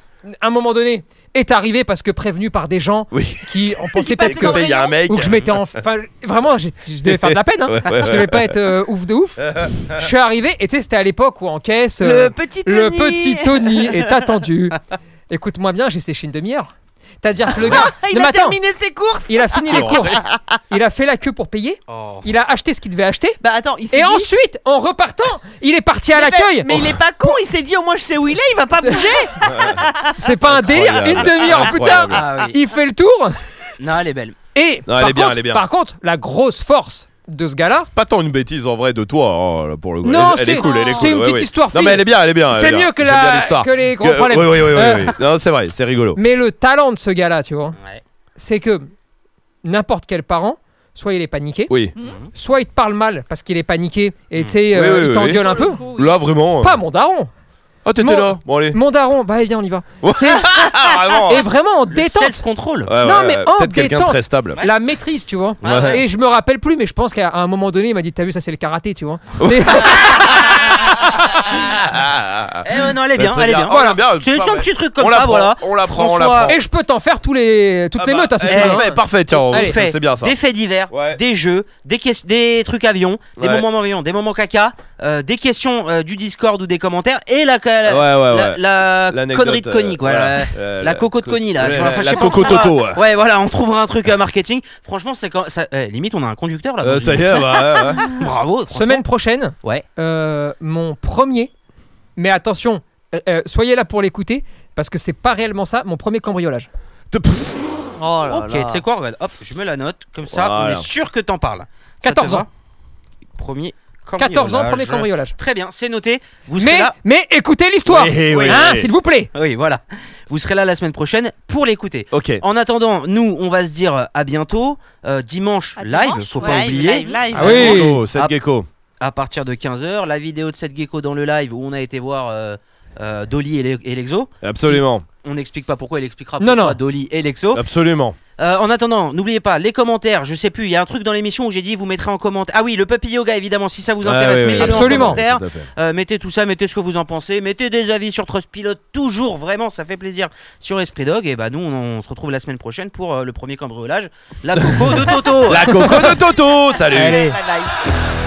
Speaker 8: à un moment donné, est arrivé parce que prévenu par des gens
Speaker 5: Oui.
Speaker 8: qui en
Speaker 7: passaient
Speaker 8: pensaient peut-être
Speaker 5: Parce
Speaker 8: que.
Speaker 5: que il y a un mec.
Speaker 8: Ou que je m'étais en- enfin vraiment j'ai- je devais faire de la peine hein.
Speaker 5: Ouais, ouais,
Speaker 8: je
Speaker 5: ouais.
Speaker 8: devais pas être euh, ouf de ouf je suis arrivé et tu sais, c'était à l'époque où en caisse euh,
Speaker 6: Le petit
Speaker 8: Le
Speaker 6: Tony.
Speaker 8: petit Tony est attendu. Écoute-moi bien, j'ai séché une demi-heure. C'est-à-dire que le gars.
Speaker 6: Ah, Il
Speaker 8: Non, mais
Speaker 6: a
Speaker 8: attends,
Speaker 6: terminé ses courses.
Speaker 8: il a fini les
Speaker 5: Oh.
Speaker 8: courses. Il a fait la queue pour payer.
Speaker 1: Oh.
Speaker 8: Il a acheté ce qu'il devait acheter.
Speaker 6: Bah attends, il s'est
Speaker 8: Et
Speaker 6: dit-
Speaker 8: ensuite, en repartant, il est parti à
Speaker 6: Mais-
Speaker 8: l'accueil.
Speaker 6: Mais il est pas con, il s'est dit au moins je sais où il est, il va pas bouger.
Speaker 8: Oh, C'est pas un délire.
Speaker 5: Incroyable.
Speaker 8: Une demi-heure plus tard,
Speaker 5: Incroyable.
Speaker 1: Ah oui.
Speaker 8: il fait le tour.
Speaker 1: Non, elle est belle.
Speaker 8: Et
Speaker 5: Non, elle
Speaker 8: par,
Speaker 5: est bien,
Speaker 8: contre,
Speaker 5: elle est bien.
Speaker 8: par contre, la grosse force de ce gars-là,
Speaker 5: Pas tant une bêtise en vrai de toi, hein, là, pour le coup.
Speaker 8: Non,
Speaker 5: elle, elle est
Speaker 8: c'était-
Speaker 5: cool, elle est cool.
Speaker 8: c'est une
Speaker 5: ouais,
Speaker 8: petite
Speaker 5: ouais.
Speaker 8: histoire
Speaker 5: Non, mais elle est bien, elle est bien. Ah, elle est
Speaker 8: c'est
Speaker 5: bien.
Speaker 8: mieux que,
Speaker 5: J'aime bien
Speaker 8: la...
Speaker 5: l'histoire.
Speaker 8: que les gros
Speaker 5: Que-
Speaker 8: problèmes.
Speaker 5: Oui, oui, oui, oui,
Speaker 8: Euh.
Speaker 5: oui. Non, c'est vrai, c'est rigolo.
Speaker 8: Mais le talent de ce gars-là, tu vois,
Speaker 1: Ouais.
Speaker 8: c'est que n'importe quel parent, soit il est paniqué,
Speaker 5: Oui.
Speaker 8: soit il te parle mal parce qu'il est paniqué et tu sais, euh,
Speaker 5: Hmm. Oui, oui,
Speaker 8: il
Speaker 5: oui,
Speaker 8: t'engueule
Speaker 5: oui.
Speaker 8: un peu.
Speaker 5: Là, vraiment. euh,
Speaker 8: Pas mon daron,
Speaker 5: Ah, t'étais
Speaker 8: Mon-
Speaker 5: là. Bon, allez.
Speaker 8: mon daron, bah eh bien on y va.
Speaker 5: Ouais.
Speaker 8: Tu sais,
Speaker 5: Ah, vraiment.
Speaker 8: et vraiment en
Speaker 1: Le
Speaker 8: détente,
Speaker 1: self-control.
Speaker 5: Ouais,
Speaker 8: Non,
Speaker 5: ouais,
Speaker 8: mais
Speaker 5: ouais,
Speaker 8: en
Speaker 5: Peut-être quelqu'un de
Speaker 8: détente.
Speaker 5: très stable.
Speaker 8: la maîtrise, tu vois.
Speaker 1: Ouais, ouais.
Speaker 8: Et je me rappelle plus, mais je pense qu'à un moment donné, il m'a dit T'as vu, ça c'est le karaté, tu vois. Mais-
Speaker 1: Eh ouais, non, elle est bien,
Speaker 5: Bah, c'est
Speaker 1: elle est bien.
Speaker 5: Oh, elle est bien.
Speaker 1: C'est un
Speaker 5: parfait.
Speaker 1: petit truc comme
Speaker 5: On
Speaker 1: ça,
Speaker 5: l'apprend,
Speaker 1: voilà.
Speaker 5: On l'apprend, on
Speaker 1: François-
Speaker 5: l'apprend.
Speaker 8: et je peux t'en faire tous les... toutes
Speaker 5: Ah
Speaker 8: les
Speaker 5: bah,
Speaker 8: meutes, hein, si
Speaker 5: eh,
Speaker 8: tu veux, hein.
Speaker 5: Parfait, parfait, tiens, on
Speaker 8: Allez.
Speaker 5: fait,
Speaker 1: Fait.
Speaker 5: c'est bien ça.
Speaker 1: Des faits divers,
Speaker 5: Ouais.
Speaker 1: des jeux, des, ques- des trucs avions, des
Speaker 5: Ouais.
Speaker 1: moments avions, des moments caca, euh, des questions euh, du Discord ou des commentaires et la,
Speaker 5: Ouais,
Speaker 1: la,
Speaker 5: ouais,
Speaker 1: la-
Speaker 5: ouais.
Speaker 1: la
Speaker 5: L'anecdote,
Speaker 1: connerie de
Speaker 5: euh,
Speaker 1: Connie, quoi.
Speaker 5: voilà.
Speaker 1: la-
Speaker 5: Euh,
Speaker 1: la coco de Connie, là.
Speaker 5: Ouais,
Speaker 1: Je-
Speaker 5: la-
Speaker 1: enfin, je
Speaker 5: la
Speaker 1: sais pas
Speaker 5: coco
Speaker 1: pourquoi.
Speaker 5: Toto, ouais.
Speaker 1: Ouais, voilà, on trouvera un truc euh, marketing. Franchement, c'est quand ça- eh, limite, on a un conducteur là.
Speaker 5: Euh, ça y est, bah, ouais, ouais.
Speaker 1: Bravo.
Speaker 8: Semaine prochaine,
Speaker 1: Ouais.
Speaker 8: euh, mon premier, mais attention, euh, euh, soyez là pour l'écouter, parce que c'est pas réellement ça, mon premier cambriolage.
Speaker 5: Te- pff,
Speaker 6: Oh là
Speaker 1: Ok,
Speaker 6: là.
Speaker 1: tu sais quoi, regarde, hop, je me la note, comme ça,
Speaker 5: Voilà.
Speaker 1: on est sûr que t'en parles. Ça
Speaker 8: 14
Speaker 1: te va
Speaker 8: ans.
Speaker 1: Premier
Speaker 8: 14 ans, premier
Speaker 1: cambriolage.
Speaker 8: cambriolage.
Speaker 1: Très bien, c'est noté. Vous serez
Speaker 8: Mais,
Speaker 1: là.
Speaker 8: mais écoutez l'histoire,
Speaker 5: Oui, oui,
Speaker 8: hein,
Speaker 5: oui.
Speaker 8: s'il vous plaît.
Speaker 1: Oui, voilà. Vous serez là la semaine prochaine pour l'écouter.
Speaker 5: Ok.
Speaker 1: En attendant, nous, on va se dire euh, à bientôt. euh, dimanche,
Speaker 7: À
Speaker 1: live,
Speaker 7: dimanche,
Speaker 1: faut
Speaker 6: Ouais,
Speaker 1: pas
Speaker 6: live,
Speaker 1: oublier.
Speaker 6: live, live.
Speaker 8: Ah oui.
Speaker 5: Gecko, cette
Speaker 1: Ah.
Speaker 5: gecko.
Speaker 1: À partir de 15h, la vidéo de cette gecko dans le live où on a été voir euh, euh, Dolly et l'e- et l'Exo.
Speaker 5: Absolument,
Speaker 1: On n'explique pas pourquoi, il expliquera
Speaker 8: Non,
Speaker 1: pourquoi
Speaker 8: non.
Speaker 1: Dolly et l'Exo.
Speaker 5: absolument.
Speaker 1: Euh, en attendant, n'oubliez pas les commentaires. Je sais plus, il y a un truc dans l'émission où j'ai dit vous mettrez en commentaire. Ah oui, le puppy yoga évidemment, si ça vous intéresse,
Speaker 5: Ouais, ouais,
Speaker 1: mettez-le
Speaker 5: ouais,
Speaker 1: en
Speaker 8: Absolument.
Speaker 1: commentaire.
Speaker 5: tout à fait.
Speaker 1: Euh, mettez tout ça, mettez ce que vous en pensez, mettez des avis sur Trustpilot, toujours vraiment, ça fait plaisir sur Esprit Dog. Et bah nous, on, on se retrouve la semaine prochaine pour euh, le premier cambriolage, la coco de Toto.
Speaker 5: La coco de Toto, salut.
Speaker 8: Allez.
Speaker 6: Bye bye.